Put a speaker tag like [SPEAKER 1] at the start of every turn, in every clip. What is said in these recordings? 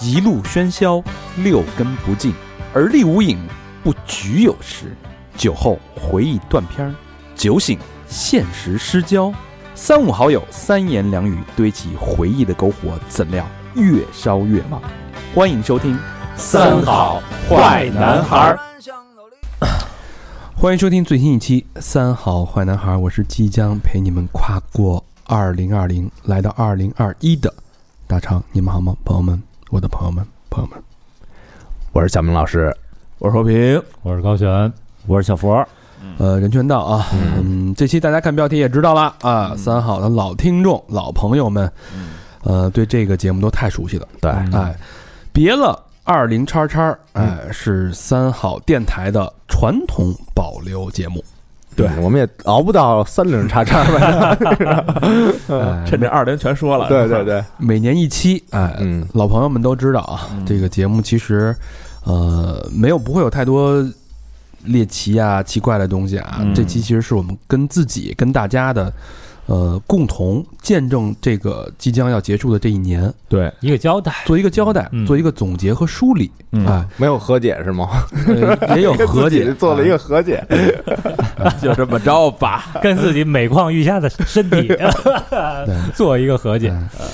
[SPEAKER 1] 一路喧嚣，六根不净，而立无影，不局有时。酒后回忆断片儿，酒醒现实失焦。三五好友，三言两语堆起回忆的篝火，怎料越烧越旺。欢迎收听《
[SPEAKER 2] 三好坏男孩儿》，
[SPEAKER 1] 欢迎收听最新一期《三好坏男孩儿》，我是即将陪你们跨过二零二零，来到二零二一的大长。你们好吗，朋友们？我的朋友们，朋友们，
[SPEAKER 2] 我是小明老师，
[SPEAKER 3] 我是和平，
[SPEAKER 4] 我是高璇，我是小佛。
[SPEAKER 1] 呃，人权道啊，嗯，这期大家看标题也知道了啊，三好的老听众、老朋友们，呃，对这个节目都太熟悉了，
[SPEAKER 2] 对，
[SPEAKER 3] 嗯
[SPEAKER 1] 哎，别了二零叉叉，哎，是三好电台的传统保留节目，
[SPEAKER 2] 对，我们也熬不到三零叉 叉吧？
[SPEAKER 1] 哎，
[SPEAKER 3] 呃趁这二连全说了，
[SPEAKER 2] 对对，对，
[SPEAKER 1] 每年一期，哎，
[SPEAKER 2] 嗯
[SPEAKER 1] 老朋友们都知道啊，这个节目其实，呃，没有不会有太多猎奇啊、奇怪的东西啊。
[SPEAKER 3] 嗯
[SPEAKER 1] 这期其实是我们跟自己、跟大家的，呃，共同见证这个即将要结束的这一年，
[SPEAKER 3] 对，
[SPEAKER 4] 一个交代，
[SPEAKER 1] 做一个交代，
[SPEAKER 4] 嗯
[SPEAKER 1] 做一个总结和梳理
[SPEAKER 3] 嗯
[SPEAKER 1] 啊、
[SPEAKER 2] 没有和解是吗？
[SPEAKER 1] 呃也有和
[SPEAKER 2] 自
[SPEAKER 1] 解啊
[SPEAKER 2] 己，做了一个和解，
[SPEAKER 3] 就这么着 吧。
[SPEAKER 4] 跟自己每况愈下的身 体做一个和解。
[SPEAKER 1] 哎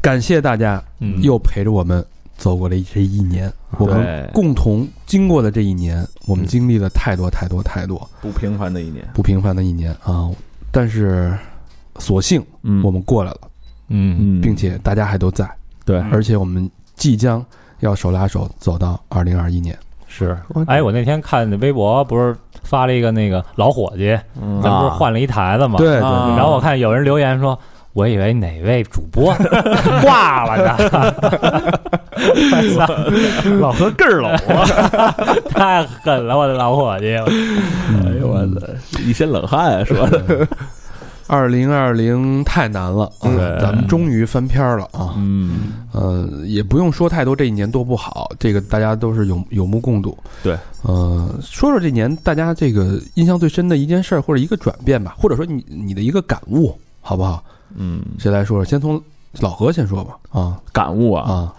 [SPEAKER 1] 感谢大家
[SPEAKER 4] 嗯，
[SPEAKER 1] 又陪着我们走过了这一年，我们
[SPEAKER 3] 对
[SPEAKER 1] 共同经过的这一年，我们
[SPEAKER 2] 嗯
[SPEAKER 1] 经历了太多太多太多。
[SPEAKER 3] 不平凡的一年，
[SPEAKER 1] 不平凡的一年啊，但是所幸
[SPEAKER 3] 嗯
[SPEAKER 1] 我们过来了，
[SPEAKER 3] 嗯
[SPEAKER 4] 嗯，
[SPEAKER 1] 并且大家还都在，
[SPEAKER 3] 对
[SPEAKER 1] 而且我们即将要手拉手走到二零二一年。
[SPEAKER 4] 是。哎，我那天看微博不是发了一个那个老伙计，
[SPEAKER 3] 嗯
[SPEAKER 4] 咱
[SPEAKER 2] 啊
[SPEAKER 4] 不是换了一台子吗？。
[SPEAKER 1] 对
[SPEAKER 3] 啊
[SPEAKER 1] 对，
[SPEAKER 4] 然后我看有人留言说。我以为哪位主播挂了呢，
[SPEAKER 1] 老何根儿了，
[SPEAKER 4] 太狠了，我的老伙计！
[SPEAKER 1] 嗯
[SPEAKER 3] 哎呦我的，一身冷 汗啊，说的，
[SPEAKER 1] 二零二零太难了啊
[SPEAKER 3] 对！
[SPEAKER 1] 咱们终于翻篇儿了啊！
[SPEAKER 3] 嗯，
[SPEAKER 1] 呃，也不用说太多，这一年多不好，这个大家都是有有目共睹。
[SPEAKER 3] 对，
[SPEAKER 1] 呃，说说这年大家这个印象最深的一件事儿或者一个转变吧，或者说你你的一个感悟，好不好？
[SPEAKER 3] 嗯，
[SPEAKER 1] 谁来说？先从老何先说吧。啊
[SPEAKER 3] 感悟啊，
[SPEAKER 1] 啊，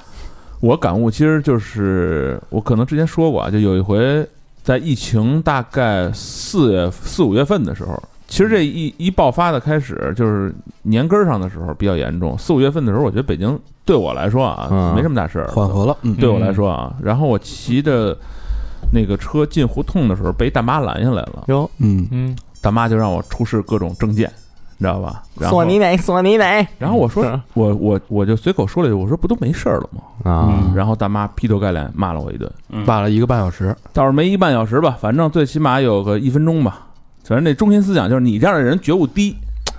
[SPEAKER 3] 我感悟其实就是我可能之前说过啊，就有一回在疫情大概四月四五月份的时候。其实这一一爆发的开始，就是年根儿上的时候比较严重。四五月份的时候，我觉得北京对我来说啊，
[SPEAKER 2] 嗯
[SPEAKER 3] 没什么大事儿，
[SPEAKER 1] 缓和了，嗯，
[SPEAKER 3] 对我来说啊。然后我骑着那个车进胡同的时候，被一大妈拦下来了，
[SPEAKER 2] 哟，
[SPEAKER 1] 嗯
[SPEAKER 4] 嗯，
[SPEAKER 3] 大妈就让我出示各种证件，你知道吧？然后，
[SPEAKER 2] 奶，索尼嗯奶
[SPEAKER 3] 然后我说，我我我就随口说了一句，我说不都没事儿了吗？
[SPEAKER 2] 啊，
[SPEAKER 3] 然后大妈劈头盖脸骂了我一顿，
[SPEAKER 1] 骂了一个半小时，
[SPEAKER 3] 倒是没一半小时吧，反正最起码有个一分钟吧。反正那中心思想就是你这样的人觉悟低，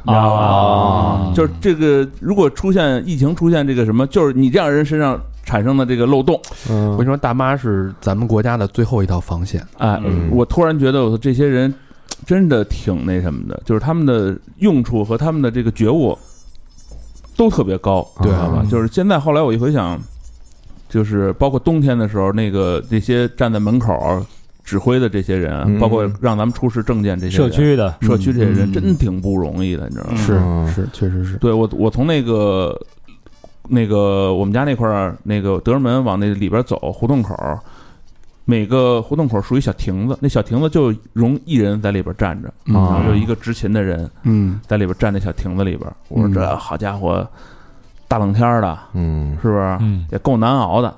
[SPEAKER 3] 你知道吧？
[SPEAKER 2] 哦
[SPEAKER 3] 就是这个，如果出现疫情，出现这个什么，就是你这样的人身上产生的这个漏洞，
[SPEAKER 1] 我
[SPEAKER 2] 嗯
[SPEAKER 1] 跟你说，大妈是咱们国家的最后一道防线，
[SPEAKER 3] 哎，
[SPEAKER 2] 嗯
[SPEAKER 3] 我突然觉得，我说这些人真的挺那什么的，就是他们的用处和他们的这个觉悟都特别高，
[SPEAKER 2] 对啊
[SPEAKER 3] 知道吧
[SPEAKER 1] 嗯？
[SPEAKER 3] 就是现在后来我一回想，就是包括冬天的时候，那个那些站在门口指挥的这些人，啊
[SPEAKER 2] 嗯
[SPEAKER 3] 包括让咱们出示证件这些
[SPEAKER 4] 社
[SPEAKER 3] 人
[SPEAKER 4] 区的，
[SPEAKER 3] 社区这些人，
[SPEAKER 1] 嗯
[SPEAKER 3] 真挺不容易的，你知道吗？
[SPEAKER 1] 是
[SPEAKER 2] 嗯
[SPEAKER 1] 是，确实是，
[SPEAKER 3] 对我，我从那个那个我们家那块儿那个德胜门往那里边走，胡同口儿，每个胡同口儿属于小亭子，那小亭子就容一人在里边站着，
[SPEAKER 1] 嗯
[SPEAKER 3] 然
[SPEAKER 2] 啊
[SPEAKER 3] 后就一个执勤的人
[SPEAKER 1] 嗯，
[SPEAKER 3] 在里边站那小亭子里边。我说
[SPEAKER 1] 嗯
[SPEAKER 3] 这好家伙，大冷天儿的，
[SPEAKER 2] 嗯，
[SPEAKER 3] 是不是？
[SPEAKER 4] 嗯，
[SPEAKER 3] 也够难熬的，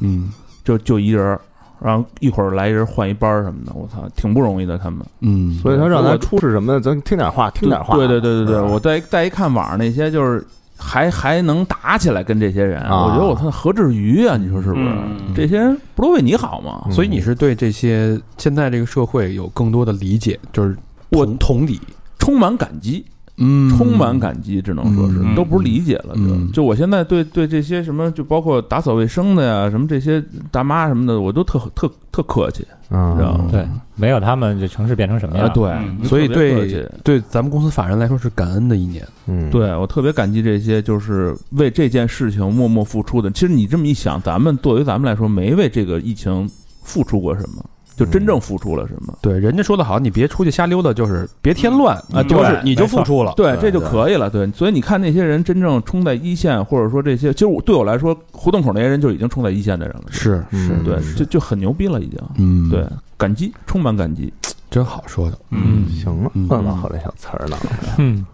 [SPEAKER 1] 嗯
[SPEAKER 3] 就就一人儿。然后一会儿来一人换一班儿什么的，我操，挺不容易的。他们
[SPEAKER 1] 嗯，
[SPEAKER 2] 所以说让
[SPEAKER 3] 我
[SPEAKER 2] 咱出示什么的，咱听点话，听点话，
[SPEAKER 3] 对对对对对，
[SPEAKER 2] 是吧
[SPEAKER 3] 我再再一看网上那些就是还还能打起来跟这些人，
[SPEAKER 2] 啊
[SPEAKER 3] 我觉得我操何至于啊？你说是不是？这些人不都为你好吗？
[SPEAKER 2] 嗯
[SPEAKER 1] 所以你是对这些现在这个社会有更多的理解，就是
[SPEAKER 3] 我
[SPEAKER 1] 同同理，
[SPEAKER 3] 充满感激，
[SPEAKER 1] 嗯
[SPEAKER 3] 充满，感激，只能说是、
[SPEAKER 4] 嗯
[SPEAKER 3] 都不是理解了。
[SPEAKER 1] 嗯
[SPEAKER 3] 就就我现在对对这些什么，就包括打扫卫生的呀，什么这些大妈什么的，我都特特特客气，
[SPEAKER 2] 嗯，
[SPEAKER 3] 知道吗？
[SPEAKER 4] 对，没有他们，这城市变成什么
[SPEAKER 3] 啊，
[SPEAKER 4] 样？
[SPEAKER 3] 对，
[SPEAKER 1] 所以
[SPEAKER 3] 特别客
[SPEAKER 1] 对
[SPEAKER 3] 气
[SPEAKER 1] 对咱们公司法人来说是感恩的一年，
[SPEAKER 2] 嗯，
[SPEAKER 3] 对我特别感激这些，就是为这件事情默默付出的。其实你这么一想，咱们作为咱们来说，没为这个疫情付出过什么，就真正付出了什么。
[SPEAKER 1] 对，人家说的好，你别出去瞎溜达，就是别添乱
[SPEAKER 3] 嗯
[SPEAKER 1] 你就是
[SPEAKER 3] 对
[SPEAKER 1] 你就付出了。
[SPEAKER 3] 对，
[SPEAKER 2] 对
[SPEAKER 3] 这就可以了。对，所以你看那些人真正冲在一线，或者说这些，其实我对我来说，胡同口那些人就已经冲在一线的人了。
[SPEAKER 1] 是，
[SPEAKER 2] 嗯
[SPEAKER 3] 对，就就很牛逼了，已经。
[SPEAKER 1] 嗯，
[SPEAKER 3] 对，，感激，充满感激。
[SPEAKER 1] 真好说的。
[SPEAKER 4] 嗯
[SPEAKER 2] 行了，
[SPEAKER 1] 嗯
[SPEAKER 2] 老好这小词儿呢，
[SPEAKER 4] 嗯，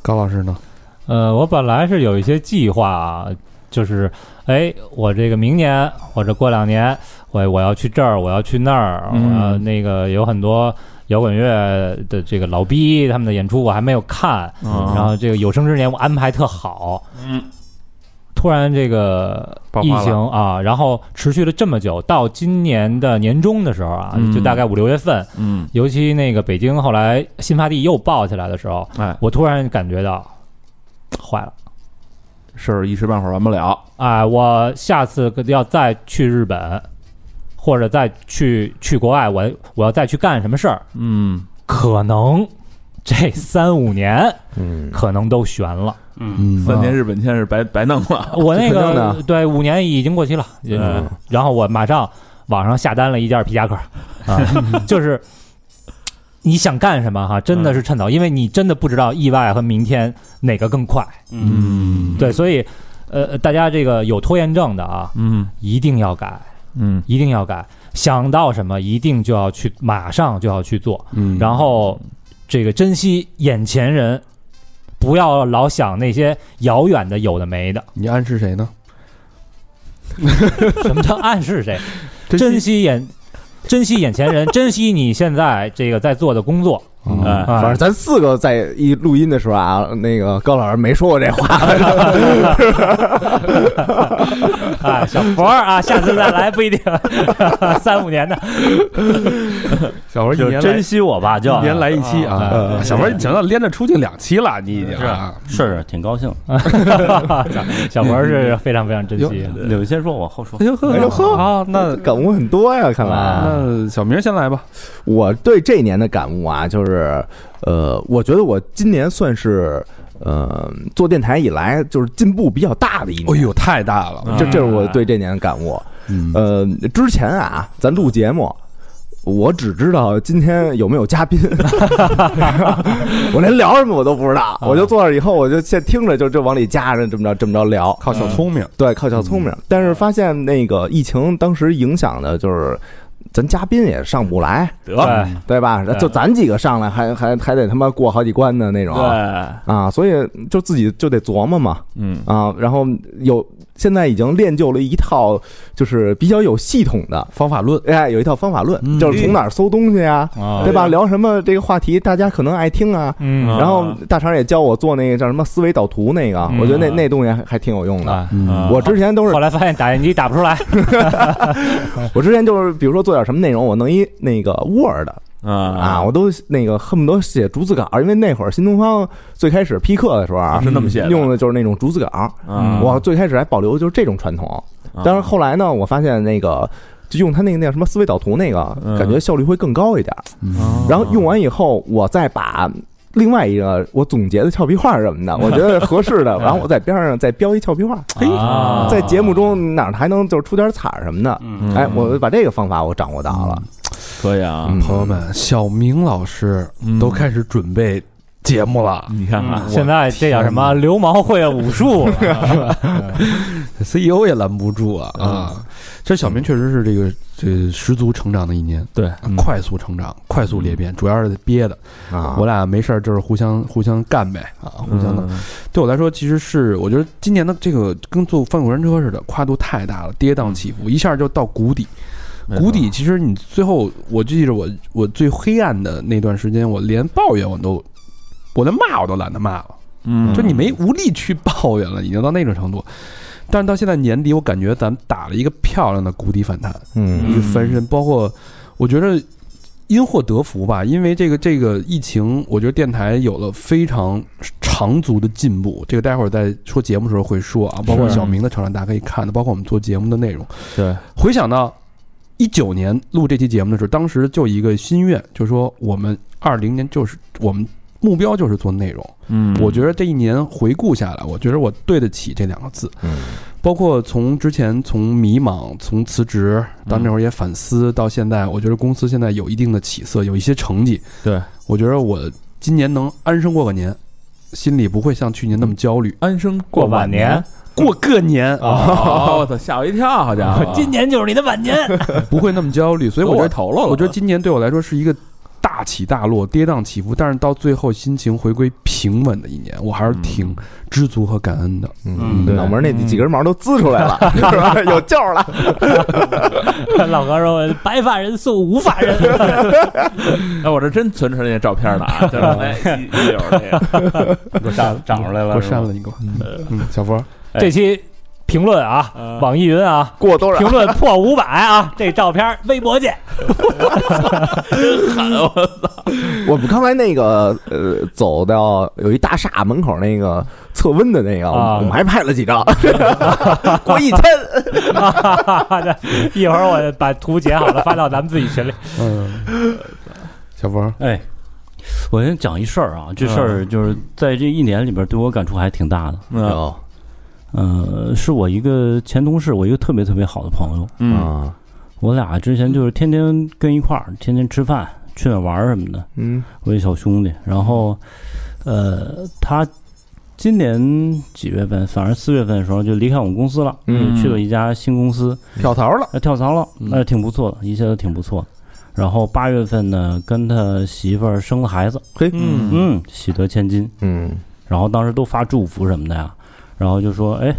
[SPEAKER 1] 高老师呢？
[SPEAKER 4] 呃，我本来是有一些计划啊，就是，哎，我这个明年或者过两年，我我要去这儿，我要去那儿，
[SPEAKER 3] 嗯
[SPEAKER 4] 呃，那个有很多摇滚乐的这个老逼他们的演出我还没有看，
[SPEAKER 3] 啊
[SPEAKER 4] 然后这个有生之年我安排特好，
[SPEAKER 3] 嗯，
[SPEAKER 4] 突然这个
[SPEAKER 1] 爆
[SPEAKER 4] 疫
[SPEAKER 1] 发了
[SPEAKER 4] 情啊，然后持续了这么久，到今年的年中的时候啊，
[SPEAKER 3] 嗯
[SPEAKER 4] 就大概五六月份，
[SPEAKER 3] 嗯，
[SPEAKER 4] 尤其那个北京后来新发地又爆起来的时候，
[SPEAKER 3] 哎，
[SPEAKER 4] 我突然感觉到坏了。
[SPEAKER 3] 事儿一时半会儿完不了。
[SPEAKER 4] 啊，我下次要再去日本，或者再去去国外，我我要再去干什么事儿，
[SPEAKER 3] 嗯，
[SPEAKER 4] 可能这三五年
[SPEAKER 2] 嗯，
[SPEAKER 4] 可能都悬了。
[SPEAKER 5] 嗯，
[SPEAKER 1] 嗯
[SPEAKER 3] 三年日本签是白白弄了。
[SPEAKER 4] 我那
[SPEAKER 2] 肯定
[SPEAKER 4] 个
[SPEAKER 2] 的
[SPEAKER 4] 对五年已经过期了，嗯
[SPEAKER 3] 嗯，
[SPEAKER 4] 然后我马上网上下单了一件皮夹克，啊，就是你想干什么哈，真的是趁早，因为你真的不知道意外和明天哪个更快。
[SPEAKER 5] 嗯，
[SPEAKER 4] 对，所以呃，大家这个有拖延症的啊，
[SPEAKER 3] 嗯
[SPEAKER 4] 一定要改。
[SPEAKER 3] 嗯
[SPEAKER 4] 一定要改，想到什么一定就要去，马上就要去做，
[SPEAKER 1] 嗯
[SPEAKER 4] 然后这个珍惜眼前人，不要老想那些遥远的有的没的。
[SPEAKER 1] 你暗示谁呢？
[SPEAKER 4] 什么叫暗示谁？珍惜眼，珍惜眼前人，珍惜你现在这个在做的工作。
[SPEAKER 1] 啊
[SPEAKER 3] 哎
[SPEAKER 2] 反正咱四个在一录音的时候啊，那个高老师没说过这话，
[SPEAKER 4] 啊，小佛儿啊，下次再来不一定， 三五年的
[SPEAKER 1] 小文一
[SPEAKER 5] 就
[SPEAKER 1] 年来
[SPEAKER 5] 珍惜我吧，就
[SPEAKER 1] 一年来一期
[SPEAKER 4] 啊
[SPEAKER 1] 啊
[SPEAKER 4] 啊。
[SPEAKER 1] 小文，你想想连着出镜两期了，你已经
[SPEAKER 5] 是
[SPEAKER 1] 啊
[SPEAKER 5] 是是挺高兴。
[SPEAKER 4] 小佛儿是非常非常珍惜的。
[SPEAKER 5] 你们先说，我后说。
[SPEAKER 1] 呦呵
[SPEAKER 2] 哎呦呵
[SPEAKER 1] 啊，那
[SPEAKER 2] 感悟很多呀，看来。
[SPEAKER 1] 那小明先来吧。
[SPEAKER 2] 我对这一年的感悟啊，就是，呃，我觉得我今年算是，呃，做电台以来就是进步比较大的一
[SPEAKER 1] 哎
[SPEAKER 2] 年。
[SPEAKER 1] 呦，太大了，
[SPEAKER 2] 这这是我对这年的感悟。
[SPEAKER 1] 嗯
[SPEAKER 2] 呃，之前啊，咱录节目，我只知道今天有没有嘉宾，我连聊什么我都不知道，我就坐那儿以后，我就先听着就就往里加着这么着这么着聊。
[SPEAKER 1] 靠小聪明，
[SPEAKER 2] 对，靠小聪明。但是发现那个疫情当时影响的就是，咱嘉宾也上不来，
[SPEAKER 5] 得
[SPEAKER 4] 对，
[SPEAKER 2] 对吧？就咱几个上来还还还得他妈过好几关的那种
[SPEAKER 3] 对，
[SPEAKER 2] 啊，所以就自己就得琢磨嘛
[SPEAKER 3] 嗯
[SPEAKER 2] 啊。然后有现在已经练就了一套就是比较有系统的，
[SPEAKER 1] 方法论，
[SPEAKER 2] 哎，有一套方法论
[SPEAKER 1] 嗯，
[SPEAKER 2] 就是从哪儿搜东西啊，
[SPEAKER 4] 啊
[SPEAKER 2] 对吧？聊什么这个话题大家可能爱听啊。
[SPEAKER 4] 嗯
[SPEAKER 3] 啊
[SPEAKER 2] 然后大肠也教我做那个叫什么思维导图那个，
[SPEAKER 4] 嗯
[SPEAKER 2] 我觉得那那东西还还挺有用的。
[SPEAKER 4] 啊，
[SPEAKER 1] 嗯
[SPEAKER 2] 我之前都是
[SPEAKER 4] 后来发现打印机打不出来，
[SPEAKER 2] 我之前就是比如说做点什么内容，我弄一那个 Word
[SPEAKER 3] 啊
[SPEAKER 2] 啊，我都那个恨不得写逐字稿，因为那会儿新东方最开始批课的时候啊，
[SPEAKER 3] 嗯是那么写的
[SPEAKER 2] 用的就是那种逐字稿。
[SPEAKER 3] 啊嗯
[SPEAKER 2] 我最开始还保留的就是这种传统，但是后来呢，我发现那个就用它那个那个什么思维导图那个
[SPEAKER 3] 嗯，
[SPEAKER 2] 感觉效率会更高一点。
[SPEAKER 1] 嗯
[SPEAKER 2] 然后用完以后，我再把。另外一个我总结的俏皮话什么 的，我觉得合适的，然后我在边上再标一俏皮话，
[SPEAKER 4] 啊
[SPEAKER 2] 在节目中哪儿还能就是出点彩儿什么的，
[SPEAKER 5] 嗯
[SPEAKER 2] 哎，我把这个方法我掌握到了，
[SPEAKER 3] 可以啊，
[SPEAKER 1] 朋友们，小明老师
[SPEAKER 3] 嗯
[SPEAKER 1] 都开始准备节目了
[SPEAKER 3] 你看
[SPEAKER 6] 嗯
[SPEAKER 3] 嗯看，
[SPEAKER 4] 现在这叫什么流氓会武术了
[SPEAKER 1] ，CEO E 也拦不住啊
[SPEAKER 3] 嗯
[SPEAKER 1] 啊！这小明确实是这个这十足成长的一年，
[SPEAKER 3] 对
[SPEAKER 1] 啊快速成长，快速裂变，主要是憋的。
[SPEAKER 3] 嗯
[SPEAKER 2] 啊，
[SPEAKER 1] 我俩没事儿就是互相互相干呗啊，互相的。
[SPEAKER 3] 嗯
[SPEAKER 1] 对我来说，其实是我觉得今年的这个跟坐翻滚轮车似的，跨度太大了，跌宕起伏，一下就到谷底。
[SPEAKER 3] 没错
[SPEAKER 1] 谷底其实你最后，我记着我我最黑暗的那段时间，我连抱怨我都，我连骂我都懒得骂了，
[SPEAKER 3] 嗯，
[SPEAKER 1] 就你没无力去抱怨了，已经到那种程度。但是到现在年底，我感觉咱们打了一个漂亮的谷底反弹，
[SPEAKER 2] 嗯
[SPEAKER 1] 一个翻身，包括我觉得因祸得福吧，因为这个这个疫情，我觉得电台有了非常长足的进步。这个待会儿在说节目的时候会说啊，包括
[SPEAKER 4] 是
[SPEAKER 1] 小明的成长，大家可以看的，包括我们做节目的内容。
[SPEAKER 6] 嗯
[SPEAKER 3] 对，
[SPEAKER 1] 回想到一九年录这期节目的时候，当时就一个心愿，就说我们二零年就是我们目标就是做内容。
[SPEAKER 3] 嗯，
[SPEAKER 1] 我觉得这一年回顾下来，我觉得我对得起这两个字。
[SPEAKER 2] 嗯
[SPEAKER 7] 包括从之前从迷茫、从辞职到
[SPEAKER 3] 嗯
[SPEAKER 7] 那会儿也反思，到现在，我觉得公司现在有一定的起色，有一些成绩。
[SPEAKER 3] 对，
[SPEAKER 7] 我觉得我今年能安生过个年，心里不会像去年那么焦虑。
[SPEAKER 3] 安生
[SPEAKER 4] 过
[SPEAKER 3] 晚
[SPEAKER 4] 晚年，
[SPEAKER 7] 过个年啊，
[SPEAKER 3] 哦，我操，吓我一跳，好家伙，
[SPEAKER 4] 今年就是你的晚年。
[SPEAKER 7] 不会那么焦虑，所以我
[SPEAKER 3] 都
[SPEAKER 7] 觉
[SPEAKER 3] 玩
[SPEAKER 7] 得
[SPEAKER 3] 头了，
[SPEAKER 7] 我觉得今年对我来说是一个大起大落、跌宕起伏，但是到最后心情回归平稳的一年，我还是挺知足和感恩的。
[SPEAKER 2] 嗯，
[SPEAKER 6] 对
[SPEAKER 2] 脑门儿那几根毛都滋出来了，是吧？有劲儿了。
[SPEAKER 4] 老何说：“白发人送无发人。
[SPEAKER 3] 哎，我这真存着那些照片呢啊， 就是哎一一溜儿那个，
[SPEAKER 6] 给我长长出来了，
[SPEAKER 7] 我删了你给我，嗯，小佛，”
[SPEAKER 6] 哎
[SPEAKER 4] 这期评论啊，网易云啊，
[SPEAKER 2] 过多
[SPEAKER 4] 评
[SPEAKER 2] 少？
[SPEAKER 4] 论破五百啊，这照片微博见。
[SPEAKER 2] 我们刚才那个呃，走到有一大厦门口那个测温的那个，
[SPEAKER 4] 啊
[SPEAKER 2] 我们还拍了几 张，过一千。
[SPEAKER 4] 一会儿我把图截好了发到咱们自己群里。
[SPEAKER 7] 嗯，小佛，
[SPEAKER 6] 哎，我先讲一事儿啊，这事儿就是在这一年里边对我感触还挺大的。啊
[SPEAKER 3] 嗯
[SPEAKER 2] 有
[SPEAKER 6] 呃，是我一个前同事，我一个特别特别好的朋友，
[SPEAKER 3] 嗯
[SPEAKER 2] 啊，
[SPEAKER 6] 我俩之前就是天天跟一块儿，天天吃饭，去哪儿玩儿什么的。
[SPEAKER 2] 嗯
[SPEAKER 6] 我一小兄弟，然后，呃，他今年几月份，反正四月份的时候就离开我们公司了，
[SPEAKER 2] 嗯
[SPEAKER 6] 就去了一家新公司，
[SPEAKER 2] 跳槽了，
[SPEAKER 6] 呃，跳槽了，
[SPEAKER 7] 嗯
[SPEAKER 6] 那、挺不错的，一切都挺不错的。然后八月份呢，跟他媳妇儿生了孩子，
[SPEAKER 2] 嘿，
[SPEAKER 3] 嗯
[SPEAKER 6] 嗯，喜得千金。
[SPEAKER 2] 嗯
[SPEAKER 6] 然后当时都发祝福什么的呀，然后就说，哎，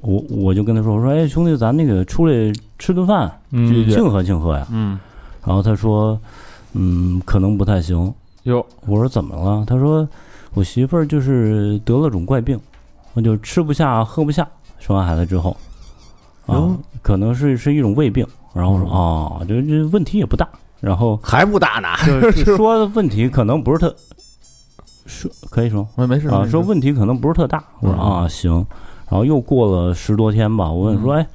[SPEAKER 6] 我我就跟他说，我说，哎，兄弟，咱那个出来吃顿饭，
[SPEAKER 3] 聚聚
[SPEAKER 6] 庆贺庆贺呀。
[SPEAKER 3] 嗯，
[SPEAKER 6] 然后他说，嗯，可能不太行。
[SPEAKER 3] 哟，
[SPEAKER 6] 我说怎么了？他说我媳妇儿就是得了种怪病，我就吃不下喝不下，生完孩子之后，啊
[SPEAKER 2] 哟，
[SPEAKER 6] 可能是是一种胃病。然后我说哦，这这问题也不大。然 后
[SPEAKER 2] 还不大呢，
[SPEAKER 6] 就是 说的问题可能不是特，说可以说
[SPEAKER 3] 没没事
[SPEAKER 6] 啊，
[SPEAKER 3] 没事
[SPEAKER 6] 说问题可能不是特大。我说
[SPEAKER 3] 嗯
[SPEAKER 6] 啊行，然后又过了十多天吧，我问说哎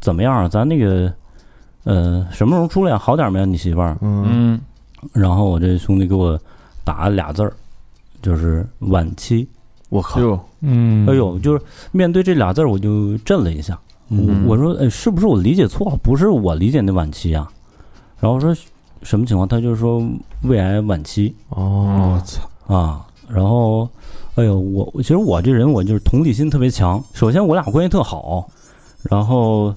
[SPEAKER 6] 怎么样啊？咱那个呃什么时候出来啊好点没有？你媳妇儿？
[SPEAKER 2] 嗯
[SPEAKER 3] 嗯
[SPEAKER 6] 然后我这兄弟给我打俩字儿，就是晚期。
[SPEAKER 2] 我靠，
[SPEAKER 3] 哟，
[SPEAKER 4] 嗯
[SPEAKER 6] 哎，呦，就是面对这俩字儿，我就震了一下。
[SPEAKER 3] 嗯
[SPEAKER 6] 我说，哎，是不是我理解错了？不是我理解那晚期啊。然后我说什么情况？他就是说胃癌晚期
[SPEAKER 2] 哦
[SPEAKER 7] 我，操，
[SPEAKER 6] 啊。然后，哎呦，我我其实我这人我就是同理心特别强。首先我俩关系特好，然后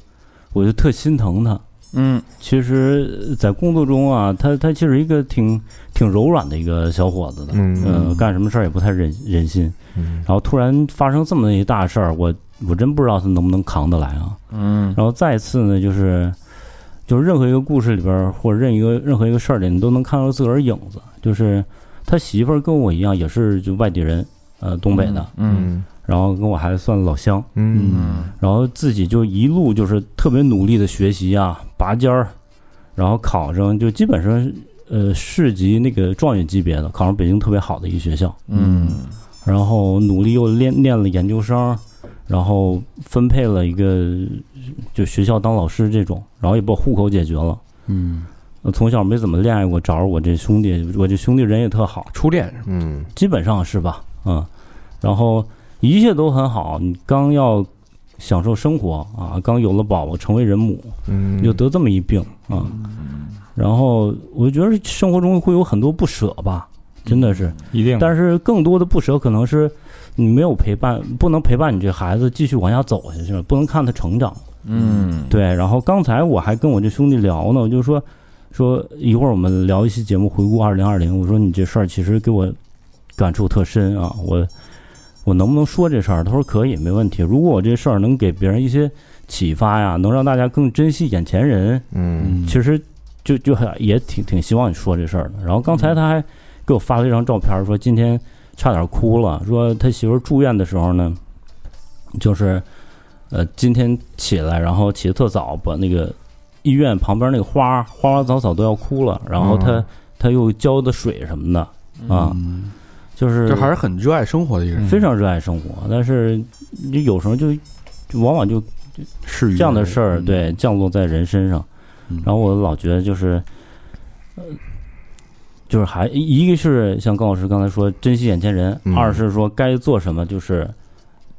[SPEAKER 6] 我就特心疼他。
[SPEAKER 3] 嗯
[SPEAKER 6] 其实，在工作中啊，他他其实一个挺挺柔软的一个小伙子的，
[SPEAKER 2] 嗯
[SPEAKER 6] 呃，干什么事儿也不太忍忍心。
[SPEAKER 2] 嗯
[SPEAKER 6] 然后突然发生这么一大事儿，我我真不知道他能不能扛得来啊。
[SPEAKER 3] 嗯
[SPEAKER 6] 然后再一次呢，就是就是任何一个故事里边儿，或者任一个任何一个事儿里，你都能看到自个儿影子。就是他媳妇儿跟我一样，也是就外地人，呃，东北的，，
[SPEAKER 3] 嗯
[SPEAKER 6] 然后跟我还算老乡，
[SPEAKER 2] 嗯
[SPEAKER 3] 嗯
[SPEAKER 6] 然后自己就一路就是特别努力的学习啊，拔尖儿，然后考上就基本上呃市级那个状元级别的，考上北京特别好的一个学校，
[SPEAKER 3] 嗯
[SPEAKER 6] 然后努力又练念了研究生，然后分配了一个就学校当老师这种，然后也把户口解决了。
[SPEAKER 7] 嗯，
[SPEAKER 6] 我从小没怎么恋爱过，找着我这兄弟，我这兄弟人也特好，
[SPEAKER 7] 初恋是吧？
[SPEAKER 2] 嗯
[SPEAKER 6] 基本上是吧，嗯，然后一切都很好。你刚要享受生活啊，刚有了宝宝，成为人母，
[SPEAKER 2] 嗯
[SPEAKER 6] 又得这么一病啊，然后我觉得生活中会有很多不舍吧，真的是。
[SPEAKER 4] 一
[SPEAKER 3] 嗯
[SPEAKER 4] 定。
[SPEAKER 6] 但是更多的不舍可能是你没有陪伴，不能陪伴你这孩子继续往下走下去了，不能看他成长。
[SPEAKER 3] 嗯，
[SPEAKER 6] 对，然后刚才我还跟我这兄弟聊呢，我就说说一会儿我们聊一期节目回顾二零二零，我说你这事儿其实给我感触特深啊，我我能不能说这事儿？他说可以，没问题。如果我这事儿能给别人一些启发呀，能让大家更珍惜眼前人，
[SPEAKER 2] 嗯
[SPEAKER 6] 其实就就还也挺挺希望你说这事儿的。然后刚才他还给我发了一张照片儿，说今天差点哭了，说他媳妇儿住院的时候呢，就是呃今天起来，然后起得特早，把那个医院旁边那个花儿花花草草都要枯了，然后他、
[SPEAKER 2] 嗯
[SPEAKER 6] 他又浇的水什么的啊，
[SPEAKER 1] 嗯
[SPEAKER 6] 就是
[SPEAKER 7] 嗯就还是很热爱生活的一个人，
[SPEAKER 6] 非常热爱生活，但是你有时候就就往往就
[SPEAKER 7] 是
[SPEAKER 6] 这样的事
[SPEAKER 1] 嗯
[SPEAKER 6] 儿，，对降落在人身上。
[SPEAKER 7] 嗯
[SPEAKER 6] 然后我老觉得就是，呃，就是还一个是像高老师刚才说珍惜眼前人，
[SPEAKER 2] 嗯
[SPEAKER 6] 二是说该做什么就是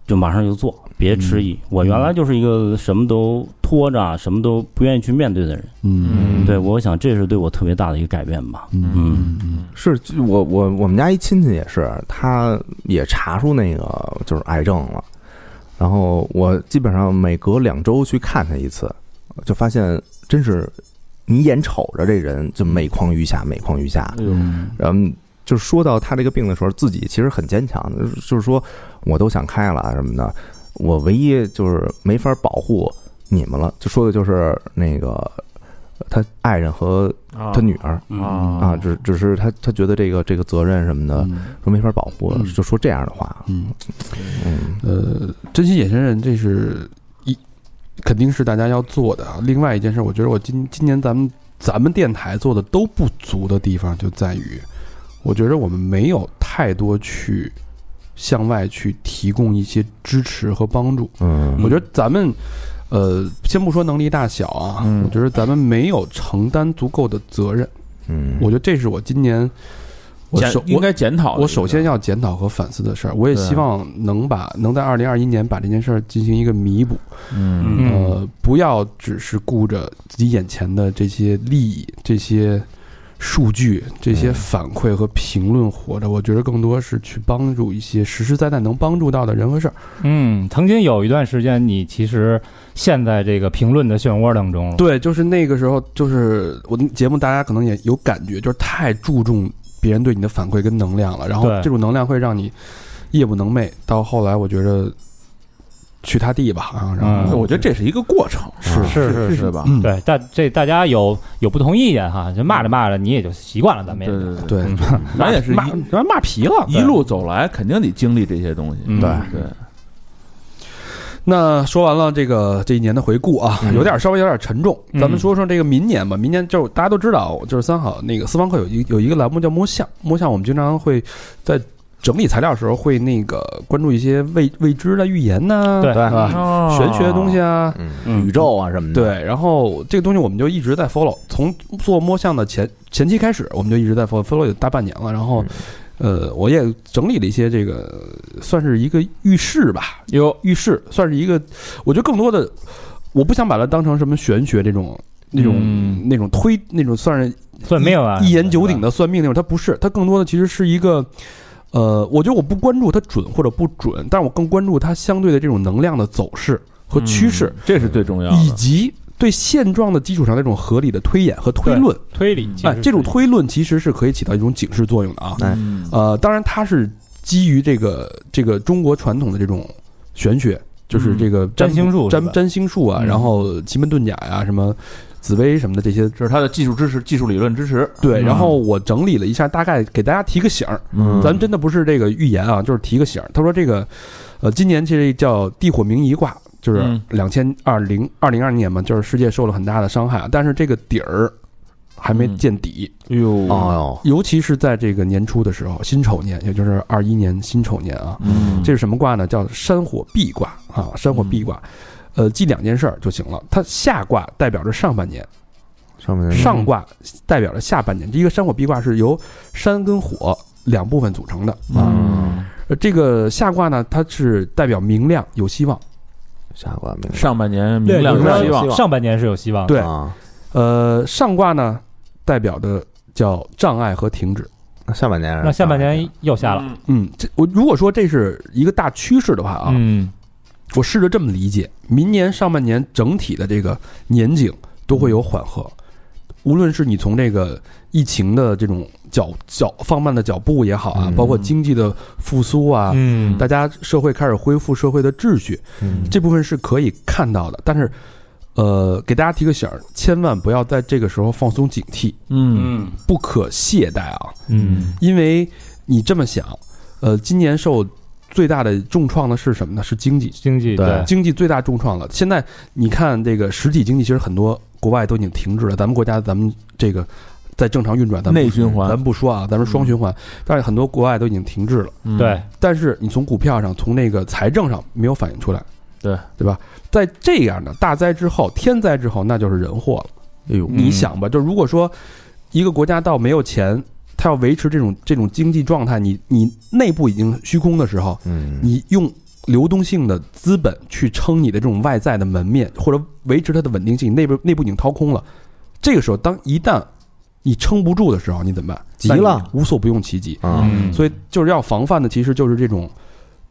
[SPEAKER 6] 就马上就做，别迟疑。我原来就是一个什么都拖着啊、什么都不愿意去面对的人。
[SPEAKER 7] 嗯
[SPEAKER 6] 对，我想这是对我特别大的一个改变吧。
[SPEAKER 7] 嗯嗯
[SPEAKER 2] 是就我我我们家一亲戚也是，他也查出那个就是癌症了，然后我基本上每隔两周去看他一次，就发现真是你眼瞅着这人就每况愈下，每况愈下。
[SPEAKER 6] 哎
[SPEAKER 7] 嗯
[SPEAKER 2] 然后就是说到他这个病的时候，自己其实很坚强，就是说我都想开了啊什么的，我唯一就是没法保护你们了，就说的就是那个他爱人和
[SPEAKER 3] 啊
[SPEAKER 2] 他女儿。
[SPEAKER 1] 嗯
[SPEAKER 6] 啊，
[SPEAKER 2] 啊，
[SPEAKER 7] 嗯
[SPEAKER 2] 嗯只只是他他觉得这个这个责任什么的，说没法保护，
[SPEAKER 7] 嗯
[SPEAKER 2] 就说这样的话，
[SPEAKER 7] 嗯，
[SPEAKER 2] 嗯，
[SPEAKER 1] 呃，珍惜眼前人，这是一肯定是大家要做的啊。另外一件事，我觉得我今今年咱们咱们电台做的都不足的地方，就在于我觉得我们没有太多去向外去提供一些支持和帮助。
[SPEAKER 2] 嗯
[SPEAKER 1] 我觉得咱们，呃，先不说能力大小啊，
[SPEAKER 3] 嗯
[SPEAKER 1] 我觉得咱们没有承担足够的责任。
[SPEAKER 2] 嗯，
[SPEAKER 1] 我觉得这是我今年我
[SPEAKER 3] 检
[SPEAKER 1] 首
[SPEAKER 3] 应
[SPEAKER 1] 我
[SPEAKER 3] 该检讨的一个。
[SPEAKER 1] 我首先要检讨和反思的事儿。我也
[SPEAKER 3] 对
[SPEAKER 1] 希望能把能在二零二一年把这件事儿进行一个弥补，
[SPEAKER 3] 嗯
[SPEAKER 6] 嗯
[SPEAKER 1] 呃，不要只是顾着自己眼前的这些利益、这些数据、这
[SPEAKER 3] 嗯
[SPEAKER 1] 些反馈和评论活着。我觉得更多是去帮助一些实实在在能帮助到的人和事儿。
[SPEAKER 4] 嗯，曾经有一段时间，你其实陷在这个评论的漩涡当中了。
[SPEAKER 1] 对，就是那个时候，就是我的节目，大家可能也有感觉，就是太注重别人对你的反馈跟能量了，然后
[SPEAKER 4] 对
[SPEAKER 1] 这种能量会让你夜不能寐。到后来，我觉得去他地吧啊，然
[SPEAKER 3] 嗯，
[SPEAKER 1] 后
[SPEAKER 3] 我觉得这是一个过程，啊
[SPEAKER 2] 是
[SPEAKER 4] 是是
[SPEAKER 3] 是
[SPEAKER 4] 是
[SPEAKER 3] 吧？
[SPEAKER 1] 嗯
[SPEAKER 4] 对，但这大家有有不同意见哈，就骂着骂着，你也就习惯了，咱们
[SPEAKER 3] 对
[SPEAKER 4] 也就
[SPEAKER 3] 对对，
[SPEAKER 1] 对，
[SPEAKER 3] 咱也是
[SPEAKER 1] 骂
[SPEAKER 3] 一
[SPEAKER 1] 骂皮了。
[SPEAKER 3] 一路走来，肯定得经历这些东西。
[SPEAKER 4] 嗯
[SPEAKER 3] 对，
[SPEAKER 1] 那说完了这个这一年的回顾啊，有点稍微有点沉重。
[SPEAKER 4] 嗯
[SPEAKER 1] 咱们说说这个明年吧，明年就是大家都知道，就是三好那个私房课有一有一个栏目叫摸象，摸象我们经常会在整理材料的时候会那个关注一些未未知的预言呐、
[SPEAKER 4] 对
[SPEAKER 2] 对
[SPEAKER 1] 是吧？啊玄学的东西
[SPEAKER 4] 哦
[SPEAKER 1] 啊。
[SPEAKER 2] 嗯宇宙啊什么的，
[SPEAKER 1] 对，然后这个东西我们就一直在 follow，从做摸象的前前期开始，我们就一直在 follow，follow 有大半年了。然
[SPEAKER 4] 嗯
[SPEAKER 1] 后，呃，我也整理了一些这个，算是一个预示吧，有预示，算是一个，我觉得更多的，我不想把它当成什么玄学这种那种、
[SPEAKER 4] 嗯
[SPEAKER 1] 那种推那种算是
[SPEAKER 4] 算命啊，
[SPEAKER 1] 一言九鼎的算命那种，它不是，它更多的其实是一个，呃，我觉得我不关注它准或者不准，但是我更关注它相对的这种能量的走势和趋势。
[SPEAKER 3] 嗯，这是最重要的。
[SPEAKER 1] 以及对现状的基础上那种合理的推演和推论。
[SPEAKER 4] 推理，
[SPEAKER 1] 哎，这种推论其实是可以起到一种警示作用的啊。
[SPEAKER 2] 哎
[SPEAKER 3] 嗯
[SPEAKER 1] 呃，当然它是基于这个这个中国传统的这种玄学，就是这个
[SPEAKER 4] 占
[SPEAKER 1] 卜
[SPEAKER 4] 星术是
[SPEAKER 1] 占
[SPEAKER 4] 吧
[SPEAKER 1] 占星术啊，
[SPEAKER 4] 嗯
[SPEAKER 1] 然后奇门遁甲呀、什么紫薇什么的这些。
[SPEAKER 3] 这是他的技术支持、技术理论支持。
[SPEAKER 1] 对，然后我整理了一下，大概给大家提个醒儿。
[SPEAKER 3] 嗯
[SPEAKER 1] 咱们真的不是这个预言啊，就是提个醒儿。他说这个，呃，今年其实叫地火明夷卦，就是
[SPEAKER 3] 嗯
[SPEAKER 1] 两千二零二零二年嘛，就是世界受了很大的伤害啊，但是这个底儿还没
[SPEAKER 3] 嗯
[SPEAKER 1] 见底，
[SPEAKER 3] 哎呦，
[SPEAKER 2] 哦
[SPEAKER 1] 尤其是在这个年初的时候，辛丑年，也就是二一年辛丑年啊，
[SPEAKER 3] 嗯，
[SPEAKER 1] 这是什么卦呢？叫山火壁卦啊，山火壁卦。呃，记两件事儿就行了。它下卦代表着上半年，
[SPEAKER 2] 呦，上
[SPEAKER 3] 嗯
[SPEAKER 2] 面
[SPEAKER 1] 上卦代表着下半年。这一个山火壁卦是由山跟火两部分组成的啊。
[SPEAKER 3] 嗯，
[SPEAKER 1] 呃，这个下卦呢，它是代表明亮、有希望。
[SPEAKER 2] 下卦明
[SPEAKER 3] 上半年明亮
[SPEAKER 2] 有
[SPEAKER 3] 的希
[SPEAKER 2] 希
[SPEAKER 3] 望
[SPEAKER 2] 望，
[SPEAKER 4] 上半年是有希望的。
[SPEAKER 1] 对
[SPEAKER 2] 啊，
[SPEAKER 1] 呃，上卦呢，代表的叫障碍和停止。
[SPEAKER 2] 那下半年是
[SPEAKER 4] 那下半年又下了，
[SPEAKER 3] 嗯，
[SPEAKER 1] 嗯，这我如果说这是一个大趋势的话啊，
[SPEAKER 4] 嗯，
[SPEAKER 1] 我试着这么理解：明年上半年整体的这个年景都会有缓和，无论是你从这个疫情的这种脚脚放慢的脚步也好啊
[SPEAKER 2] 嗯，
[SPEAKER 1] 包括经济的复苏啊，
[SPEAKER 4] 嗯
[SPEAKER 1] 大家社会开始恢复社会的秩序，
[SPEAKER 2] 嗯
[SPEAKER 1] 这部分是可以看到的。但是，呃，给大家提个醒儿，千万不要在这个时候放松警惕，
[SPEAKER 3] 嗯，
[SPEAKER 1] 不可懈怠啊！
[SPEAKER 4] 嗯
[SPEAKER 1] 因为你这么想，呃，今年受最大的重创的是什么呢？是经济，
[SPEAKER 4] 经济
[SPEAKER 2] 对
[SPEAKER 1] 经济最大重创了。现在你看这个实体经济，其实很多国外都已经停滞了，咱们国家咱们这个在正常运转，咱们
[SPEAKER 3] 内循环
[SPEAKER 1] 咱们不说啊，咱们双循环，但是很多国外都已经停滞了。
[SPEAKER 3] 嗯
[SPEAKER 4] 对，
[SPEAKER 1] 但是你从股票上，从那个财政上没有反映出来，
[SPEAKER 3] 对
[SPEAKER 1] 对吧？在这样的大灾之后，天灾之后，那就是人祸了。
[SPEAKER 2] 哎呦
[SPEAKER 1] 你想吧，就如果说一个国家到没有钱，它要维持这种这种经济状态，你你内部已经虚空的时候，
[SPEAKER 2] 嗯
[SPEAKER 1] 你用流动性的资本去撑你的这种外在的门面，或者维持它的稳定性，内部内部已经掏空了。这个时候，当一旦你撑不住的时候，你怎么办？
[SPEAKER 2] 急
[SPEAKER 1] 那你
[SPEAKER 2] 了
[SPEAKER 1] 无所不用其极。
[SPEAKER 2] 啊，
[SPEAKER 4] 嗯
[SPEAKER 1] 所以就是要防范的，其实就是这种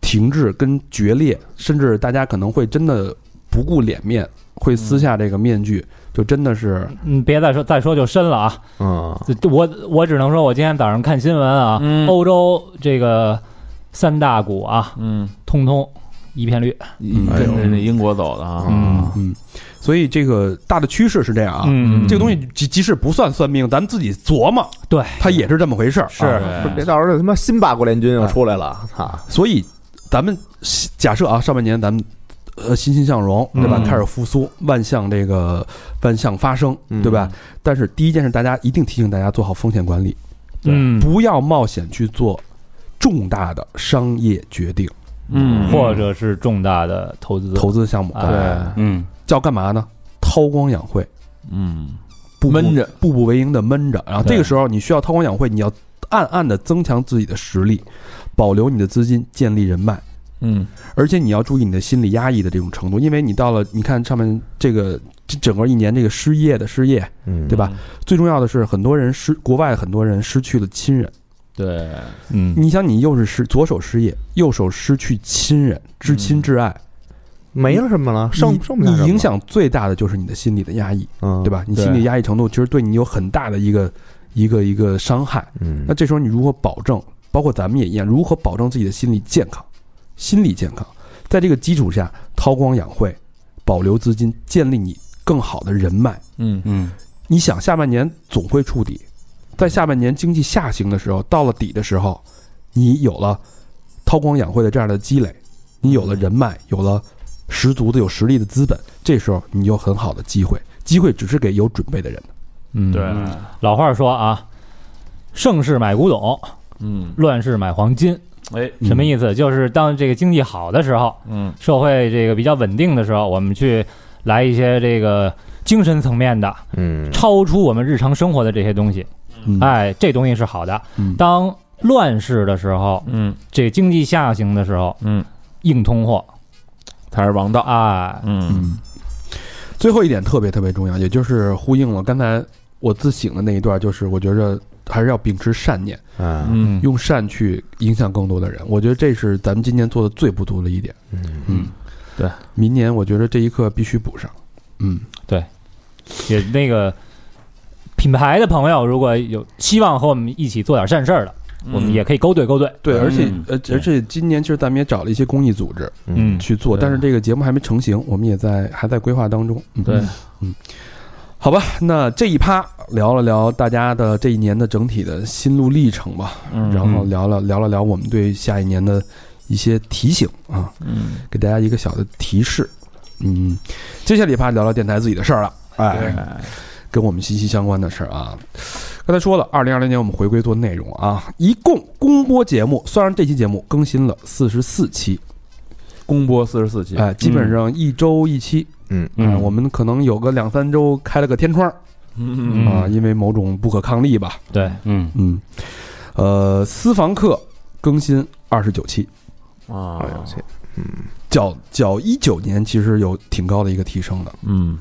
[SPEAKER 1] 停滞跟决裂，甚至大家可能会真的不顾脸面，会撕下这个面具，就真的是
[SPEAKER 4] 嗯，别再说再说就深了啊！
[SPEAKER 2] 嗯，
[SPEAKER 4] 这我我只能说，我今天早上看新闻啊，
[SPEAKER 3] 嗯
[SPEAKER 4] 欧洲这个三大股啊，
[SPEAKER 3] 嗯，
[SPEAKER 4] 通通一片绿。
[SPEAKER 3] 一
[SPEAKER 2] 哎呦
[SPEAKER 3] 跟着那英国走的啊，
[SPEAKER 2] 嗯
[SPEAKER 1] 嗯，所以这个大的趋势是这样啊。
[SPEAKER 4] 嗯
[SPEAKER 1] 这个东西即即使不算算命，咱们自己琢磨，
[SPEAKER 4] 对，
[SPEAKER 1] 它也是这么回事儿。
[SPEAKER 4] 是
[SPEAKER 1] 啊
[SPEAKER 3] 对
[SPEAKER 2] 不是别到时候他妈新八国联军又出来了啊！
[SPEAKER 1] 所以咱们假设啊，上半年咱们呃欣欣向荣，对吧？
[SPEAKER 4] 嗯
[SPEAKER 1] 开始复苏，万象这个万象发生，
[SPEAKER 2] 嗯
[SPEAKER 1] 对吧？但是第一件事，大家一定提醒大家做好风险管理，
[SPEAKER 4] 嗯，
[SPEAKER 1] 不要冒险去做重大的商业决定、
[SPEAKER 3] 嗯
[SPEAKER 4] 或者是重大的投资
[SPEAKER 1] 投资项
[SPEAKER 3] 哎
[SPEAKER 1] 目，
[SPEAKER 4] 啊
[SPEAKER 3] 对，
[SPEAKER 6] 嗯，
[SPEAKER 1] 叫干嘛呢？韬光养晦，
[SPEAKER 3] 嗯，
[SPEAKER 1] 步步
[SPEAKER 3] 闷着，
[SPEAKER 1] 步步为营的闷着。然后这
[SPEAKER 4] 对
[SPEAKER 1] 个时候，你需要韬光养晦，你要暗暗的增强自己的实力，保留你的资金，建立人脉。
[SPEAKER 3] 嗯
[SPEAKER 1] 而且你要注意你的心理压抑的这种程度，因为你到了，你看上面这个这整个一年这个失业的失业，
[SPEAKER 2] 嗯，
[SPEAKER 1] 对吧？最重要的是很多人失国外很多人失去了亲人。
[SPEAKER 3] 对，
[SPEAKER 4] 嗯
[SPEAKER 1] 你想，你又是失左手失业，右手失去亲人、至亲至爱，
[SPEAKER 2] 没了什么了，
[SPEAKER 1] 你
[SPEAKER 2] 剩剩不下什么
[SPEAKER 1] 你
[SPEAKER 2] 了
[SPEAKER 1] 影，响最大的就是你的心理的压抑，
[SPEAKER 2] 嗯，
[SPEAKER 1] 对？吧？你
[SPEAKER 3] 对
[SPEAKER 1] 心理压抑程度其实对你有很大的一个一个一个伤害。
[SPEAKER 2] 嗯
[SPEAKER 1] 那，这时候你如何保证？包括咱们也一样，如何保证自己的心理健康？心理健康，在这个基础下，韬光养晦，保留资金，建立你更好的人脉。
[SPEAKER 3] 嗯
[SPEAKER 6] 嗯，
[SPEAKER 1] 你想，下半年总会触底，在下半年经济下行的时候，到了底的时候，你有了韬光养晦的这样的积累，你有了人脉，有了十足的有实力的资本，这时候你有很好的机会。机会只是给有准备的人的。
[SPEAKER 4] 嗯，
[SPEAKER 3] 对，
[SPEAKER 4] 老话说啊，盛世买古董，
[SPEAKER 3] 嗯，
[SPEAKER 4] 乱世买黄金，
[SPEAKER 3] 哎，
[SPEAKER 4] 什
[SPEAKER 1] 嗯
[SPEAKER 4] 么意思？就是当这个经济好的时候，
[SPEAKER 3] 嗯
[SPEAKER 4] 社会这个比较稳定的时候，我们去来一些这个精神层面的，
[SPEAKER 2] 嗯，
[SPEAKER 4] 超出我们日常生活的这些东西。
[SPEAKER 1] 嗯，
[SPEAKER 4] 哎，这东西是好的。
[SPEAKER 1] 嗯
[SPEAKER 4] 当乱世的时候，
[SPEAKER 3] 嗯
[SPEAKER 4] 这经济下行的时候，
[SPEAKER 3] 嗯，
[SPEAKER 4] 硬通货
[SPEAKER 3] 才是王道，
[SPEAKER 4] 啊，
[SPEAKER 3] 嗯
[SPEAKER 1] 嗯，最后一点特别特别重要，也就是呼应了刚才我自省的那一段，就是我觉着还是要秉持善念，
[SPEAKER 2] 啊，
[SPEAKER 3] 嗯
[SPEAKER 1] 用善去影响更多的人。我觉得这是咱们今年做的最不足的一点。
[SPEAKER 2] 嗯
[SPEAKER 1] 嗯，
[SPEAKER 3] 对，
[SPEAKER 1] 明年我觉得这一课必须补上。嗯，
[SPEAKER 4] 也那个品牌的朋友，如果有希望和我们一起做点善事儿的，我们也可以勾兑勾兑。
[SPEAKER 1] 对，而且
[SPEAKER 3] 嗯
[SPEAKER 1] 呃，而且今年其实咱们也找了一些公益组织
[SPEAKER 2] 嗯，
[SPEAKER 1] 去做，
[SPEAKER 3] 对
[SPEAKER 1] 但是这个节目还没成型，我们也在还在规划当中。嗯
[SPEAKER 3] 对，
[SPEAKER 1] 好吧，那这一趴聊了聊大家的这一年的整体的心路历程吧。
[SPEAKER 3] 嗯
[SPEAKER 1] 然后聊了聊了聊我们对下一年的一些提醒啊，
[SPEAKER 3] 嗯，
[SPEAKER 1] 给大家一个小的提示。嗯，接下来一趴聊聊电台自己的事儿了，哎，跟我们息息相关的事儿啊。刚才说了，二零二零年我们回归做内容啊，一共公播节目，虽然这期节目更新了四十四期，
[SPEAKER 3] 公播四十四期，
[SPEAKER 1] 哎、基本上一周一期，
[SPEAKER 2] 嗯
[SPEAKER 1] 哎我们可能有个两三周开了个天窗儿
[SPEAKER 3] 嗯，
[SPEAKER 1] 啊，因为某种不可抗力吧，
[SPEAKER 4] 对，
[SPEAKER 6] 嗯，
[SPEAKER 1] 嗯，呃，私房课更新二十九期，
[SPEAKER 3] 嗯啊
[SPEAKER 2] 哎呦我去，
[SPEAKER 1] 较较一九年其实有挺高的一个提升的，
[SPEAKER 3] 嗯，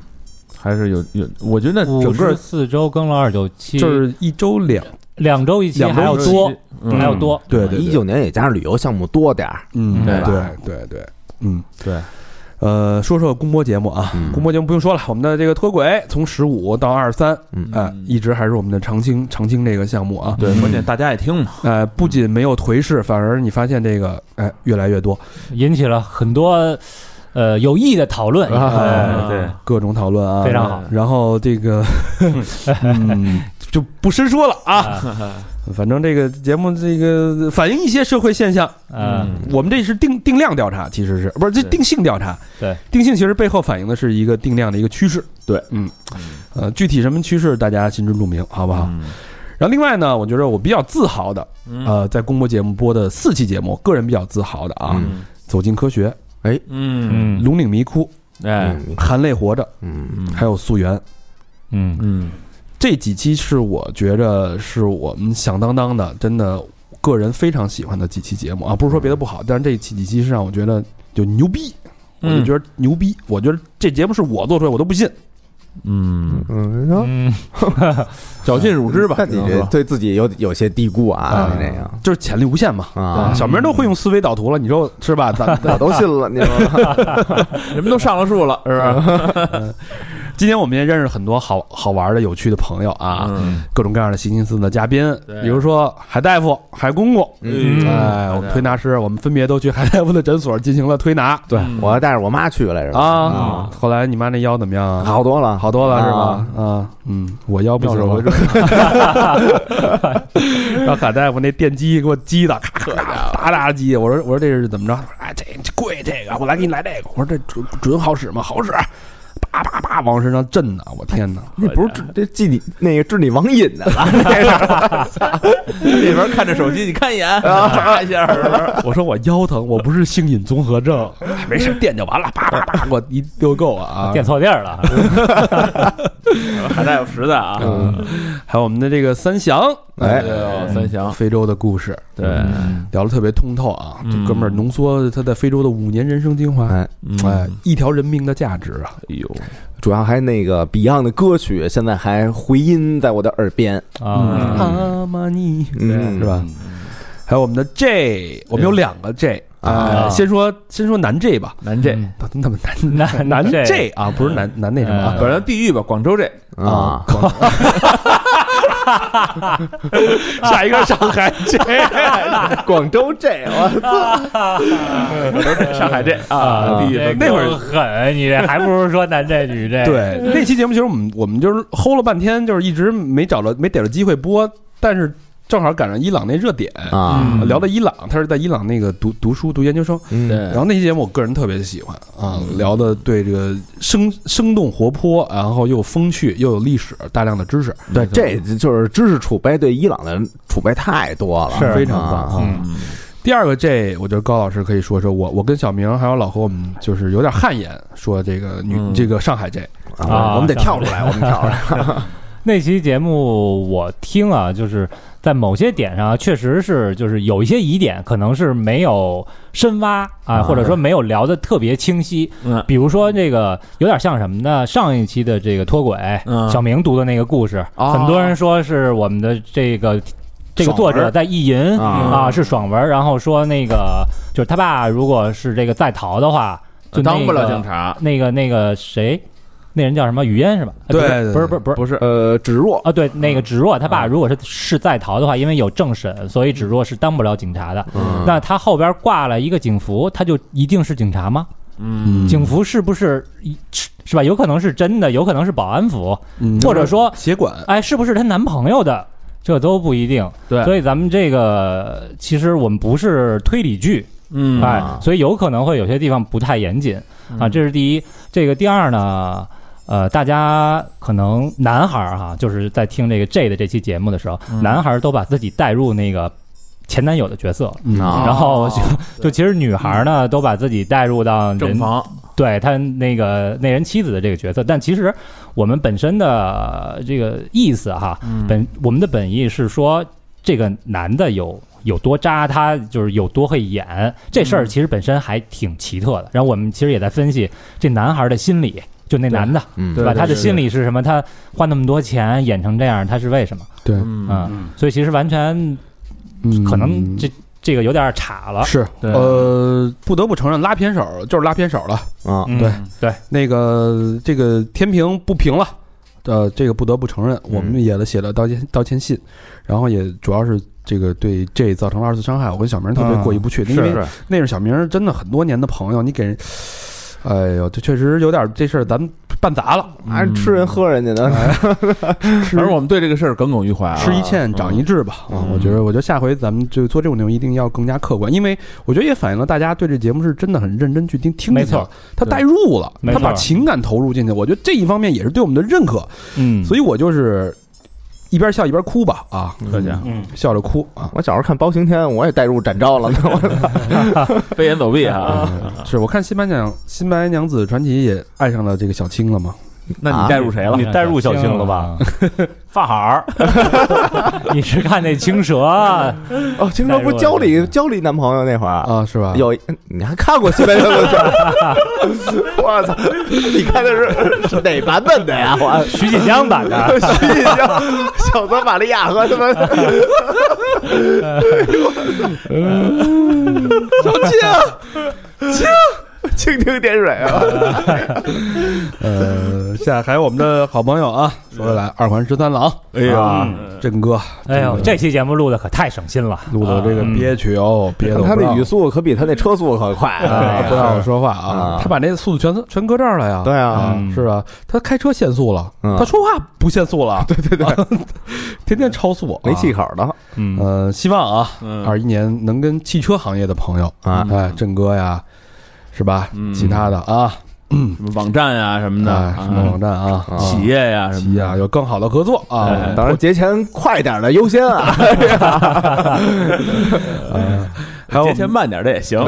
[SPEAKER 3] 还是有有，我觉得整
[SPEAKER 4] 五
[SPEAKER 3] 个
[SPEAKER 4] 十四周更了二九七，
[SPEAKER 1] 就是一周两
[SPEAKER 4] 两周一期
[SPEAKER 1] 两周
[SPEAKER 4] 还要
[SPEAKER 1] 一期
[SPEAKER 4] 多，还要
[SPEAKER 6] 嗯
[SPEAKER 4] 多。
[SPEAKER 1] 对对
[SPEAKER 2] 一
[SPEAKER 1] 对
[SPEAKER 2] 九年也加上旅游项目多点儿，
[SPEAKER 1] 嗯
[SPEAKER 3] 对
[SPEAKER 1] 对对对嗯
[SPEAKER 3] 对，
[SPEAKER 1] 呃说说公播节目啊，
[SPEAKER 2] 嗯
[SPEAKER 1] 公播节目不用说了，我们的这个脱轨从十五到二十三，
[SPEAKER 2] 嗯
[SPEAKER 1] 哎，一直还是我们的长青长青这个项目啊，
[SPEAKER 3] 对，
[SPEAKER 4] 嗯
[SPEAKER 3] 关键大家也听嘛，
[SPEAKER 1] 呃不仅没有颓势，反而你发现这个哎越来越多，
[SPEAKER 4] 引起了很多呃有益的讨论，
[SPEAKER 1] 啊
[SPEAKER 4] 哎
[SPEAKER 3] 对，
[SPEAKER 1] 各种讨论啊，
[SPEAKER 4] 非常好
[SPEAKER 1] 然后这 个嗯就不深说了啊，
[SPEAKER 4] 啊，
[SPEAKER 1] 反正这个节目这个反映一些社会现象。
[SPEAKER 4] 嗯，
[SPEAKER 1] 我们这是定定量调查，其实是不是这
[SPEAKER 3] 对
[SPEAKER 1] 定性调查？
[SPEAKER 4] 对，
[SPEAKER 1] 定性其实背后反映的是一个定量的一个趋势。
[SPEAKER 3] 对，
[SPEAKER 1] 嗯，呃，具体什么趋势大家心知肚明，好不好？
[SPEAKER 3] 嗯
[SPEAKER 1] 然后另外呢，我觉得我比较自豪的，
[SPEAKER 3] 嗯
[SPEAKER 1] 呃，在公播节目播的四期节目，个人比较自豪的啊，
[SPEAKER 2] 嗯
[SPEAKER 1] 走进科学》
[SPEAKER 3] 嗯
[SPEAKER 1] 《
[SPEAKER 4] 嗯
[SPEAKER 1] 龙岭迷窟》
[SPEAKER 3] 嗯，哎，
[SPEAKER 1] 《含泪活着》
[SPEAKER 2] 嗯，
[SPEAKER 1] 还有《溯源》
[SPEAKER 4] 嗯
[SPEAKER 3] 嗯
[SPEAKER 1] 这几期是我觉着是我们响当当的，真的个人非常喜欢的几期节目啊，不是说别的不好，但是这几期是让我觉得就牛逼，嗯我就觉得牛逼，我觉得这节目是我做出来，我都不信。
[SPEAKER 3] 嗯，
[SPEAKER 2] 嗯，你说
[SPEAKER 4] 嗯，
[SPEAKER 3] 绞尽乳汁吧。
[SPEAKER 2] 那你
[SPEAKER 3] 只能
[SPEAKER 2] 这
[SPEAKER 3] 说
[SPEAKER 2] 对自己有有些低估啊，
[SPEAKER 1] 啊
[SPEAKER 2] 你这样
[SPEAKER 1] 就是潜力无限嘛。
[SPEAKER 3] 嗯
[SPEAKER 2] 啊，
[SPEAKER 1] 小明都会用思维导图了，你说是 吧？咱咱
[SPEAKER 2] 我都信了，你说
[SPEAKER 3] 人们都上了树了，是吧？
[SPEAKER 1] 呃今天我们也认识很多好好玩的、有趣的朋友啊，
[SPEAKER 3] 嗯，
[SPEAKER 1] 各种各样的形形色色的嘉宾，
[SPEAKER 3] 对
[SPEAKER 1] 比如说海大夫、海公公，
[SPEAKER 2] 嗯
[SPEAKER 1] 哎，我们推拿师，我们分别都去海大夫的诊所进行了推拿。
[SPEAKER 2] 对
[SPEAKER 3] 嗯
[SPEAKER 2] 我带着我妈去来着，
[SPEAKER 1] 啊，后来你妈那腰怎么样啊？
[SPEAKER 2] 嗯好多了，
[SPEAKER 1] 好多了是吧？啊，嗯，我腰不行
[SPEAKER 3] 妙手回
[SPEAKER 1] 了， 让海大夫那电击给我击的，咔咔咔哒哒击。我说我说这是怎么着？哎，这这贵这个，我来给你来这个。我说这准准好使吗？好使，叭叭叭往身上震呢！我天哪！
[SPEAKER 2] 那不是治这治你那个治你网瘾 的了，
[SPEAKER 3] 里边看着手机，你看一眼，
[SPEAKER 2] 啊
[SPEAKER 3] 看一下，
[SPEAKER 1] 我说我腰疼，我不是性瘾综合症，哎 没事电就完了，叭叭叭给我一溜够啊！
[SPEAKER 4] 垫错地儿了，
[SPEAKER 3] 海大夫实在啊。
[SPEAKER 1] 嗯，还有我们的这个三祥，
[SPEAKER 2] 哎
[SPEAKER 3] 呦，三 祥，
[SPEAKER 1] 啊非洲的故事，
[SPEAKER 3] 对，
[SPEAKER 1] 聊得特别通透啊！这
[SPEAKER 3] 嗯
[SPEAKER 1] 哥们儿浓缩他在非洲的五年人生精华，
[SPEAKER 2] 哎，
[SPEAKER 3] 嗯
[SPEAKER 1] 哎，，一条人命的价值啊！
[SPEAKER 3] 哎呦，
[SPEAKER 2] 主要还那个 Beyond 的歌曲现在还回音在我的耳边，
[SPEAKER 4] 啊，
[SPEAKER 1] 嗯阿玛尼
[SPEAKER 2] 嗯，
[SPEAKER 1] 是？吧？还有我们的 J，我们有两个 J
[SPEAKER 2] 啊
[SPEAKER 1] 先说先说男哎 J 吧，嗯
[SPEAKER 3] 南这，
[SPEAKER 1] 他他们男
[SPEAKER 4] 男
[SPEAKER 1] 男
[SPEAKER 4] 这
[SPEAKER 1] J 哎啊，不是男男那什么
[SPEAKER 3] 反正地狱吧，广州这，
[SPEAKER 2] 啊，
[SPEAKER 1] 啊， 下一个上海 J，
[SPEAKER 2] 广州这我
[SPEAKER 3] 上海这啊，
[SPEAKER 4] 啊
[SPEAKER 3] 地狱吧，
[SPEAKER 1] 那会儿
[SPEAKER 4] 狠，你这还不如说男这女这，
[SPEAKER 1] 对，那期节目其实我们我们就是齁了半天，就是一直没找着没逮着机会播，但是正好赶上伊朗那热点。
[SPEAKER 2] 啊，
[SPEAKER 4] 嗯
[SPEAKER 1] 聊到伊朗，他是在伊朗那个读读书、读研究生，
[SPEAKER 2] 嗯
[SPEAKER 3] 对
[SPEAKER 1] 然后那期节目我个人特别喜欢啊，聊的对这个生生动活泼，然后又有风趣，又有历史，大量的知识，
[SPEAKER 2] 对，
[SPEAKER 3] 嗯
[SPEAKER 2] 这就是知识储备对伊朗的储备太多了，
[SPEAKER 4] 是
[SPEAKER 1] 非常棒
[SPEAKER 2] 啊
[SPEAKER 1] 啊。
[SPEAKER 3] 嗯
[SPEAKER 1] 第二个这，我觉得高老师可以说说我，我跟小明还有老何，我们就是有点汗颜，说这个女、
[SPEAKER 3] 嗯
[SPEAKER 1] 这个上海这，
[SPEAKER 2] 啊，我们得跳出来，我们跳 出来，
[SPEAKER 4] 那期节目我听啊，就是在某些点上啊，确实是就是有一些疑点，可能是没有深挖啊，或者说没有聊得特别清晰。
[SPEAKER 3] 嗯
[SPEAKER 4] 比如说这个有点像什么呢？上一期的这个脱轨，
[SPEAKER 3] 嗯
[SPEAKER 4] 小明读的那个故事，
[SPEAKER 3] 哦
[SPEAKER 4] 很多人说是我们的这个。这个作
[SPEAKER 2] 爽
[SPEAKER 4] 者
[SPEAKER 2] 文
[SPEAKER 4] 在意淫
[SPEAKER 2] 啊
[SPEAKER 4] 啊，是爽文，然后说那个就是他爸如果是这个在逃的话，就那
[SPEAKER 3] 当不了
[SPEAKER 4] 个
[SPEAKER 3] 警察，
[SPEAKER 4] 那个那个谁，那人叫什么？雨嫣是吧？哎
[SPEAKER 1] 对
[SPEAKER 4] 不
[SPEAKER 1] 对
[SPEAKER 4] 是不是不是不是
[SPEAKER 3] 不是，
[SPEAKER 2] 呃，芷若
[SPEAKER 4] 啊，对，那个芷若他
[SPEAKER 3] 啊
[SPEAKER 4] 爸如果是是在逃的话，因为有政审，所以芷若是当不了警察的。
[SPEAKER 2] 嗯
[SPEAKER 4] 那他后边挂了一个警服，他就一定是警察吗？
[SPEAKER 3] 嗯，
[SPEAKER 4] 警
[SPEAKER 2] 啊
[SPEAKER 4] 服是不是是是吧？有可能是真的，有可能是保安服，
[SPEAKER 1] 嗯
[SPEAKER 4] 或者说，
[SPEAKER 1] 协管，
[SPEAKER 4] 哎，是不是她男朋友的？这都不一定。
[SPEAKER 3] 对
[SPEAKER 4] 所以咱们这个其实我们不是推理剧，
[SPEAKER 3] 嗯
[SPEAKER 4] 哎
[SPEAKER 2] 啊，
[SPEAKER 4] 所以有可能会有些地方不太严谨啊，
[SPEAKER 3] 嗯
[SPEAKER 4] 这是第一。这个第二呢，呃，大家可能男孩儿、哈，就是在听这个 J 的这期节目的时候，
[SPEAKER 3] 嗯
[SPEAKER 4] 男孩儿都把自己带入那个前男友的角色，
[SPEAKER 1] 嗯
[SPEAKER 2] 啊
[SPEAKER 4] 然后就就其实女孩儿呢都把自己带入到
[SPEAKER 3] 哦嗯正
[SPEAKER 4] 人
[SPEAKER 3] 房，
[SPEAKER 4] 对他那个那人妻子的这个角色，但其实我们本身的呃这个意思哈，
[SPEAKER 3] 嗯
[SPEAKER 4] 本我们的本意是说，这个男的有有多渣，他就是有多会演，这事儿其实本身还挺奇特的。然后我们其实也在分析这男孩的心理，就那男的，
[SPEAKER 2] 嗯
[SPEAKER 4] 对吧？
[SPEAKER 3] 对
[SPEAKER 4] 他的
[SPEAKER 3] 对
[SPEAKER 4] 心理是什么？他花那么多钱演成这样，他是为什么？
[SPEAKER 1] 对，
[SPEAKER 3] 嗯，
[SPEAKER 4] 啊所以其实完全
[SPEAKER 1] 嗯
[SPEAKER 4] 可能这、这个有点岔了。
[SPEAKER 1] 是
[SPEAKER 3] 对
[SPEAKER 1] 啊呃，不得不承认拉偏手就是拉偏手了，
[SPEAKER 2] 啊，
[SPEAKER 4] 嗯
[SPEAKER 1] 对
[SPEAKER 4] 对，
[SPEAKER 1] 那个这个天平不平了，呃，这个不得不承认，我们也了写了道歉道歉信，然后也主要是这个对 J 造成了二次伤害，我跟小明特别过意不去，因为
[SPEAKER 2] 是
[SPEAKER 1] 那是小明真的很多年的朋友，你给人，哎呦，这确实有点这事儿咱们办砸了，
[SPEAKER 2] 还吃人喝人家
[SPEAKER 3] 嗯
[SPEAKER 2] 的，
[SPEAKER 3] 反正我们对这个事儿耿耿于怀啊，
[SPEAKER 1] 吃一堑长一智吧啊！我觉得，我觉得下回咱们就做这种内容一定要更加客观，因为我觉得也反映了大家对这节目是真的很认真去听，听
[SPEAKER 4] 没
[SPEAKER 1] 进去
[SPEAKER 4] 错
[SPEAKER 1] 了，他
[SPEAKER 3] 对
[SPEAKER 1] 代入了，
[SPEAKER 4] 没
[SPEAKER 1] 他
[SPEAKER 4] 错
[SPEAKER 1] 把情感投入进去，我觉得这一方面也是对我们的认可，
[SPEAKER 4] 嗯，
[SPEAKER 1] 所
[SPEAKER 4] 以
[SPEAKER 1] 以我就是一边笑一边哭吧啊，
[SPEAKER 3] 客气啊，
[SPEAKER 6] 嗯，
[SPEAKER 1] 笑着哭 啊。
[SPEAKER 2] 我小时候看包青天，我也带入展昭了，
[SPEAKER 3] 飞檐走壁啊，
[SPEAKER 1] 是我看《新白娘新白娘子传奇》也爱上了这个小青了嘛？
[SPEAKER 3] 那你
[SPEAKER 2] 啊
[SPEAKER 3] 带入谁了啊
[SPEAKER 4] 你？
[SPEAKER 8] 带入小青了吧？ 发好儿，
[SPEAKER 4] 你是看那青蛇啊？
[SPEAKER 2] 哦，听说不是交里交里男朋友那会儿，
[SPEAKER 1] 啊，是吧？
[SPEAKER 2] 有一你还看过《西北 六路传》？我操！你看的是是哪版本的呀？我
[SPEAKER 4] 徐锦江版的，
[SPEAKER 2] 徐锦江、小泽玛利亚和他们小青青啊蜻蜓点水啊！
[SPEAKER 1] 呃，下还有我们的好朋友啊，说回来二环十三郎，哎呀，
[SPEAKER 2] 啊
[SPEAKER 1] 振哥，
[SPEAKER 4] 哎呦，这期节目录的可太省心了，
[SPEAKER 1] 录的这个
[SPEAKER 4] 嗯
[SPEAKER 1] 憋屈哦，憋的
[SPEAKER 2] 他那语速可比他那车速可快
[SPEAKER 1] 啊，
[SPEAKER 2] 啊！
[SPEAKER 1] 不让我说话啊
[SPEAKER 2] 啊，
[SPEAKER 1] 他把那速度全全搁这儿了呀，
[SPEAKER 2] 对啊，
[SPEAKER 1] 啊，是吧？他开车限速了，
[SPEAKER 2] 嗯
[SPEAKER 1] 他说话不限速了，对对对， 天天超速，啊
[SPEAKER 2] 没气。口的
[SPEAKER 4] 嗯，
[SPEAKER 1] 呃，希望啊，
[SPEAKER 3] 嗯，
[SPEAKER 1] 二一年能跟汽车行业的朋友，
[SPEAKER 2] 啊！
[SPEAKER 1] 哎，振哥呀，是吧？
[SPEAKER 3] 嗯
[SPEAKER 1] 其他的啊，
[SPEAKER 3] 什么网站呀什么的，
[SPEAKER 1] 哎，什么
[SPEAKER 3] 啊
[SPEAKER 1] 网站啊，啊
[SPEAKER 3] 企业呀什
[SPEAKER 1] 企
[SPEAKER 3] 么
[SPEAKER 1] 业
[SPEAKER 3] 的
[SPEAKER 1] 啊，有更好的合作啊。
[SPEAKER 3] 哎
[SPEAKER 2] 当然节前快点的优先啊！
[SPEAKER 1] 呃还有我
[SPEAKER 3] 节前
[SPEAKER 1] 们
[SPEAKER 3] 慢点的也行。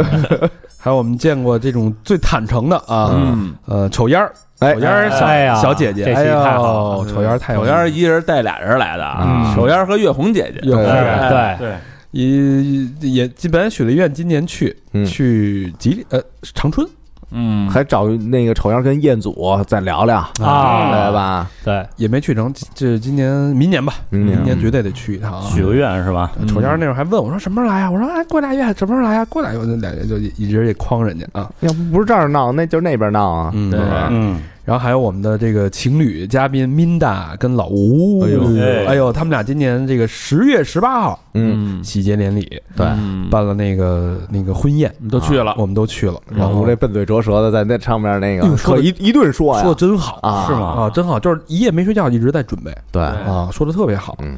[SPEAKER 1] 还有我们见过这种最坦诚的啊，
[SPEAKER 3] 嗯，
[SPEAKER 1] 呃，丑烟儿，
[SPEAKER 2] 哎
[SPEAKER 1] 丑烟儿小
[SPEAKER 4] 哎呀
[SPEAKER 1] 小姐姐，
[SPEAKER 4] 这
[SPEAKER 1] 哎
[SPEAKER 4] 戏
[SPEAKER 1] 呦
[SPEAKER 4] 太好了，
[SPEAKER 1] 丑烟儿太有
[SPEAKER 3] 手
[SPEAKER 1] 意思
[SPEAKER 3] 烟儿一人带俩人来的啊，
[SPEAKER 2] 嗯
[SPEAKER 3] 手烟儿和月红姐姐，
[SPEAKER 1] 有
[SPEAKER 2] 对
[SPEAKER 1] 哎
[SPEAKER 4] 对
[SPEAKER 8] 对，
[SPEAKER 1] 也也本来许了愿今年去
[SPEAKER 2] 嗯
[SPEAKER 1] 去吉林呃长春，
[SPEAKER 3] 嗯，
[SPEAKER 2] 还找那个丑样跟彦祖再聊聊，
[SPEAKER 4] 啊，
[SPEAKER 2] 来？吧，嗯
[SPEAKER 4] 对，
[SPEAKER 1] 也没去成，这今年明年吧，
[SPEAKER 2] 明
[SPEAKER 1] 明年
[SPEAKER 2] 年
[SPEAKER 1] 绝对得去一趟啊。
[SPEAKER 6] 许个愿是吧？
[SPEAKER 1] 丑家那会儿还问我说什么时候来啊？我说哎，过俩月什么时候来啊？过俩月那俩月就一直也诓人家啊。
[SPEAKER 2] 要不不是这儿闹，那就是那边闹啊！
[SPEAKER 1] 嗯
[SPEAKER 3] 对
[SPEAKER 6] 嗯，
[SPEAKER 1] 然后还有我们的这个情侣嘉宾 Minda 跟老吴，
[SPEAKER 2] 哎
[SPEAKER 6] 呦
[SPEAKER 1] 哎呦，他们俩今年这个十月十八号
[SPEAKER 2] 嗯，
[SPEAKER 3] 嗯，
[SPEAKER 1] 喜结连理，
[SPEAKER 2] 对
[SPEAKER 3] 嗯
[SPEAKER 1] 办了那个那个婚宴，
[SPEAKER 3] 你都去了，
[SPEAKER 1] 啊我们都去了，然
[SPEAKER 2] 老
[SPEAKER 1] 后
[SPEAKER 2] 吴这笨嘴拙舌的在那上面那
[SPEAKER 1] 哎
[SPEAKER 2] 个
[SPEAKER 1] 呦嗯说
[SPEAKER 2] 可
[SPEAKER 1] 得
[SPEAKER 2] 一一顿说呀
[SPEAKER 1] 说的真好
[SPEAKER 2] 啊，哎
[SPEAKER 6] 是？吗？
[SPEAKER 1] 啊，真好，就是一夜没睡觉，一直在准备
[SPEAKER 2] 对，
[SPEAKER 1] 啊，说的特别好。
[SPEAKER 2] 嗯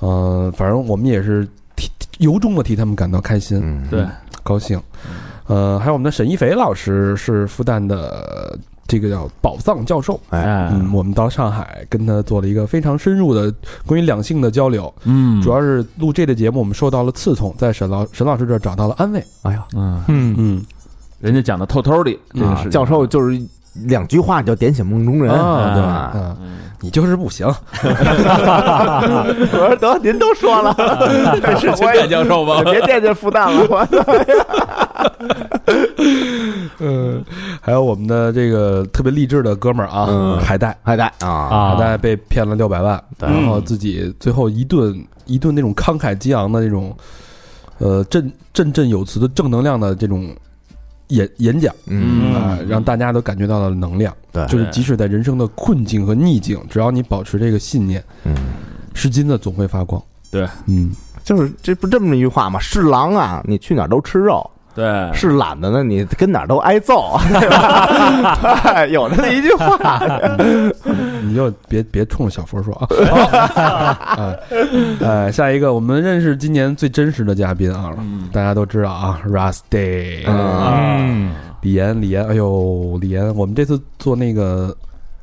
[SPEAKER 1] 嗯，反正我们也是替由衷的替他们感到开心，
[SPEAKER 2] 嗯，
[SPEAKER 3] 对，
[SPEAKER 1] 高兴。呃，还有我们的沈一肥老师是复旦的这个叫宝藏教授，
[SPEAKER 3] 哎
[SPEAKER 1] 嗯，我们到上海跟他做了一个非常深入的关于两性的交流，
[SPEAKER 3] 嗯
[SPEAKER 1] 主要是录这类节目，我们受到了刺痛，在沈老沈老师这儿找到了安慰。
[SPEAKER 2] 哎
[SPEAKER 3] 嗯，
[SPEAKER 4] 嗯，
[SPEAKER 1] 嗯
[SPEAKER 3] 人家讲的透透的，这个
[SPEAKER 2] 啊
[SPEAKER 3] 是
[SPEAKER 2] 教授就是两句话你就点醒梦中人
[SPEAKER 1] 啊，
[SPEAKER 2] 对
[SPEAKER 1] 对
[SPEAKER 2] 吧？
[SPEAKER 1] 嗯，你就是不行，
[SPEAKER 2] 我说得，您都说了，是
[SPEAKER 3] 是
[SPEAKER 2] 我
[SPEAKER 3] 秦
[SPEAKER 2] 也
[SPEAKER 3] 点教授 吗？
[SPEAKER 2] 别惦记复旦了，我操！
[SPEAKER 1] 嗯， 还有我们的这个特别励志的哥们儿啊，
[SPEAKER 2] 嗯
[SPEAKER 1] 海带。
[SPEAKER 2] 海带啊，
[SPEAKER 4] 啊
[SPEAKER 1] 海带被骗了六百万，
[SPEAKER 2] 对
[SPEAKER 1] 然后自己最后一顿一顿那种慷慨激昂的那种，呃，振振振有词的正能量的这种演演讲
[SPEAKER 2] 嗯，
[SPEAKER 1] 啊、让大家都感觉到了能量。
[SPEAKER 2] 对
[SPEAKER 1] 就是即使在人生的困境和逆境，只要你保持这个信念，
[SPEAKER 2] 嗯，
[SPEAKER 1] 是金子总会发光。
[SPEAKER 3] 对，
[SPEAKER 1] 嗯，
[SPEAKER 2] 就是这不这么一句话吗？是狼啊，你去哪儿都吃肉；
[SPEAKER 3] 对，
[SPEAKER 2] 是懒的呢，你跟哪儿都挨揍，对吧？哎有那么一句话，
[SPEAKER 1] 你就别别冲着小佛 说啊。 啊，呃，下一个我们认识今年最真实的嘉宾啊，
[SPEAKER 3] 嗯
[SPEAKER 1] 大家都知道啊，Rusty，、
[SPEAKER 2] 啊
[SPEAKER 4] 嗯，
[SPEAKER 1] 李岩，李岩，哎呦，李岩，我们这次做那个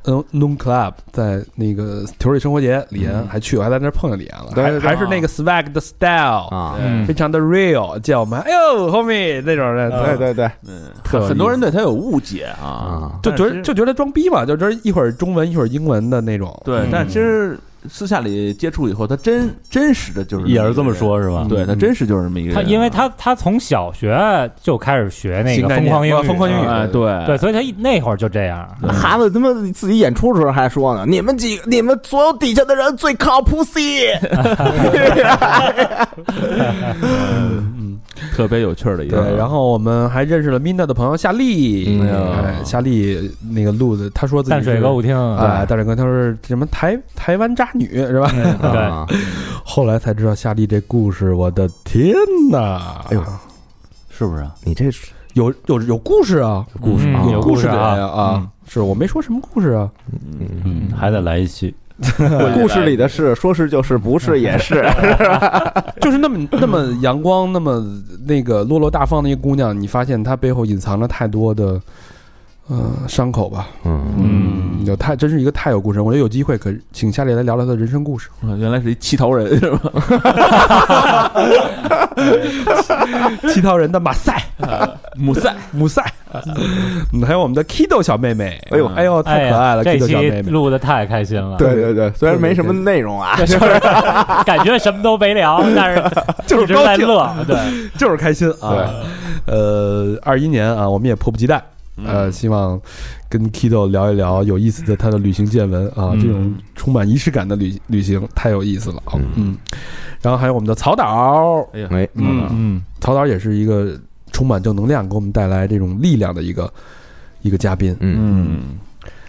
[SPEAKER 1] N Noon Club，在那个球里生活节，李岩还去，我还在那儿碰见李岩了，
[SPEAKER 2] 对
[SPEAKER 1] 还
[SPEAKER 2] 对对
[SPEAKER 1] 还是那个 Swag 的 Style，、
[SPEAKER 2] 啊，
[SPEAKER 4] 嗯
[SPEAKER 1] 非常的 real，叫我们哎呦 homie 那种人，
[SPEAKER 2] 对对对
[SPEAKER 3] 嗯，
[SPEAKER 1] 特有意思
[SPEAKER 3] 很多人对他有误解啊
[SPEAKER 2] 啊，
[SPEAKER 1] 就觉
[SPEAKER 3] 但
[SPEAKER 1] 得
[SPEAKER 3] 是
[SPEAKER 1] 就觉得装逼嘛，就觉得一会儿中文一会儿英文的那种，
[SPEAKER 3] 对，但其实私下里接触以后，他真真实的就是
[SPEAKER 6] 也是这
[SPEAKER 3] 这么
[SPEAKER 6] 么
[SPEAKER 3] 一个人，
[SPEAKER 6] 说，是吧？
[SPEAKER 3] 啊对他真实就是这么一个人
[SPEAKER 4] 他
[SPEAKER 3] 啊，
[SPEAKER 4] 因为他他从小学就开始学那
[SPEAKER 1] 新
[SPEAKER 4] 个
[SPEAKER 1] 概
[SPEAKER 4] 疯
[SPEAKER 1] 念
[SPEAKER 4] 狂英
[SPEAKER 1] 啊
[SPEAKER 4] 语，
[SPEAKER 1] 疯狂英语
[SPEAKER 3] 哎对
[SPEAKER 4] 对，所以他一那会儿就这样，
[SPEAKER 2] 孩子他妈自己演出的时候还说呢，你们几个，你们所有底下的人最靠谱 C，
[SPEAKER 3] 特别有趣儿的一个
[SPEAKER 1] 嗯对，
[SPEAKER 3] 人，
[SPEAKER 1] 然后我们还认识了 Mina 的朋友夏丽，
[SPEAKER 2] 嗯
[SPEAKER 1] 哎夏丽那个录的，她说自己
[SPEAKER 4] 淡水
[SPEAKER 1] 是
[SPEAKER 4] 歌舞厅，
[SPEAKER 1] 啊，大水哥他是什么台台湾渣女是吧？
[SPEAKER 4] 对，
[SPEAKER 2] 啊
[SPEAKER 1] 后来才知道夏丽这故事，我的天哪！
[SPEAKER 2] 哎呦，
[SPEAKER 6] 是不是啊？
[SPEAKER 2] 你这
[SPEAKER 1] 有有有故事啊，
[SPEAKER 4] 故事
[SPEAKER 2] 啊
[SPEAKER 4] 有
[SPEAKER 1] 故
[SPEAKER 4] 事
[SPEAKER 1] 的
[SPEAKER 4] 啊，
[SPEAKER 1] 呀啊！是我没说什么故事啊，
[SPEAKER 6] 嗯，还得来一期。
[SPEAKER 2] 故事里的事，说是就是，不是也是，
[SPEAKER 1] 就是那么那么阳光，那么那个落落大方的一个姑娘，你发现她背后隐藏了太多的呃伤口吧？
[SPEAKER 2] 嗯，
[SPEAKER 1] 嗯，有太真是一个太有故事，我觉得有机会可请夏丽来聊聊她的人生故事。
[SPEAKER 3] 嗯原来是一七头人是吧？
[SPEAKER 1] 乞讨人的马赛，
[SPEAKER 3] 母赛，
[SPEAKER 1] 母赛，嗯还有我们的 Kido 小妹妹，
[SPEAKER 2] 哎呦
[SPEAKER 1] 哎呦，太可爱了
[SPEAKER 4] 这
[SPEAKER 1] ，Kido 小妹妹。
[SPEAKER 4] 期录的太开心了，
[SPEAKER 2] 对对对，虽然没什么内容啊，
[SPEAKER 4] 就是感觉什么都没 聊，但是
[SPEAKER 1] 就是
[SPEAKER 4] 一直
[SPEAKER 1] 高
[SPEAKER 4] 在
[SPEAKER 1] 兴
[SPEAKER 4] 乐，对，
[SPEAKER 1] 就是开心啊。呃，二一年啊，我们也迫不及待，呃，希望跟 Kido 聊一聊有意思的他的旅行见闻啊，这种充满仪式感的旅旅行太有意思了啊。嗯，然后还有我们的曹导，
[SPEAKER 3] 哎呀，
[SPEAKER 2] 哎，
[SPEAKER 1] 嗯
[SPEAKER 4] 嗯，
[SPEAKER 1] 曹导也是一个充满正能量，给我们带来这种力量的一个一个嘉宾。
[SPEAKER 2] 嗯
[SPEAKER 3] 嗯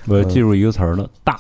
[SPEAKER 6] 我记住一个词儿了，大，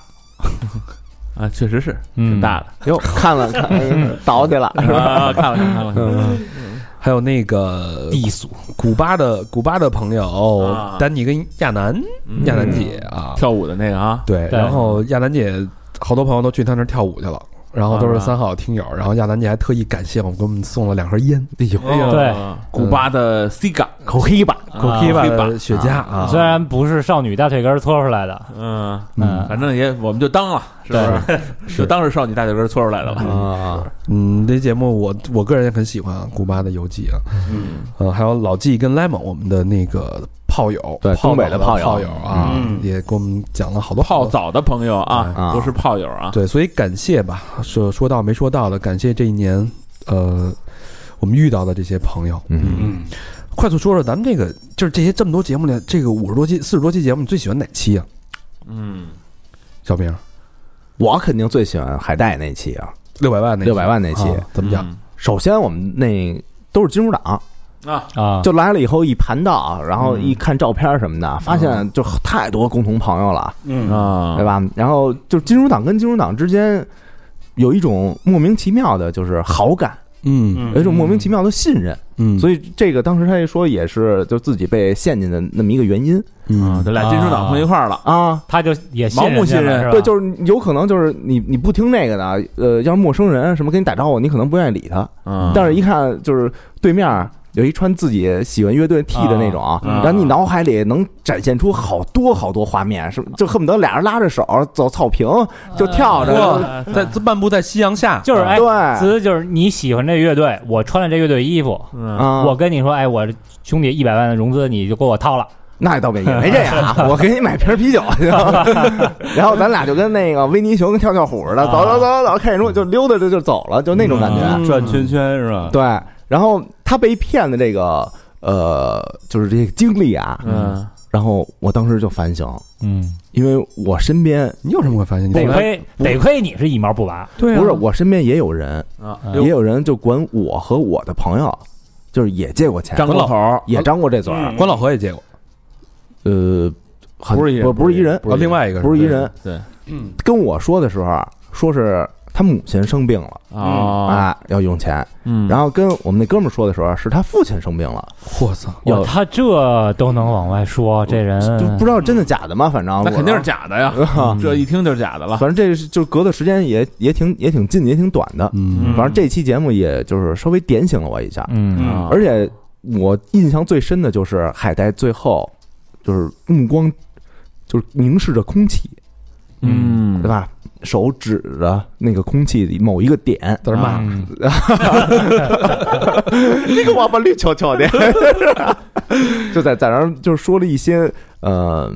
[SPEAKER 3] 啊，确实是
[SPEAKER 4] 嗯
[SPEAKER 3] 挺大的
[SPEAKER 2] 哟，看了看， 倒去了，
[SPEAKER 3] 啊，看了看看了看了，
[SPEAKER 1] 嗯
[SPEAKER 2] 嗯
[SPEAKER 1] 还有那个
[SPEAKER 4] 低俗，
[SPEAKER 1] 古巴的古巴的朋友哦
[SPEAKER 3] 啊
[SPEAKER 1] 丹尼跟亚楠，
[SPEAKER 3] 嗯
[SPEAKER 1] 亚楠姐啊，
[SPEAKER 3] 跳舞的那个啊，
[SPEAKER 1] 对，
[SPEAKER 4] 对
[SPEAKER 1] 然后亚楠姐好多朋友都去她那儿跳舞去了，然后
[SPEAKER 2] 啊
[SPEAKER 1] 都是三好听友，然后亚楠姐还特意感谢我们，给我们送了两盒烟，
[SPEAKER 2] 哎呦，
[SPEAKER 3] 哎呦
[SPEAKER 4] 对，
[SPEAKER 3] 古巴的 Siga，
[SPEAKER 2] 口黑吧，
[SPEAKER 3] 啊
[SPEAKER 1] Cohiba
[SPEAKER 3] 黑吧
[SPEAKER 1] 的雪茄啊，
[SPEAKER 4] 虽然不是少女大腿根儿搓出来的，
[SPEAKER 3] 嗯，
[SPEAKER 2] 啊
[SPEAKER 4] 嗯
[SPEAKER 3] 反正也我们就当了，是不是？ 就当是少女大腿根搓出来的了。
[SPEAKER 2] 啊，
[SPEAKER 1] 嗯，这节目我我个人也很喜欢啊，古巴的游记啊，
[SPEAKER 3] 嗯，
[SPEAKER 1] 呃，还有老纪跟 Lemon 我们的那个炮友，
[SPEAKER 2] 对
[SPEAKER 1] 炮
[SPEAKER 2] 东北的
[SPEAKER 1] 炮
[SPEAKER 2] 炮友
[SPEAKER 1] 友啊，
[SPEAKER 3] 嗯
[SPEAKER 1] 也给我们讲了好多
[SPEAKER 3] 泡
[SPEAKER 1] 澡。
[SPEAKER 3] 澡的朋友啊，
[SPEAKER 2] 啊
[SPEAKER 3] 都是炮友啊。
[SPEAKER 1] 对，所以感谢吧，说说到没说到的，感谢这一年，呃，我们遇到的这些朋友。
[SPEAKER 2] 嗯，
[SPEAKER 3] 嗯，
[SPEAKER 1] 快速说说咱们这个，就是这些这么多节目里，这个五十多期、四十多期节目，你最喜欢哪期啊？
[SPEAKER 3] 嗯，
[SPEAKER 1] 小明，
[SPEAKER 2] 我肯定最喜欢海带那期啊，
[SPEAKER 1] 六百万那
[SPEAKER 2] 六百万那
[SPEAKER 1] 那
[SPEAKER 2] 期。
[SPEAKER 1] 怎么讲？
[SPEAKER 2] 首先我们那都是金融党，
[SPEAKER 3] 啊？
[SPEAKER 4] 啊，
[SPEAKER 2] 就来了以后一盘道，然后一看照片什么的，发现就太多共同朋友了，
[SPEAKER 8] 嗯
[SPEAKER 3] 啊，
[SPEAKER 2] 对
[SPEAKER 3] 吧？
[SPEAKER 2] 吧？然后就是金融党跟金融党之间有一种莫名其妙的，就是好感，
[SPEAKER 1] 嗯
[SPEAKER 8] 嗯
[SPEAKER 2] 有一种莫名其妙的信任。
[SPEAKER 1] 嗯，
[SPEAKER 2] 所
[SPEAKER 1] 以
[SPEAKER 2] 以这个当时他一说也是就自己被陷进的那么一个原因
[SPEAKER 3] 啊，
[SPEAKER 1] 嗯，
[SPEAKER 3] 这俩金属党混一块儿了。
[SPEAKER 2] 啊。
[SPEAKER 4] 他就也
[SPEAKER 3] 盲目信任
[SPEAKER 4] 人家了，
[SPEAKER 2] 对，
[SPEAKER 4] 是吧
[SPEAKER 2] 就是有可能就是你你不听那个的，呃，要是陌生人什么跟你打招呼，你可能不愿意理他。
[SPEAKER 3] 嗯，
[SPEAKER 2] 但是一看就是对面有一穿自己喜欢乐队 T 的那种，
[SPEAKER 3] 啊
[SPEAKER 2] 然后你脑海里能展现出好多好多画面，是就恨不得俩人拉着手走草坪
[SPEAKER 3] 啊
[SPEAKER 2] 就跳着，
[SPEAKER 1] 哇，在漫步在夕阳下，
[SPEAKER 4] 就是哎，
[SPEAKER 2] 对
[SPEAKER 4] 子就是你喜欢这乐队，我穿了这乐队衣服，
[SPEAKER 3] 嗯
[SPEAKER 2] 啊，
[SPEAKER 4] 我跟你说，哎，我兄弟一百万的融资你就给我掏了，
[SPEAKER 2] 那倒没也没这样 啊，我给你买瓶啤酒去，然后咱俩就跟那个维尼熊跟跳跳虎
[SPEAKER 4] 啊
[SPEAKER 2] 似的，走走走走，看演出就溜达着就走了，就那种感觉。
[SPEAKER 4] 嗯
[SPEAKER 3] 嗯
[SPEAKER 6] 啊转圈圈是吧？
[SPEAKER 2] 对，然后他被骗的这个呃，就是这些经历啊，
[SPEAKER 3] 嗯，
[SPEAKER 2] 然后我当时就反省，
[SPEAKER 4] 嗯，
[SPEAKER 2] 因为我身边
[SPEAKER 1] 你有什么可发现？你
[SPEAKER 4] 得
[SPEAKER 1] 从来
[SPEAKER 4] 亏得亏你是一毛不拔，
[SPEAKER 1] 对啊，
[SPEAKER 2] 不是我身边也有人，
[SPEAKER 3] 啊，
[SPEAKER 2] 也有人就管我和我的朋友，就是也借过钱，
[SPEAKER 3] 张老头儿
[SPEAKER 2] 也张过这嘴儿，
[SPEAKER 1] 关老何也接过，
[SPEAKER 2] 呃，很
[SPEAKER 3] 不是一人
[SPEAKER 2] 不不是一人，
[SPEAKER 1] 啊，另外一个
[SPEAKER 2] 不是一人，
[SPEAKER 3] 对
[SPEAKER 1] 嗯
[SPEAKER 2] 跟我说的时候啊说是他母亲生病了。
[SPEAKER 3] 啊，
[SPEAKER 2] 啊，要用钱。
[SPEAKER 3] 嗯，
[SPEAKER 2] 然后跟我们那哥们儿说的时候，是他父亲生病了，
[SPEAKER 1] 我操，
[SPEAKER 2] 要
[SPEAKER 4] 哇，他这都能往外说，这人嗯
[SPEAKER 2] 就不知道真的假的嘛，反正
[SPEAKER 3] 嗯那肯定是
[SPEAKER 2] 假
[SPEAKER 3] 假的呀，
[SPEAKER 2] 的。
[SPEAKER 3] 这一听就是假的了。
[SPEAKER 2] 反正这是就隔的时间也也挺也挺近也挺短的，
[SPEAKER 1] 嗯
[SPEAKER 2] 反正这期节目也就是稍微点醒了我一下，
[SPEAKER 4] 嗯
[SPEAKER 3] 啊
[SPEAKER 2] 而且我印象最深的就是海带最后就是目光就是凝视着空气，
[SPEAKER 3] 嗯
[SPEAKER 2] 对，吧？手指着那个空气里某一个点，
[SPEAKER 1] 在这骂，
[SPEAKER 4] 嗯
[SPEAKER 2] 那个王八绿球球的， 就在在那儿就是说了一些呃，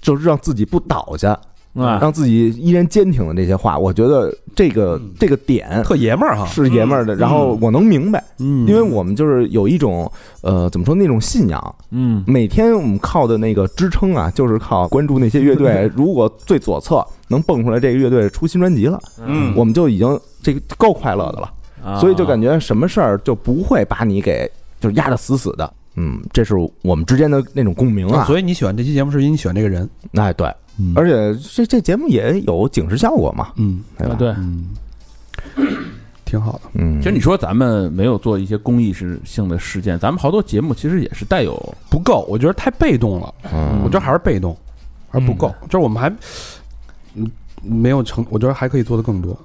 [SPEAKER 2] 就是让自己不倒下，
[SPEAKER 3] 啊，
[SPEAKER 2] 让自己依然坚挺的这些话，我觉得这个
[SPEAKER 3] 嗯
[SPEAKER 2] 这个点
[SPEAKER 1] 特爷们儿哈，
[SPEAKER 2] 是爷们儿的，然后我能明白，
[SPEAKER 1] 嗯
[SPEAKER 2] 因为我们就是有一种呃，怎么说那种信仰，
[SPEAKER 3] 嗯
[SPEAKER 2] 每天我们靠的那个支撑啊，就是靠关注那些乐队，如果最左侧能蹦出来这个乐队出新专辑了，
[SPEAKER 8] 嗯
[SPEAKER 2] 我们就已经这个够快乐的了。
[SPEAKER 3] 啊，
[SPEAKER 2] 所以就感觉什么事儿就不会把你给就是压得死死的。嗯，这是我们之间的那种共鸣啊。
[SPEAKER 1] 所以你喜欢这期节目，是因为你喜欢这个人，
[SPEAKER 2] 哎，对，
[SPEAKER 1] 嗯
[SPEAKER 2] 而且这这节目也有警示效果嘛，
[SPEAKER 1] 嗯
[SPEAKER 2] 对
[SPEAKER 3] 啊
[SPEAKER 2] 吧？，
[SPEAKER 3] 对。
[SPEAKER 1] 嗯，挺好的，
[SPEAKER 2] 嗯，
[SPEAKER 3] 其实你说咱们没有做一些公益事性的事件，咱们好多节目其实也是带有
[SPEAKER 1] 不够，我觉得太被动了，
[SPEAKER 2] 嗯，
[SPEAKER 1] 我觉得还是被动，还不够，就是我们还嗯没有成，我觉得还可以做的更多。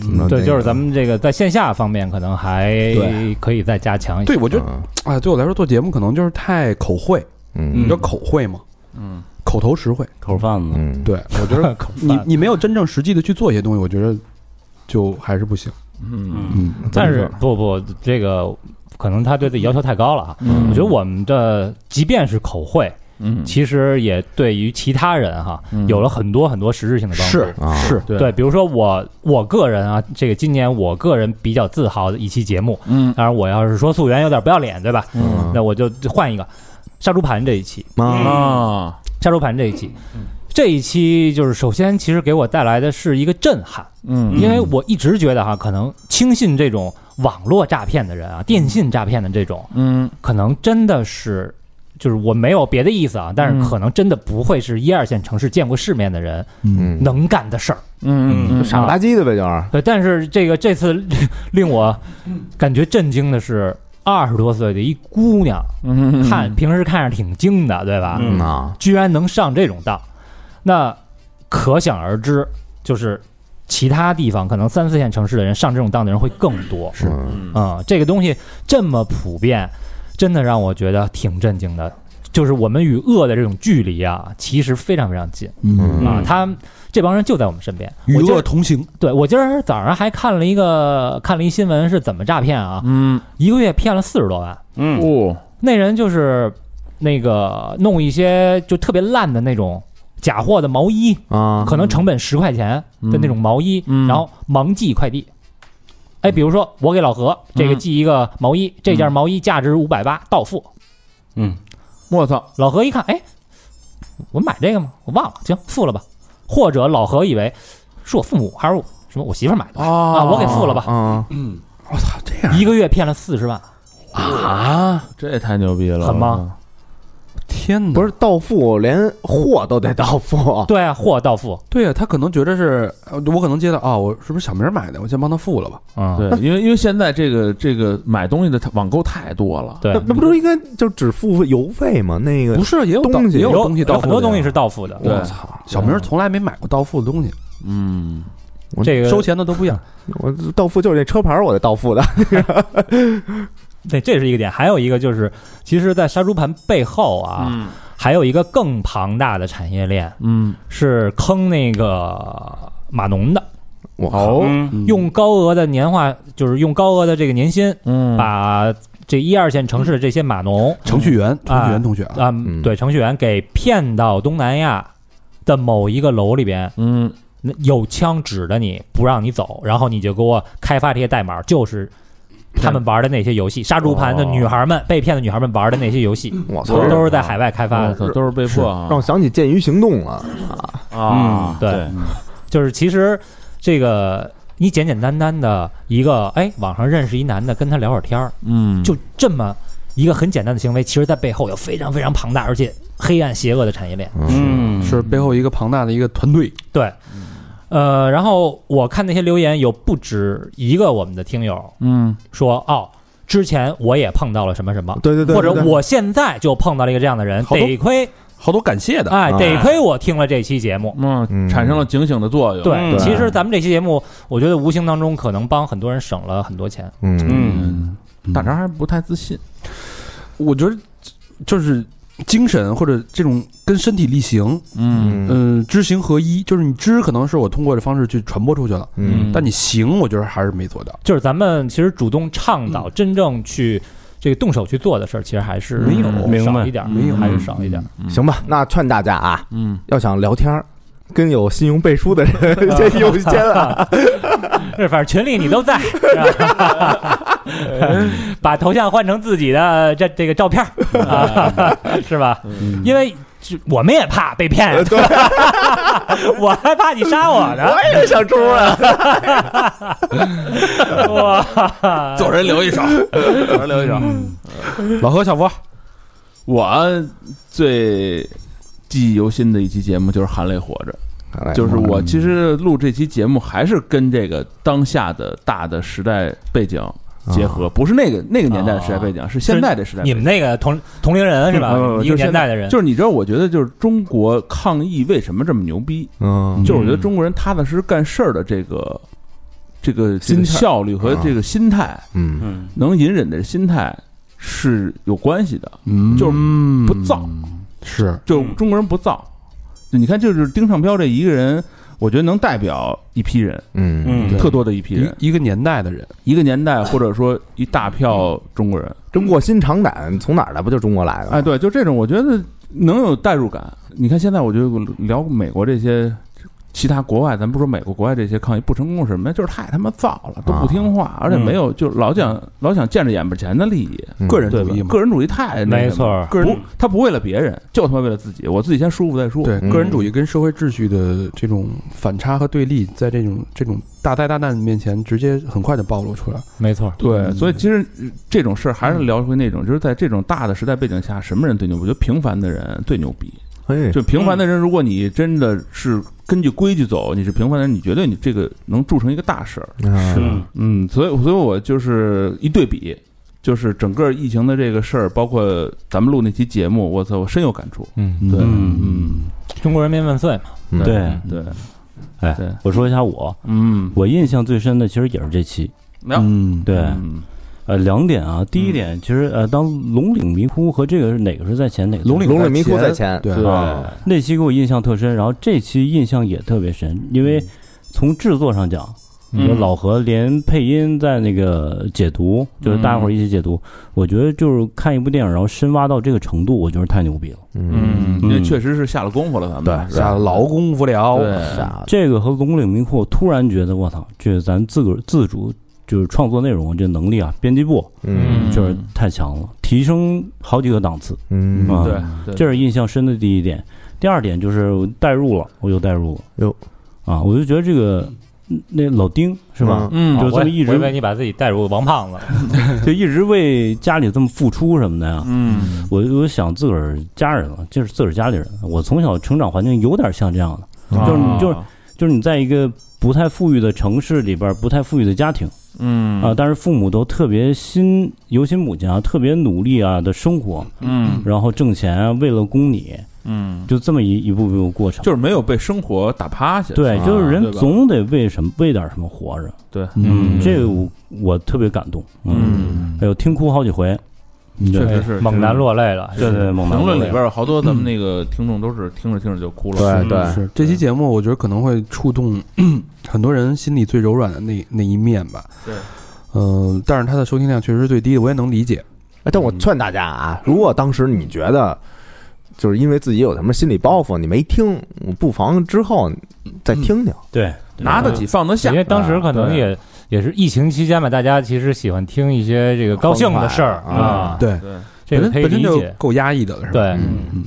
[SPEAKER 2] 怎么着嗯
[SPEAKER 4] 对，
[SPEAKER 2] 那
[SPEAKER 4] 就是
[SPEAKER 2] 个
[SPEAKER 4] 咱们这个在线下方面可能还
[SPEAKER 1] 对
[SPEAKER 4] 可以再加强一些
[SPEAKER 1] 对，，我觉得
[SPEAKER 2] 嗯
[SPEAKER 1] 哎，对我来说做节目可能就是太口惠，你
[SPEAKER 2] 嗯
[SPEAKER 1] 知道口惠吗？
[SPEAKER 3] 嗯，
[SPEAKER 1] 口头实惠。
[SPEAKER 6] 口贩子，
[SPEAKER 2] 嗯，
[SPEAKER 1] 对，我觉 得你你没有真正实际的去做一些东西，我觉得就还是不行。
[SPEAKER 3] 嗯
[SPEAKER 1] 嗯，
[SPEAKER 4] 但是不不，这个可能他对自己要求太高了啊。
[SPEAKER 3] 嗯
[SPEAKER 4] 我觉得我们的即便是口绘，
[SPEAKER 3] 嗯，
[SPEAKER 4] 其实也对于其他人哈
[SPEAKER 3] 嗯
[SPEAKER 4] 有了很多很多实质性的帮助。
[SPEAKER 1] 是
[SPEAKER 2] 啊
[SPEAKER 1] 是，
[SPEAKER 3] 对
[SPEAKER 4] 对，比如说我我个人啊，这个今年我个人比较自豪的一期节目，
[SPEAKER 3] 嗯
[SPEAKER 4] 当然我要是说溯源有点不要脸，对吧？
[SPEAKER 2] 嗯
[SPEAKER 4] 那我就换一个杀猪盘这一期，
[SPEAKER 2] 啊
[SPEAKER 3] 啊，
[SPEAKER 4] 杀猪盘这一期，
[SPEAKER 3] 嗯
[SPEAKER 4] 这一期就是首先其实给我带来的是一个震撼，
[SPEAKER 3] 嗯
[SPEAKER 4] 因为我一直觉得哈，可能轻信这种网络诈骗的人啊，电信诈骗的这种，
[SPEAKER 3] 嗯
[SPEAKER 4] 可能真的是。就是我没有别的意思啊，但
[SPEAKER 3] 嗯
[SPEAKER 4] 是可能真的不会是一二线城市见过世面的人
[SPEAKER 2] 嗯，
[SPEAKER 4] 能干的事儿。
[SPEAKER 3] 嗯嗯，
[SPEAKER 2] 傻不拉几的呗，就是
[SPEAKER 4] 对，但是这个这次令我感觉震惊的是，二十多岁的一姑娘，
[SPEAKER 3] 嗯
[SPEAKER 4] 看平时看着挺精的，对吧？
[SPEAKER 8] 嗯
[SPEAKER 2] 啊，
[SPEAKER 4] 居然能上这种当，那可想而知，就是其他地方可能三四线城市的人上这种当的人会更多。
[SPEAKER 2] 是
[SPEAKER 4] 嗯，这个东西这么普遍，真的让我觉得挺震惊的。就是我们与恶的这种距离啊，其实非常非常近
[SPEAKER 2] 嗯
[SPEAKER 4] 啊。
[SPEAKER 8] 嗯
[SPEAKER 4] 他们这帮人就在我们身边，
[SPEAKER 1] 与
[SPEAKER 4] 我今儿
[SPEAKER 1] 恶同行，
[SPEAKER 4] 对我今儿早上还看了一个看了一新闻，是怎么诈骗啊？
[SPEAKER 3] 嗯
[SPEAKER 4] 一个月骗了四十多万，
[SPEAKER 8] 嗯
[SPEAKER 3] 哦
[SPEAKER 4] 那人就是那个弄一些就特别烂的那种假货的毛衣，
[SPEAKER 2] 啊，
[SPEAKER 4] 可能成本十块钱的那种毛衣，
[SPEAKER 3] 嗯
[SPEAKER 4] 然后盲寄快递。哎，比如说我给老何这个
[SPEAKER 3] 嗯
[SPEAKER 4] 寄一个毛衣，这件毛衣价值五百八，到付。
[SPEAKER 3] 我操，
[SPEAKER 4] 老何一看，哎，我买这个吗？我忘了，行，付了吧。或者老何以为是我父母还是我什么我媳妇儿买的
[SPEAKER 3] 啊
[SPEAKER 4] 啊，我给付了吧。
[SPEAKER 2] 啊，
[SPEAKER 1] 我操，这样
[SPEAKER 4] 一个月骗了四十万，
[SPEAKER 1] 啊！
[SPEAKER 3] 这也太牛逼了，
[SPEAKER 4] 狠吗？
[SPEAKER 1] 天
[SPEAKER 4] 嗯
[SPEAKER 1] 哪，
[SPEAKER 2] 不是到付，连货都得到付，
[SPEAKER 4] 对啊，货到付，
[SPEAKER 1] 对啊，他可能觉得是，呃我可能接到啊，我是不是小明儿买的？我先帮他付了吧。
[SPEAKER 4] 嗯，
[SPEAKER 3] 对，因为因为现在这个这个买东西的网购太多了，
[SPEAKER 4] 对
[SPEAKER 2] 那，那不都应该就只付邮费吗？那个
[SPEAKER 1] 不是，也有到
[SPEAKER 2] 东西
[SPEAKER 1] 也有
[SPEAKER 4] 有
[SPEAKER 1] 东西到付的呀
[SPEAKER 4] 很多东西是到付的，
[SPEAKER 3] 对
[SPEAKER 1] 我操，小明儿从来没买过到付的东西，
[SPEAKER 3] 嗯，
[SPEAKER 4] 这个
[SPEAKER 1] 收钱的都不一样。
[SPEAKER 2] 我到付就是这车牌，我得到 付的。
[SPEAKER 4] 对，这是一个点。还有一个就是，其实，在杀猪盘背后啊，还有一个更庞大的产业链
[SPEAKER 3] 嗯
[SPEAKER 4] 是坑那个码农的，
[SPEAKER 2] 我
[SPEAKER 3] 哦
[SPEAKER 8] 嗯
[SPEAKER 1] 嗯
[SPEAKER 4] 用高额的年化，就是用高额的这个年薪，
[SPEAKER 3] 嗯，
[SPEAKER 4] 把这一二线城市的这些码农
[SPEAKER 1] 程序员，程序
[SPEAKER 4] 啊
[SPEAKER 1] 员同学啊，
[SPEAKER 4] 啊、
[SPEAKER 2] 嗯
[SPEAKER 4] 对程序员给骗到东南亚的某一个楼里边，
[SPEAKER 3] 嗯
[SPEAKER 4] 那有枪指着你不让你走，然后你就给我开发这些代码，就是。他们玩的那些游戏，杀猪盘
[SPEAKER 3] 哦
[SPEAKER 4] 的女孩们、被骗的女孩们玩的那些游戏，
[SPEAKER 3] 嗯
[SPEAKER 2] 我操，
[SPEAKER 4] 都是在海外开发的
[SPEAKER 3] 我。操都是被
[SPEAKER 2] 是
[SPEAKER 3] 迫啊
[SPEAKER 2] 让我想起《剑鱼行动》了。
[SPEAKER 3] 啊，
[SPEAKER 4] 对，就是其实这个你简简单单的一个，哎，网上认识一男的，跟他聊会儿天儿，
[SPEAKER 3] 嗯，
[SPEAKER 4] 就这么一个很简单的行为，其实在背后有非常非常庞大而且黑暗邪恶的产业链。
[SPEAKER 8] 嗯
[SPEAKER 1] 是背后一个庞大的一个团队。
[SPEAKER 4] 对，呃，然后我看那些留言有不止一个我们的听友
[SPEAKER 3] 嗯
[SPEAKER 4] 说，哦，之前我也碰到了什么什么。
[SPEAKER 2] 对对对，
[SPEAKER 4] 或者
[SPEAKER 2] 对
[SPEAKER 4] 我现在就碰到了一个这样的人，
[SPEAKER 1] 好多
[SPEAKER 4] 得亏
[SPEAKER 1] 好多感谢的，
[SPEAKER 4] 哎，
[SPEAKER 2] 啊
[SPEAKER 4] 得亏我听了这期节目，
[SPEAKER 3] 嗯，
[SPEAKER 2] 嗯
[SPEAKER 3] 产生了警醒的作用，
[SPEAKER 4] 对，
[SPEAKER 8] 对
[SPEAKER 4] 其实咱们这期节目，我觉得无形当中可能帮很多人省了很多钱。
[SPEAKER 2] 嗯
[SPEAKER 3] 嗯，大张还不太自信，
[SPEAKER 1] 我觉得就是精神或者这种跟身体力行，
[SPEAKER 3] 嗯
[SPEAKER 2] 嗯
[SPEAKER 1] 嗯，知行合一，就是你知可能是我通过这方式去传播出去了，
[SPEAKER 2] 嗯
[SPEAKER 1] 但你行，我觉得还是没 做到。
[SPEAKER 4] 就是咱们其实主动倡导、真正去这个动手去做的事儿，其实还是
[SPEAKER 3] 没有
[SPEAKER 6] 明
[SPEAKER 4] 少
[SPEAKER 6] 白
[SPEAKER 4] 一点儿，
[SPEAKER 3] 没有
[SPEAKER 4] 还是少一点儿。
[SPEAKER 2] 行吧，那劝大家啊，
[SPEAKER 3] 嗯，
[SPEAKER 2] 要想聊天儿，跟有信用背书的人先优先 啊。
[SPEAKER 4] 是，反正群里你都 在，是吧 把头像换成自己的这这个照片儿啊，
[SPEAKER 3] 嗯
[SPEAKER 4] 是吧？因为就我们也怕被骗， 我还怕你杀我 呢，
[SPEAKER 2] 我也是小猪啊，
[SPEAKER 4] 哇！
[SPEAKER 3] 走人留一手，走人留一手。
[SPEAKER 1] 老何、小佛，
[SPEAKER 3] 嗯我最记忆犹新的一期节目就是《含泪活着》，
[SPEAKER 2] 哎
[SPEAKER 3] 就是我其实录这期节目还是跟这个当下的大的时代背景结合，不是那个那个年代的时代背景，是现在这时代背
[SPEAKER 4] 你
[SPEAKER 3] 景。
[SPEAKER 4] 们那个同同龄人是吧
[SPEAKER 3] 嗯？嗯
[SPEAKER 4] 一个
[SPEAKER 3] 就是现
[SPEAKER 4] 年代的人，
[SPEAKER 3] 就是你知道，我觉得就是中国抗疫为什么这么牛逼？
[SPEAKER 2] 嗯
[SPEAKER 3] 就是我觉得中国人踏踏实实干事儿的这个这个这个
[SPEAKER 2] 心态
[SPEAKER 3] 效率和这个心态，
[SPEAKER 2] 嗯
[SPEAKER 8] 嗯
[SPEAKER 3] 能隐忍的心态是有关系的。
[SPEAKER 1] 嗯
[SPEAKER 3] 就是不
[SPEAKER 1] 不
[SPEAKER 3] 造，
[SPEAKER 1] 是
[SPEAKER 3] 就是中国人不造。就你看，就是丁尚彪这一个人，我觉得能代表一批人，
[SPEAKER 2] 嗯，
[SPEAKER 1] 对
[SPEAKER 3] 特多的一批人，
[SPEAKER 1] 一一个年代的人，
[SPEAKER 3] 一个年代或者说一大票中国人。
[SPEAKER 2] 真过心肠胆从哪儿来？不就中国来的吗？
[SPEAKER 3] 哎，对，就这种，我觉得能有代入感。你看现在，我就聊美国这些。其他国外，咱不说美国，国外这些抗议不成功是什么呀？就是太他妈燥了，都不听话，而且没有，就老想老想见着眼巴前的利益，
[SPEAKER 2] 嗯
[SPEAKER 1] 个人
[SPEAKER 3] 对
[SPEAKER 1] 主
[SPEAKER 3] 吧
[SPEAKER 1] 义？嘛，
[SPEAKER 3] 个人主义太那
[SPEAKER 4] 没
[SPEAKER 3] 什么
[SPEAKER 4] 错
[SPEAKER 3] 了
[SPEAKER 4] 儿
[SPEAKER 1] 个人
[SPEAKER 3] 不，他不为了别人，就他妈为了自己，我自己先舒服再说。
[SPEAKER 1] 对
[SPEAKER 2] 嗯
[SPEAKER 1] 个人主义跟社会秩序的这种反差和对立，在这种这种大灾大难面前，直接很快就暴露出来。
[SPEAKER 4] 没错，
[SPEAKER 3] 对，
[SPEAKER 1] 嗯
[SPEAKER 3] 所以其实呃这种事儿还是聊回那种，就是在这种大的时代背景下，什么人最牛逼？我觉得平凡的人最牛逼。
[SPEAKER 2] 哎，
[SPEAKER 3] 就平凡的人，如果你真的是根据规矩走，你是平凡的人，你绝对你这个能铸成一个大事儿。
[SPEAKER 2] 啊
[SPEAKER 6] 嗯
[SPEAKER 3] 嗯，所以所以我就是一对比，就是整个疫情的这个事儿，包括咱们录那期节目，我操，我深有感触。
[SPEAKER 7] 嗯，
[SPEAKER 3] 对，
[SPEAKER 6] 嗯
[SPEAKER 4] 中国人民万岁嘛，
[SPEAKER 2] 嗯
[SPEAKER 6] 对，
[SPEAKER 3] 对，
[SPEAKER 6] 哎
[SPEAKER 3] 对，
[SPEAKER 6] 我说一下我，
[SPEAKER 3] 嗯，
[SPEAKER 6] 我印象最深的其实也是这期，
[SPEAKER 3] 没有，
[SPEAKER 1] 嗯，
[SPEAKER 6] 对，
[SPEAKER 3] 嗯
[SPEAKER 6] 呃，两点啊，第一点其实呃，当龙岭迷窟和这个是哪个是在前，哪个在后
[SPEAKER 1] 龙岭
[SPEAKER 2] 龙岭迷窟在前，
[SPEAKER 1] 对，
[SPEAKER 6] 啊，那期给我印象特深，然后这期印象也特别深，因为从制作上讲，
[SPEAKER 3] 嗯
[SPEAKER 6] 就老何连配音在那个解读，就是大家伙儿一起解读，我觉得就是看一部电影，然后深挖到这个程度，我觉得太牛逼了。
[SPEAKER 2] 嗯，
[SPEAKER 3] 嗯，这确实是下了功夫了，咱们
[SPEAKER 2] 对
[SPEAKER 3] 是吧
[SPEAKER 1] 下劳功夫了，
[SPEAKER 3] 对，
[SPEAKER 2] 傻
[SPEAKER 6] 这个和龙岭迷窟，我突然觉得我操，这咱自个儿自主就是创作内容这能力啊，编辑部
[SPEAKER 2] 嗯
[SPEAKER 6] 就是太强了，提升好几个档次。
[SPEAKER 2] 嗯
[SPEAKER 6] 啊
[SPEAKER 3] 对，对
[SPEAKER 6] 这是印象深的第一点。第二点就是我代入了，我又代入了。
[SPEAKER 2] 哟
[SPEAKER 6] 啊，我就觉得这个嗯那老丁是吧？？
[SPEAKER 3] 嗯
[SPEAKER 6] 就这么
[SPEAKER 4] 我
[SPEAKER 6] 一直
[SPEAKER 4] 我以为你把自己带入王胖子，
[SPEAKER 6] 就一直为家里这么付出什么的呀。
[SPEAKER 3] 嗯
[SPEAKER 6] 我我想自个儿家人了，就是自个儿家里人。我从小成长环境有点像这样的，嗯
[SPEAKER 3] 啊
[SPEAKER 6] 就是你就是就是你在一个不太富裕的城市里边儿，不太富裕的家庭
[SPEAKER 3] 嗯
[SPEAKER 6] 啊，但是父母都特别辛，尤其母亲啊，特别努力啊的生活，
[SPEAKER 3] 嗯
[SPEAKER 6] 然后挣钱啊，为了供你，
[SPEAKER 3] 嗯，
[SPEAKER 6] 就这么一一步步的过程。
[SPEAKER 3] 就是没有被生活打趴下。
[SPEAKER 6] 对，
[SPEAKER 3] 啊
[SPEAKER 6] 就是
[SPEAKER 3] 对
[SPEAKER 6] 人
[SPEAKER 3] 吧
[SPEAKER 6] 总得为什么为点什么活着。
[SPEAKER 3] 对，
[SPEAKER 6] 嗯，这个我我特别感动。嗯，
[SPEAKER 3] 嗯，
[SPEAKER 6] 哎呦，听哭好几回。
[SPEAKER 3] 确
[SPEAKER 6] 对
[SPEAKER 3] 实是
[SPEAKER 4] 猛男。落泪了，
[SPEAKER 6] 对对，猛男
[SPEAKER 3] 评论
[SPEAKER 6] 落
[SPEAKER 3] 里
[SPEAKER 6] 泪
[SPEAKER 3] 边有好多咱们那个听众都是听着听着就哭了。嗯
[SPEAKER 2] 对对，
[SPEAKER 1] 是这期节目，我觉得可能会触动 很多人心里最柔软的那那一面吧。
[SPEAKER 3] 对，
[SPEAKER 1] 呃，但是它的收听量确实是最低的，我也能理解。
[SPEAKER 2] 哎，但我劝大家啊，如果当时你觉得就是因为自己有什么心理包袱，你没听，不妨之后再听听。
[SPEAKER 4] 嗯
[SPEAKER 6] 对，
[SPEAKER 3] 拿得起放得下
[SPEAKER 4] 因。为当时可能
[SPEAKER 3] 啊对
[SPEAKER 4] 也也是疫情期间嘛，大家其实喜欢听一些这个高兴的事儿
[SPEAKER 2] 欢快啊，
[SPEAKER 1] 对，
[SPEAKER 3] 对，
[SPEAKER 4] 这
[SPEAKER 1] 本
[SPEAKER 4] 个可
[SPEAKER 1] 身本
[SPEAKER 4] 以
[SPEAKER 1] 身
[SPEAKER 4] 理
[SPEAKER 1] 就嗯
[SPEAKER 4] 解。
[SPEAKER 1] 够压抑的了，是吧？
[SPEAKER 4] 对，
[SPEAKER 3] 嗯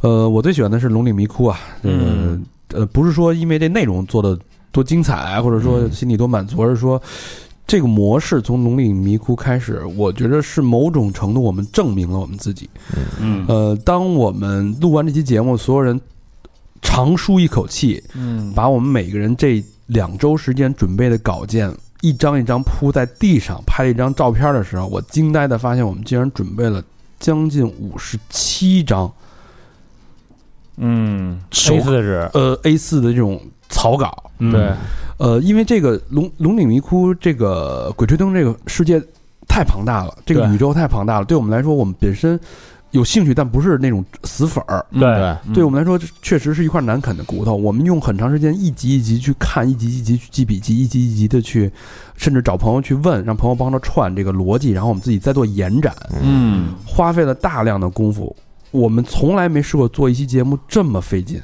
[SPEAKER 1] 呃，我最喜欢的是《龙岭迷窟》啊，这个、
[SPEAKER 3] 嗯
[SPEAKER 1] 呃，不是说因为这内容做的多精彩，啊或者说心里多满足，而是说这个模式从《龙岭迷窟》开始，我觉得是某种程度我们证明了我们自己。
[SPEAKER 6] 嗯
[SPEAKER 1] 呃，当我们录完这期节目，所有人长舒一口气，
[SPEAKER 3] 嗯，
[SPEAKER 1] 把我们每个人这两周时间准备的稿件。一张一张铺在地上，拍了一张照片的时候，我惊呆的发现，我们竟然准备了将近五十七张
[SPEAKER 3] 嗯，
[SPEAKER 1] 手
[SPEAKER 4] A 四纸，
[SPEAKER 1] 呃 A 四的这种草稿。
[SPEAKER 4] 嗯
[SPEAKER 3] 对，
[SPEAKER 1] 呃，因为这个龙龙岭迷窟这个《鬼吹灯》这个世界太庞大了，这个
[SPEAKER 3] 对
[SPEAKER 1] 宇宙太庞大了，对我们来说，我们本身有兴趣，但不是那种死粉儿。
[SPEAKER 4] 对
[SPEAKER 3] 嗯
[SPEAKER 1] 对我们来说，这确实是一块难啃的骨头。我们用很长时间一集一集去看，一集一集去记笔记，一集一集的去，甚至找朋友去问，让朋友帮着串这个逻辑，然后我们自己再做延展。
[SPEAKER 3] 嗯
[SPEAKER 1] 花费了大量的功夫。我们从来没试过做一期节目这么费劲，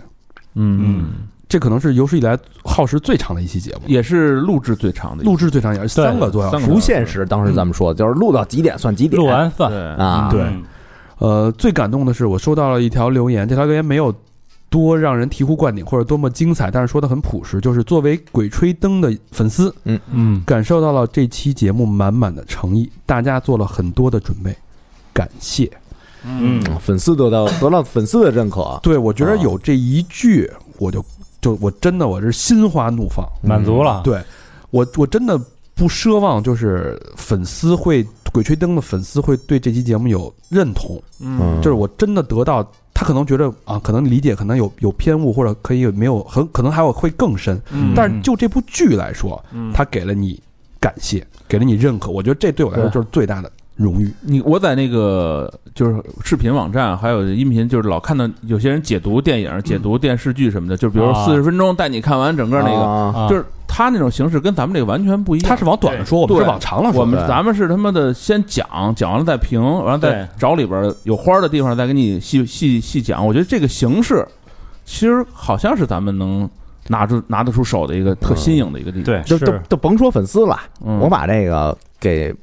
[SPEAKER 3] 嗯，
[SPEAKER 1] 这可能是有史以来耗时最长的一期节目，
[SPEAKER 3] 也是录制最长的一
[SPEAKER 1] 录制最长也是三个多小时。
[SPEAKER 3] 三个
[SPEAKER 2] 不现实，当时咱们说的就是录到几点算几点
[SPEAKER 4] 录完嗯饭，
[SPEAKER 3] 对
[SPEAKER 2] 啊，
[SPEAKER 1] 对，呃，最感动的是我收到了一条留言，这条留言没有多让人醍醐灌顶或者多么精彩，但是说的很朴实，就是作为《鬼吹灯》的粉丝，
[SPEAKER 4] 嗯，
[SPEAKER 1] 感受到了这期节目满满的诚意，大家做了很多的准备，感谢。
[SPEAKER 3] 嗯
[SPEAKER 2] 嗯粉丝得到得到粉丝的认可，
[SPEAKER 1] 对我觉得
[SPEAKER 2] 啊
[SPEAKER 1] 有这一句，我就就我真的我是心花怒放。
[SPEAKER 2] 嗯
[SPEAKER 4] 嗯满足了，
[SPEAKER 1] 对我我真的不奢望就是粉丝会《鬼吹灯》的粉丝会对这期节目有认同，
[SPEAKER 3] 嗯
[SPEAKER 2] 嗯，
[SPEAKER 1] 就是我真的得到他可能觉得啊，可能理解可能有有偏误，或者可以有没有很可能还有会更深，
[SPEAKER 3] 嗯
[SPEAKER 1] 但是就这部剧来说，
[SPEAKER 3] 嗯
[SPEAKER 1] 他给了你感谢，给了你认可，我觉得这对我来说就是最大的荣誉。
[SPEAKER 3] 你我在那个就是视频网站，还有音频，就是老看到有些人解读电影、解读电视剧什么的，就比如
[SPEAKER 4] 啊
[SPEAKER 3] 四十分钟带你看完整个那个，
[SPEAKER 2] 啊
[SPEAKER 4] 啊
[SPEAKER 3] 就是他那种形式跟咱们这个完全不一样。
[SPEAKER 1] 他是往短了说，我们
[SPEAKER 3] 对
[SPEAKER 1] 是往长了说。
[SPEAKER 3] 我们
[SPEAKER 2] 对
[SPEAKER 3] 咱们是他妈的先讲，讲完了再评，然后再
[SPEAKER 6] 对
[SPEAKER 3] 找里边有花的地方再给你细细细讲。我觉得这个形式其实好像是咱们能拿出拿得出手的一个特新颖的一个地方。
[SPEAKER 6] 对，
[SPEAKER 2] 就都
[SPEAKER 4] 是
[SPEAKER 2] 都甭说粉丝了，
[SPEAKER 3] 嗯
[SPEAKER 2] 我把这个给《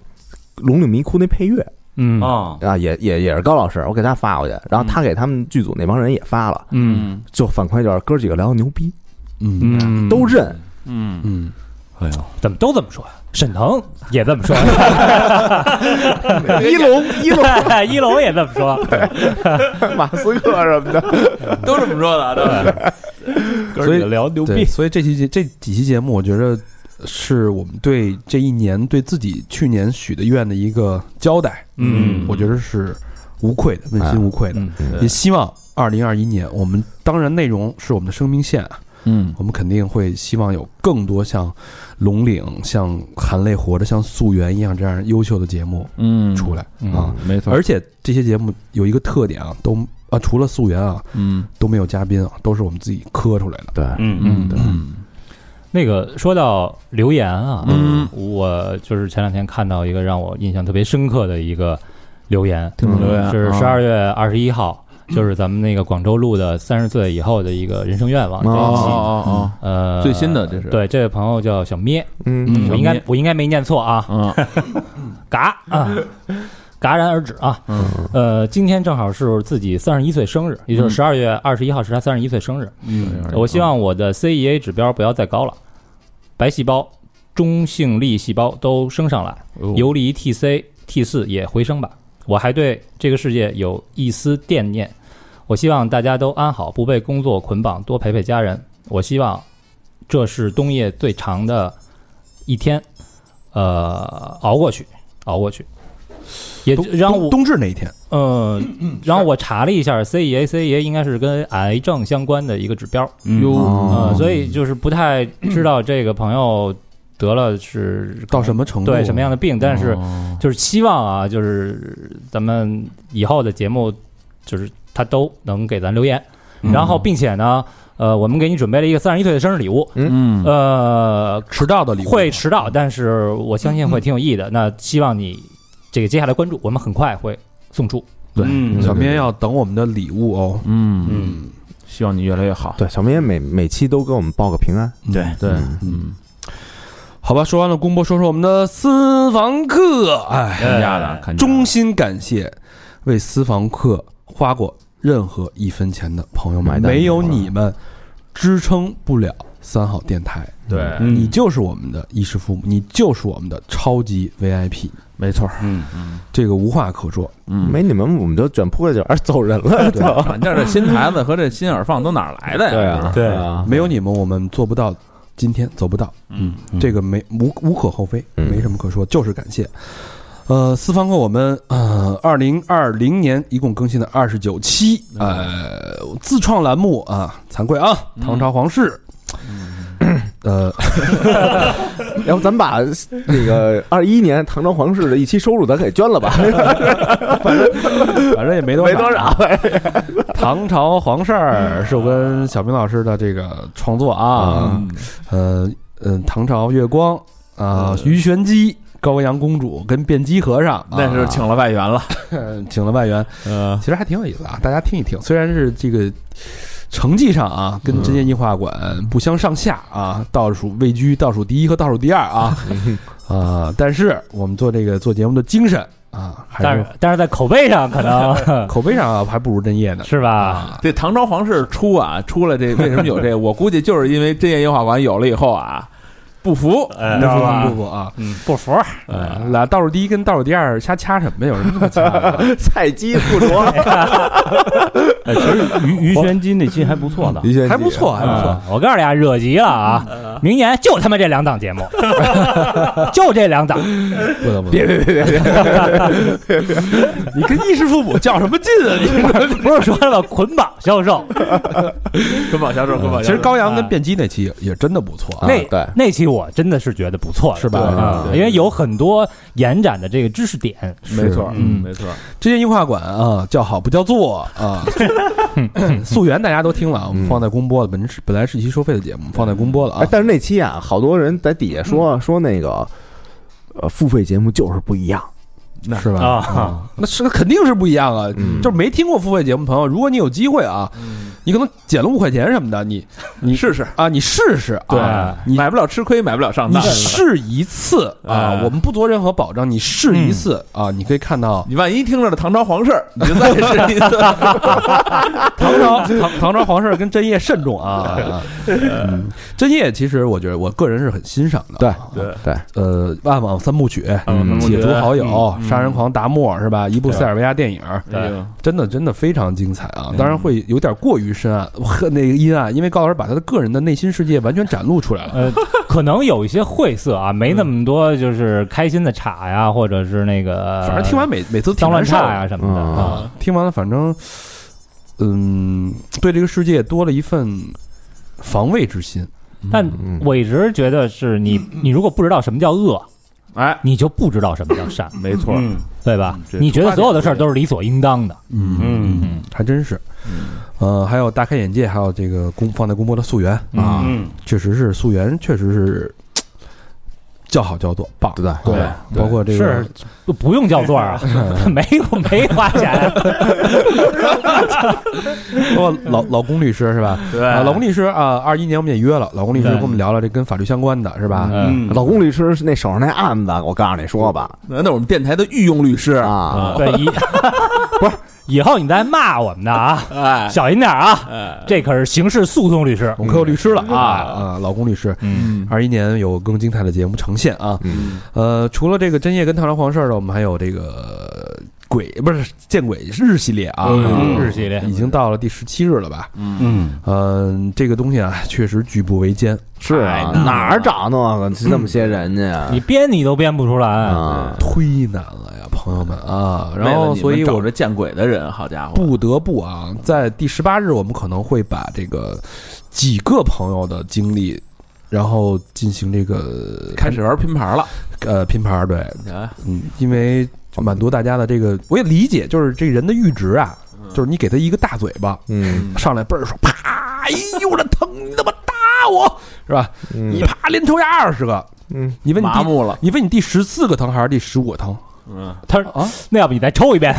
[SPEAKER 2] 龙岭迷窟》那配乐
[SPEAKER 4] 嗯
[SPEAKER 6] 啊，
[SPEAKER 2] 啊，也也也是高老师，我给他发过去，然后他给他们剧组那帮人也发了，
[SPEAKER 4] 嗯
[SPEAKER 2] 就反馈就是哥几个聊的牛逼，
[SPEAKER 1] 嗯
[SPEAKER 4] 嗯，
[SPEAKER 2] 都认。
[SPEAKER 3] 嗯，
[SPEAKER 1] 嗯，
[SPEAKER 6] 哎呦，
[SPEAKER 4] 怎么都这么说呀？沈腾也这么说，
[SPEAKER 2] 一龙一龙
[SPEAKER 4] 一龙也这么说，
[SPEAKER 2] 马斯克什么的，
[SPEAKER 3] 都这么说的，对吧？
[SPEAKER 1] 所以
[SPEAKER 4] 聊牛
[SPEAKER 1] 对，所以这期节这几期节目，我觉得是我们对这一年对自己去年许的愿的一个交代。
[SPEAKER 4] 嗯
[SPEAKER 1] 我觉得是无愧的，问心无愧的。
[SPEAKER 4] 嗯
[SPEAKER 1] 也希望二零二一年，我们当然内容是我们的生命线啊，
[SPEAKER 3] 嗯，
[SPEAKER 1] 我们肯定会希望有更多像龙岭、像含泪活着、像溯源一样这样优秀的节目
[SPEAKER 3] 嗯，
[SPEAKER 1] 出来。
[SPEAKER 3] 啊，没
[SPEAKER 4] 嗯
[SPEAKER 3] 错，
[SPEAKER 1] 而且这些节目有一个特点啊，都啊除了溯源啊
[SPEAKER 3] 嗯
[SPEAKER 1] 都没有嘉宾啊，都是我们自己磕出来的。
[SPEAKER 2] 对，
[SPEAKER 6] 嗯
[SPEAKER 3] 嗯
[SPEAKER 6] 嗯，
[SPEAKER 3] 嗯
[SPEAKER 4] 那个说到留言啊，
[SPEAKER 3] 嗯
[SPEAKER 4] 我就是前两天看到一个让我印象特别深刻的一个留言，
[SPEAKER 3] 听众留言
[SPEAKER 4] 是
[SPEAKER 3] 啊
[SPEAKER 4] 十二月二十一号，就是咱们那个广州路的三十岁以后的一个人生愿望这
[SPEAKER 2] 哦
[SPEAKER 3] 哦
[SPEAKER 4] 一期，
[SPEAKER 3] 哦
[SPEAKER 4] 呃，
[SPEAKER 3] 最新的这是
[SPEAKER 4] 对这位朋友叫小咩，
[SPEAKER 2] 嗯
[SPEAKER 3] 嗯
[SPEAKER 4] 我应
[SPEAKER 3] 小
[SPEAKER 4] 该
[SPEAKER 3] 咩
[SPEAKER 4] 我应该没念错 啊，
[SPEAKER 3] 哦，嗯
[SPEAKER 4] 嘎啊，戛然而止啊。
[SPEAKER 3] 嗯
[SPEAKER 4] 呃，今天正好是自己三十一岁生日，也就是十二月二十一号是他三十一岁生日。
[SPEAKER 3] 嗯，
[SPEAKER 1] 哎
[SPEAKER 4] 我希望我的 CEA 指标不要再高了，白细胞、中性粒细胞都升上来，
[SPEAKER 1] 哦
[SPEAKER 4] 游离 TC、T 四也回升吧。我还对这个世界有一丝惦念，我希望大家都安好，不被工作捆绑，多陪陪家人。我希望这是冬夜最长的一天，呃，熬过去，熬过去。也
[SPEAKER 1] 冬
[SPEAKER 4] 让我
[SPEAKER 1] 冬嗯冬至那一天，
[SPEAKER 4] 呃，然后我查了一下，CEA，CEA E 应该是跟癌症相关的一个指标，
[SPEAKER 3] 嗯
[SPEAKER 1] 啊
[SPEAKER 3] 哟，
[SPEAKER 2] 哦
[SPEAKER 4] 呃，所以就是不太知道这个朋友得了是
[SPEAKER 1] 到什么程度？啊哦
[SPEAKER 4] 对什么样
[SPEAKER 1] 的？
[SPEAKER 4] 的病，但是就是希望啊，就是咱们以后的节目，就是他都能给咱留言，
[SPEAKER 1] 嗯
[SPEAKER 4] 然后并且呢，呃，我们给你准备了一个三十一岁的生日礼物，
[SPEAKER 3] 嗯
[SPEAKER 4] 呃，
[SPEAKER 1] 迟到的礼物啊
[SPEAKER 4] 会迟到，但是我相信会挺有意义的。那希望你这个接下来关注，我们很快会送出。
[SPEAKER 3] 对
[SPEAKER 6] 嗯
[SPEAKER 1] 小编要等我们的礼物哦。
[SPEAKER 3] 嗯，
[SPEAKER 6] 嗯，
[SPEAKER 3] 希望你越来越好。
[SPEAKER 2] 对，小明每每期都给我们报个平安，
[SPEAKER 6] 对，
[SPEAKER 3] 对，嗯
[SPEAKER 1] 嗯，好吧，说完了公播，说说我们的私房课。哎，
[SPEAKER 3] 看家的，看家的
[SPEAKER 1] 衷心感谢为私房课花过任何一分钱的朋友
[SPEAKER 2] 买
[SPEAKER 1] 们，
[SPEAKER 2] 单
[SPEAKER 1] 没有你们支撑不了三好电台。
[SPEAKER 3] 对，
[SPEAKER 6] 嗯
[SPEAKER 1] 你就是我们的衣食父母，你就是我们的超级 VIP，
[SPEAKER 3] 没错儿，
[SPEAKER 6] 嗯
[SPEAKER 1] 这个无话可说。
[SPEAKER 3] 嗯，啊
[SPEAKER 2] 没你们我们就卷铺盖卷儿走人了，就
[SPEAKER 3] 软件这新台子和这新耳放都哪儿来的呀？
[SPEAKER 2] 对啊，
[SPEAKER 6] 对
[SPEAKER 2] 啊，
[SPEAKER 1] 没有你们，我们做不到今天，走不到。
[SPEAKER 3] 嗯，
[SPEAKER 6] 嗯
[SPEAKER 1] 这个没无无可厚非，
[SPEAKER 2] 嗯
[SPEAKER 1] 没什么可说，就是感谢。呃，四方课我们呃，二零二零年一共更新了二十九期，呃，自创栏目啊，惭愧啊，唐朝皇室， 呃，
[SPEAKER 2] 要不咱们把那个二一年唐朝皇室的一期收入咱给捐了吧？
[SPEAKER 1] 反正也没多
[SPEAKER 2] 没多
[SPEAKER 1] 少。
[SPEAKER 2] 少，
[SPEAKER 1] 唐朝皇室儿是我跟小明老师的这个创作啊，呃，嗯、唐朝月光啊，鱼玄机。高阳公主跟辩机和尚，啊
[SPEAKER 3] 那是请了外援 了。
[SPEAKER 1] 请请了外援，
[SPEAKER 3] 呃，
[SPEAKER 1] 其实还挺有意思啊，大家听一听。虽然是这个成绩上啊，
[SPEAKER 3] 嗯
[SPEAKER 1] 跟真剑异化馆不相上下啊，倒数位居倒数第一和倒数第二 啊，啊，但是我们做这个做节目的精神啊，还
[SPEAKER 4] 但
[SPEAKER 1] 是
[SPEAKER 4] 是但是在口碑上 可能
[SPEAKER 1] 口碑上啊，还不如真叶呢。
[SPEAKER 4] 是吧？
[SPEAKER 1] 啊，
[SPEAKER 3] 这唐朝皇室出啊，出了这为什么有这？我估计就是因为真夜夜话馆有了以后啊，不服，
[SPEAKER 1] 不
[SPEAKER 3] 你知道吧哎
[SPEAKER 1] 不？不啊，
[SPEAKER 4] 嗯，不服，
[SPEAKER 1] 呃俩倒数第一跟倒数第二瞎掐什么？有什么可掐的？
[SPEAKER 2] 菜鸡附着，
[SPEAKER 6] 哎，其实于于玄机那期还不错的，
[SPEAKER 2] 于轩
[SPEAKER 1] 还不错，还不错。嗯
[SPEAKER 3] 嗯
[SPEAKER 4] 嗯啊我告诉你啊，惹急了啊！明年就他妈这两档节目， 就这两档，
[SPEAKER 1] 不能不能，别别别别别！你跟衣食父母较什么劲啊？你
[SPEAKER 4] 不是说了吗？捆绑销售
[SPEAKER 3] 跟往下说， 跟往
[SPEAKER 1] 其实高
[SPEAKER 3] 啊
[SPEAKER 1] 阳跟辩机那期也也真的不错啊，
[SPEAKER 4] 那
[SPEAKER 2] 对
[SPEAKER 4] 那期我真的是觉得不错的，
[SPEAKER 1] 是吧
[SPEAKER 3] 嗯
[SPEAKER 4] 啊，因为有很多延展的这个知识点，
[SPEAKER 3] 没错，
[SPEAKER 4] 嗯
[SPEAKER 3] 没错，
[SPEAKER 1] 之前映画馆啊，叫好不叫座 啊。溯源大家都听了，我们放在公播了，本是本来是一期收费的节目，放在公播了
[SPEAKER 2] 哎
[SPEAKER 1] 啊，。
[SPEAKER 2] 但是那期啊，嗯好多人在底下说说那个，呃，付费节目就是不一样。
[SPEAKER 3] 那
[SPEAKER 1] 是吧？
[SPEAKER 6] 啊，
[SPEAKER 1] 那是肯定是不一样啊！
[SPEAKER 3] 嗯
[SPEAKER 1] 就是没听过付费节目朋友，如果你有机会啊，你可能捡了五块钱什么的，你你
[SPEAKER 3] 试试，
[SPEAKER 1] 啊，你试试啊，
[SPEAKER 3] 对
[SPEAKER 1] 你
[SPEAKER 3] 买不了吃亏，买不了上
[SPEAKER 1] 你
[SPEAKER 3] 当。
[SPEAKER 1] 试一次啊
[SPEAKER 3] 哎，嗯
[SPEAKER 1] 我们不做任何保障，你试一次啊，你可以看到
[SPEAKER 3] 你万一听着了唐朝皇室， 你就再试一次。
[SPEAKER 1] 唐朝唐唐朝皇室跟真叶慎重啊。嗯，真叶其实我觉得我个人是很欣赏的，
[SPEAKER 2] 对
[SPEAKER 3] 对，
[SPEAKER 2] 对，
[SPEAKER 1] 呃，万网三部曲。
[SPEAKER 2] 嗯
[SPEAKER 1] 解除好友、
[SPEAKER 3] 嗯
[SPEAKER 1] 杀人狂达莫是吧？一部塞尔维亚电影，
[SPEAKER 3] 哎呦
[SPEAKER 1] 真的真的非常精彩啊！当然会有点过于深暗，很 那个阴暗，因为高老师把他的个人的内心世界完全展露出来了。
[SPEAKER 4] 呃，可能有一些晦涩啊，没那
[SPEAKER 3] 嗯
[SPEAKER 4] 么多就是开心的岔呀，或者是那个，
[SPEAKER 1] 反正听完每每次挺
[SPEAKER 4] 呃脏乱
[SPEAKER 1] 难受
[SPEAKER 4] 差
[SPEAKER 1] 的
[SPEAKER 4] 呀什么的
[SPEAKER 2] 嗯
[SPEAKER 4] 啊，
[SPEAKER 1] 听完了反正，嗯，对这个世界多了一份防卫之心。
[SPEAKER 4] 但
[SPEAKER 2] 嗯
[SPEAKER 4] 我一直觉得是你，你如果不知道什么叫恶，
[SPEAKER 3] 哎，
[SPEAKER 4] 你就不知道什么叫善，
[SPEAKER 3] 没错，
[SPEAKER 6] 嗯
[SPEAKER 4] 对吧
[SPEAKER 3] 嗯？这
[SPEAKER 4] 你觉得所有的事儿
[SPEAKER 3] 出发点不对
[SPEAKER 4] 都是理所应当的，
[SPEAKER 1] 嗯
[SPEAKER 6] 嗯
[SPEAKER 1] 还真是。
[SPEAKER 2] 嗯
[SPEAKER 1] 呃，还有大开眼界，还有这个公放在公播的溯源
[SPEAKER 4] 啊
[SPEAKER 6] 嗯，
[SPEAKER 1] 确实是溯源，确实是叫好叫座，棒。
[SPEAKER 2] 对
[SPEAKER 1] 对，包括这个
[SPEAKER 4] 是不不用叫座啊，没有没花钱，啊
[SPEAKER 1] 包括老老龚律师是吧？
[SPEAKER 3] 对
[SPEAKER 1] 啊，老龚律师啊，二一年我们也约了，老龚律师跟我们聊聊这跟法律相关的是吧？
[SPEAKER 4] 嗯，
[SPEAKER 2] 老公律师那手上那案子，我告诉你说吧，
[SPEAKER 3] 那那我们电台的御用律师，
[SPEAKER 2] 啊，
[SPEAKER 4] 对，以 不是以后你再骂我们的啊，
[SPEAKER 3] 哎，
[SPEAKER 4] 小心点啊，
[SPEAKER 3] 哎，
[SPEAKER 4] 这可是刑事诉讼律师
[SPEAKER 1] 我，们可有律师了
[SPEAKER 4] 嗯
[SPEAKER 1] 啊啊，老龚律师，
[SPEAKER 3] 嗯，
[SPEAKER 1] 二一年有更精彩的节目呈现啊。
[SPEAKER 2] 嗯
[SPEAKER 1] 呃，除了这个真夜跟唐朝皇室的，我们还有这个鬼不是见鬼日系列啊，
[SPEAKER 4] 嗯日系列
[SPEAKER 1] 已经到了第十七日了吧？
[SPEAKER 6] 嗯，
[SPEAKER 1] 嗯，这个东西啊，确实举步维艰。
[SPEAKER 2] 是啊，哪儿找那个那么些人去啊
[SPEAKER 4] 你编你都编不出来，
[SPEAKER 2] 啊？
[SPEAKER 1] 忒难了呀，朋友们啊！然后，所以
[SPEAKER 3] 找
[SPEAKER 1] 我
[SPEAKER 3] 着见鬼的人，好家伙，
[SPEAKER 1] 不得不啊，在第十八日，我们可能会把这个几个朋友的经历，然后进行这个
[SPEAKER 3] 开始玩拼盘了，
[SPEAKER 1] 呃拼盘儿。对，
[SPEAKER 3] 哎
[SPEAKER 1] 嗯，因为满足大家的这个，我也理解，就是这人的阈值啊，就是你给他一个大嘴巴，
[SPEAKER 2] 嗯
[SPEAKER 1] 上来倍儿爽，啪！哎呦，我这疼，你他妈打我，是吧？
[SPEAKER 2] 嗯
[SPEAKER 1] 你啪连抽压二十个，
[SPEAKER 2] 嗯，
[SPEAKER 1] 你问你
[SPEAKER 3] 麻
[SPEAKER 1] 第，
[SPEAKER 3] 木了，
[SPEAKER 1] 你问你第十四个疼还是第十五个疼？
[SPEAKER 3] 嗯，
[SPEAKER 4] 他说
[SPEAKER 1] 啊
[SPEAKER 4] 那要不你再抽一遍，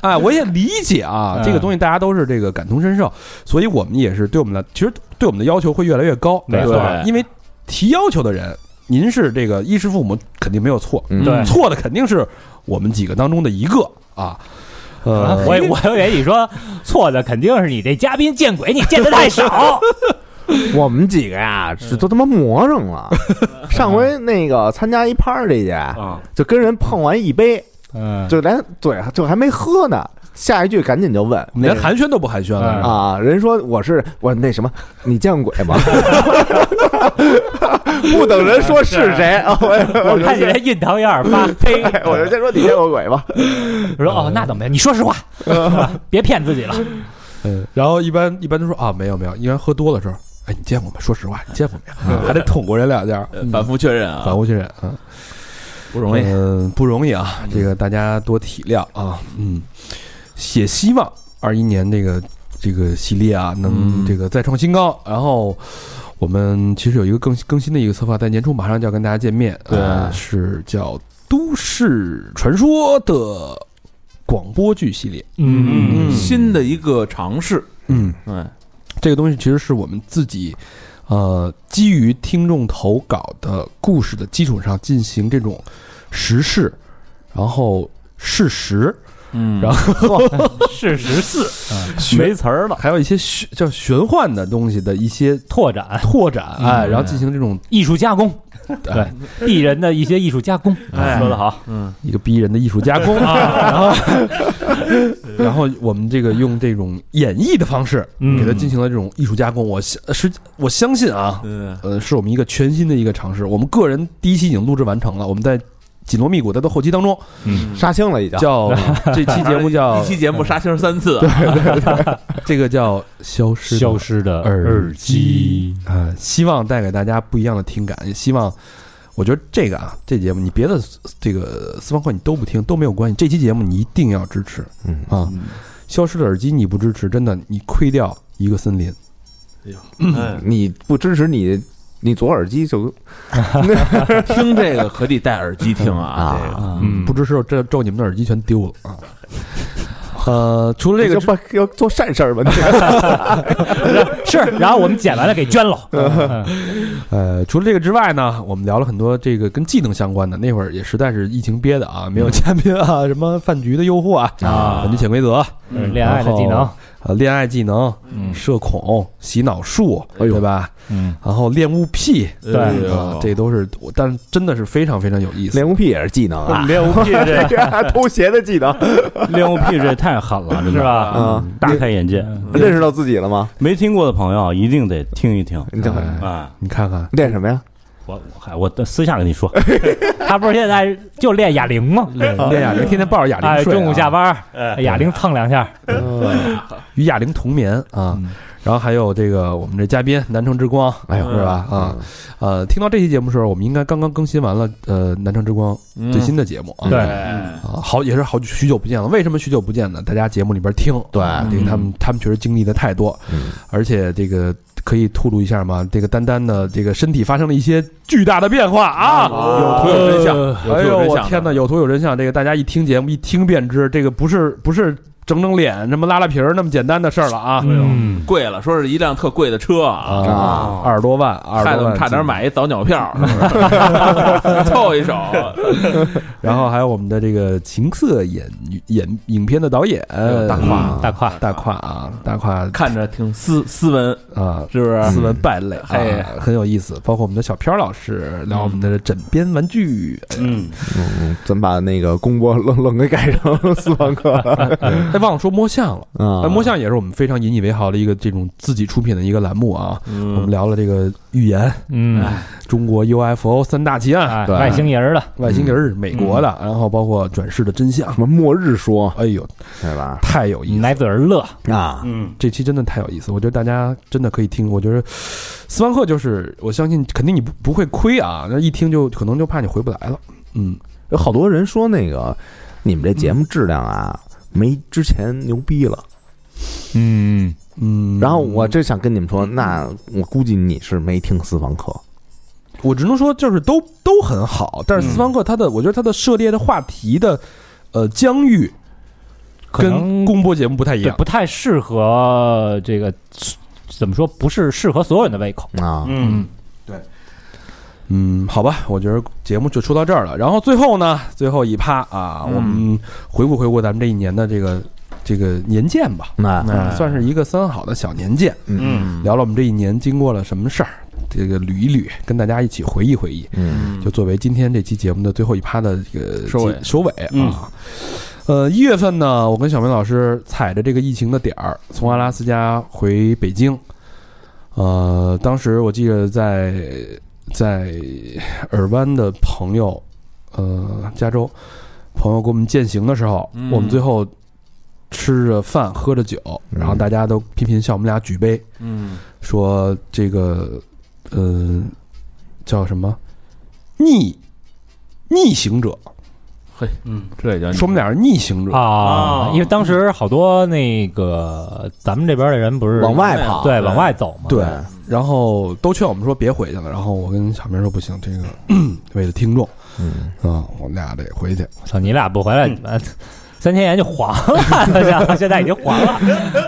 [SPEAKER 1] 哎，我也理解啊，
[SPEAKER 4] 嗯
[SPEAKER 1] 这个东西大家都是这个感同身受，所以我们也是对我们的，其实对我们的要求会越来越高，
[SPEAKER 4] 没
[SPEAKER 3] 错
[SPEAKER 1] 对因为提要求的人，您是这个衣食父母，肯定没有错，
[SPEAKER 2] 嗯
[SPEAKER 4] 对
[SPEAKER 1] 错的肯定是我们几个当中的一个啊，
[SPEAKER 2] 嗯
[SPEAKER 4] 啊
[SPEAKER 1] 呃，
[SPEAKER 4] 我以我以为你说错的肯定是你这嘉宾见鬼，你见的太少。
[SPEAKER 2] 我们几个呀，是都他妈魔怔了。上回那个参加一 party 去，就跟人碰完一杯，
[SPEAKER 4] 嗯，
[SPEAKER 2] 就连嘴就还没喝呢，下一句赶紧就问
[SPEAKER 1] 我们连寒暄都不寒暄了，
[SPEAKER 2] 啊，人说我是我那什么，你见鬼吗？ 不等人说 是谁啊，我我
[SPEAKER 4] 我
[SPEAKER 2] 就
[SPEAKER 4] 看你
[SPEAKER 2] 先
[SPEAKER 4] 这印堂有点发黑。
[SPEAKER 2] 我就先说你见过鬼吧。
[SPEAKER 4] 我说哦，那怎么办？你说实话，别骗自己了。
[SPEAKER 1] 嗯，然后一般一般都说啊，没有没有，一般喝多了时候，哎，你见过吗？说实话，你见过没有？还得捅过人两下，
[SPEAKER 3] 呃反复确认
[SPEAKER 1] 反
[SPEAKER 3] 啊，
[SPEAKER 1] 过去人啊。
[SPEAKER 3] 不容易，
[SPEAKER 1] 嗯，不容易啊，这个大家多体谅啊，嗯，也希望二一年这个这个系列啊，能
[SPEAKER 3] 嗯
[SPEAKER 1] 这个再创新高。然后我们其实有一个更更新的一个策划，在年初马上就要跟大家见面，
[SPEAKER 3] 对
[SPEAKER 1] 呃是叫《都市传说》的广播剧系列，
[SPEAKER 3] 嗯
[SPEAKER 1] 嗯
[SPEAKER 3] 新的一个尝试，
[SPEAKER 1] 嗯，
[SPEAKER 3] 对，
[SPEAKER 1] 这个东西其实是我们自己，呃，基于听众投稿的故事的基础上进行这种时事，然后事实，
[SPEAKER 3] 嗯
[SPEAKER 1] 然后
[SPEAKER 4] 是嗯十四
[SPEAKER 1] 玄
[SPEAKER 6] 词儿了，
[SPEAKER 1] 还有一些玄叫玄幻的东西的一些
[SPEAKER 4] 拓展
[SPEAKER 1] 拓展，哎，然后进行这种
[SPEAKER 4] 艺术加工，对艺人的一些艺术加工，
[SPEAKER 1] 哎
[SPEAKER 8] 说的好，
[SPEAKER 3] 嗯，
[SPEAKER 1] 一个逼人的艺术加工 啊，然后，然后我们这个用这种演绎的方式，
[SPEAKER 4] 嗯
[SPEAKER 1] 给它进行了这种艺术加工。我相是我相信啊，
[SPEAKER 3] 嗯，
[SPEAKER 1] 呃，是我们一个全新的一个尝试。我们个人第一期已经录制完成了，我们在紧锣密鼓的到后期当中，
[SPEAKER 2] 杀青了已经。
[SPEAKER 1] 叫 这期节目叫
[SPEAKER 3] 一期节目杀青三次，啊对，
[SPEAKER 1] 这个叫消失的
[SPEAKER 4] 消失的
[SPEAKER 1] 耳
[SPEAKER 4] 耳
[SPEAKER 1] 机
[SPEAKER 4] 机，
[SPEAKER 1] 啊，希望带给大家不一样的听感，也希望。我觉得这个啊，这节目你别的这个私房课你都不听都没有关系，这期节目你一定要支持
[SPEAKER 2] 嗯，
[SPEAKER 1] 啊！消失的耳机你不支持，真的你亏掉一个森林。
[SPEAKER 3] 哎
[SPEAKER 2] 你不支持你，你左耳机就
[SPEAKER 3] 听这个何必戴耳机听 啊？这个
[SPEAKER 2] 啊，
[SPEAKER 4] 嗯
[SPEAKER 1] 不支持，这咒你们的耳机全丢了啊！ 呃，除了这个
[SPEAKER 2] 你
[SPEAKER 1] 之，
[SPEAKER 2] 就不要做善事儿 吧？你
[SPEAKER 4] 是，然后我们剪完了给 捐了，嗯
[SPEAKER 1] 呃，除了这个之外呢，我们聊了很多这个跟技能相关的。那会儿也实在是疫情憋的啊，没有嘉宾啊，什么饭局的诱惑啊，
[SPEAKER 4] 嗯啊
[SPEAKER 1] 反正潜规则，
[SPEAKER 4] 嗯恋爱的技能，
[SPEAKER 1] 呃，恋爱技能、
[SPEAKER 4] 嗯
[SPEAKER 1] 社恐、洗脑术，
[SPEAKER 2] 哎呦
[SPEAKER 1] 对吧？
[SPEAKER 4] 嗯，
[SPEAKER 1] 然后恋物癖
[SPEAKER 3] 对
[SPEAKER 4] 对
[SPEAKER 1] 啊，这都是我，但是真的是非常非常有意思
[SPEAKER 2] 练。功屁也是技能 啊，
[SPEAKER 8] 练物癖这
[SPEAKER 1] 嗯
[SPEAKER 2] 偷鞋的技 能
[SPEAKER 6] 练物癖这太狠了，真
[SPEAKER 4] 是
[SPEAKER 1] 嗯
[SPEAKER 6] 的，
[SPEAKER 4] 吧？
[SPEAKER 2] 啊，
[SPEAKER 6] 大开眼界。
[SPEAKER 2] 你认识到自己了吗？
[SPEAKER 6] 没听过的朋友啊一定得听一听
[SPEAKER 2] 你这
[SPEAKER 1] 哎
[SPEAKER 6] 啊！
[SPEAKER 1] 你看看，
[SPEAKER 2] 练什么呀？
[SPEAKER 6] 我我还我私下跟你说，
[SPEAKER 4] 他不是现在就练哑铃吗？
[SPEAKER 1] 练哑铃，天天抱着哑
[SPEAKER 4] 哎，
[SPEAKER 1] 铃睡啊，
[SPEAKER 4] 中午下班儿，哎哑铃蹭两下，
[SPEAKER 1] 与哑铃同眠啊。
[SPEAKER 4] 嗯
[SPEAKER 1] 然后还有这个我们这嘉宾南城之光，
[SPEAKER 2] 哎呦
[SPEAKER 1] 是吧？
[SPEAKER 4] 嗯
[SPEAKER 1] 啊，呃，听到这期节目的时候，我们应该刚刚更新完了，呃，南城之光
[SPEAKER 3] 嗯
[SPEAKER 1] 最新的节目啊。
[SPEAKER 4] 嗯对
[SPEAKER 3] 哎
[SPEAKER 1] 啊，好也是好许久不见了。为什么许久不见呢？大家节目里边听，对，这个他
[SPEAKER 3] 嗯
[SPEAKER 1] 们他们确实经历的太多，
[SPEAKER 2] 嗯
[SPEAKER 1] 而且这个可以吐露一下嘛，这个丹丹的这个身体发生了一些巨大的变化啊，
[SPEAKER 3] 有图有真相，有
[SPEAKER 1] 哎呦
[SPEAKER 3] 图有真
[SPEAKER 1] 我
[SPEAKER 3] 相。
[SPEAKER 1] 天哪，有图有真相，这个大家一听节目一听便知，这个不是不是整整脸什么拉拉皮儿那么简单的事儿了啊。
[SPEAKER 4] 嗯，
[SPEAKER 3] 贵了，说是一辆特贵的车啊，
[SPEAKER 2] 啊
[SPEAKER 1] 二十多万，二十
[SPEAKER 3] 害
[SPEAKER 1] 多
[SPEAKER 3] 得我
[SPEAKER 1] 万，
[SPEAKER 3] 们差点。买一早 鸟票，凑一手。
[SPEAKER 1] 然后还有我们的这个情色演演影片的导演
[SPEAKER 2] 啊
[SPEAKER 3] 呦大
[SPEAKER 2] 嗯
[SPEAKER 3] 胯
[SPEAKER 4] 大胯，
[SPEAKER 1] 大胯啊，大胯
[SPEAKER 3] 看着挺斯斯文，
[SPEAKER 1] 啊，
[SPEAKER 3] 是不是？
[SPEAKER 1] 斯文败类，
[SPEAKER 3] 哎
[SPEAKER 1] 哎，很有意思。包括我们的小飘老师聊我们的枕边玩具，
[SPEAKER 6] 嗯，
[SPEAKER 2] 嗯，咱把那个公播 愣愣给改成私房 课
[SPEAKER 1] 哎，忘了说摸象了。
[SPEAKER 2] 嗯啊
[SPEAKER 1] 哎，摸象也是我们非常引以为豪的一个这种自己出品的一个栏目啊。我们
[SPEAKER 3] 嗯，
[SPEAKER 1] 聊了这个预言、
[SPEAKER 4] 嗯，
[SPEAKER 1] 中国 UFO 三大奇案、
[SPEAKER 4] 哎
[SPEAKER 2] 对
[SPEAKER 4] 外星人儿的，
[SPEAKER 1] 外星人、美国
[SPEAKER 2] 嗯
[SPEAKER 1] 的，然后包括转世的真相
[SPEAKER 2] 什。么末日说
[SPEAKER 1] 哎呦，
[SPEAKER 2] 对吧？
[SPEAKER 1] 太有意思了！
[SPEAKER 4] 奶嘴儿乐，
[SPEAKER 2] 啊，
[SPEAKER 1] 这期真的太有意思，我觉得大家真的可以听。我觉得斯万克就是，我相信肯定你不不会亏啊，那一听就可能就怕你回不来了。嗯，
[SPEAKER 2] 有好多人说那个你们这节目质量啊。没之前牛逼了，
[SPEAKER 4] 嗯，
[SPEAKER 1] 嗯，
[SPEAKER 2] 然后我这想跟你们说，那我估计你是没听私房课，
[SPEAKER 1] 我只能说就是都都很好，但是斯方克他的，我觉得他的涉猎的话题的呃疆域
[SPEAKER 4] 可
[SPEAKER 1] 跟
[SPEAKER 4] 能
[SPEAKER 1] 公播节目不太一
[SPEAKER 4] 对
[SPEAKER 1] 样。
[SPEAKER 4] 不太适合这个，怎么说不是适合所有人的胃口，
[SPEAKER 2] 啊，
[SPEAKER 8] 嗯，
[SPEAKER 1] 嗯，好吧，我觉得节目就说到这儿了。然后最后呢，最后一趴啊，
[SPEAKER 3] 嗯
[SPEAKER 1] 我们回顾回顾咱们这一年的这个这个年鉴吧，
[SPEAKER 2] 那
[SPEAKER 1] 嗯算是一个三好的小年鉴，
[SPEAKER 2] 嗯
[SPEAKER 3] 嗯，
[SPEAKER 1] 聊了我们这一年经过了什么事儿，这个捋一捋，跟大家一起回忆回忆。
[SPEAKER 2] 嗯，
[SPEAKER 1] 就作为今天这期节目的最后一趴的这个
[SPEAKER 3] 收尾嗯
[SPEAKER 1] 结收尾啊。呃，一月份呢，我跟小明老师踩着这个疫情的点儿，从阿拉斯加回北京。呃，当时我记得在在尔湾的朋友，呃，加州朋友给我们践行的时候，
[SPEAKER 3] 嗯
[SPEAKER 1] 我们最后吃着饭喝着酒，然后大家都频频向我们俩举杯，
[SPEAKER 3] 嗯，
[SPEAKER 1] 说这个呃叫什么逆逆行者，
[SPEAKER 3] 这也叫
[SPEAKER 1] 说我们俩是逆行者，
[SPEAKER 4] 啊，因为当时好多那个咱们这边的人不是
[SPEAKER 2] 往外跑，
[SPEAKER 4] 对往外走嘛，
[SPEAKER 1] 对，然后都劝我们说别回去了，然后我跟小明说不行，这个 为了听众
[SPEAKER 2] 嗯，
[SPEAKER 1] 啊，我们俩得回去。
[SPEAKER 4] 我操，你俩不回来，你们三千元就黄了， 现在已经黄了。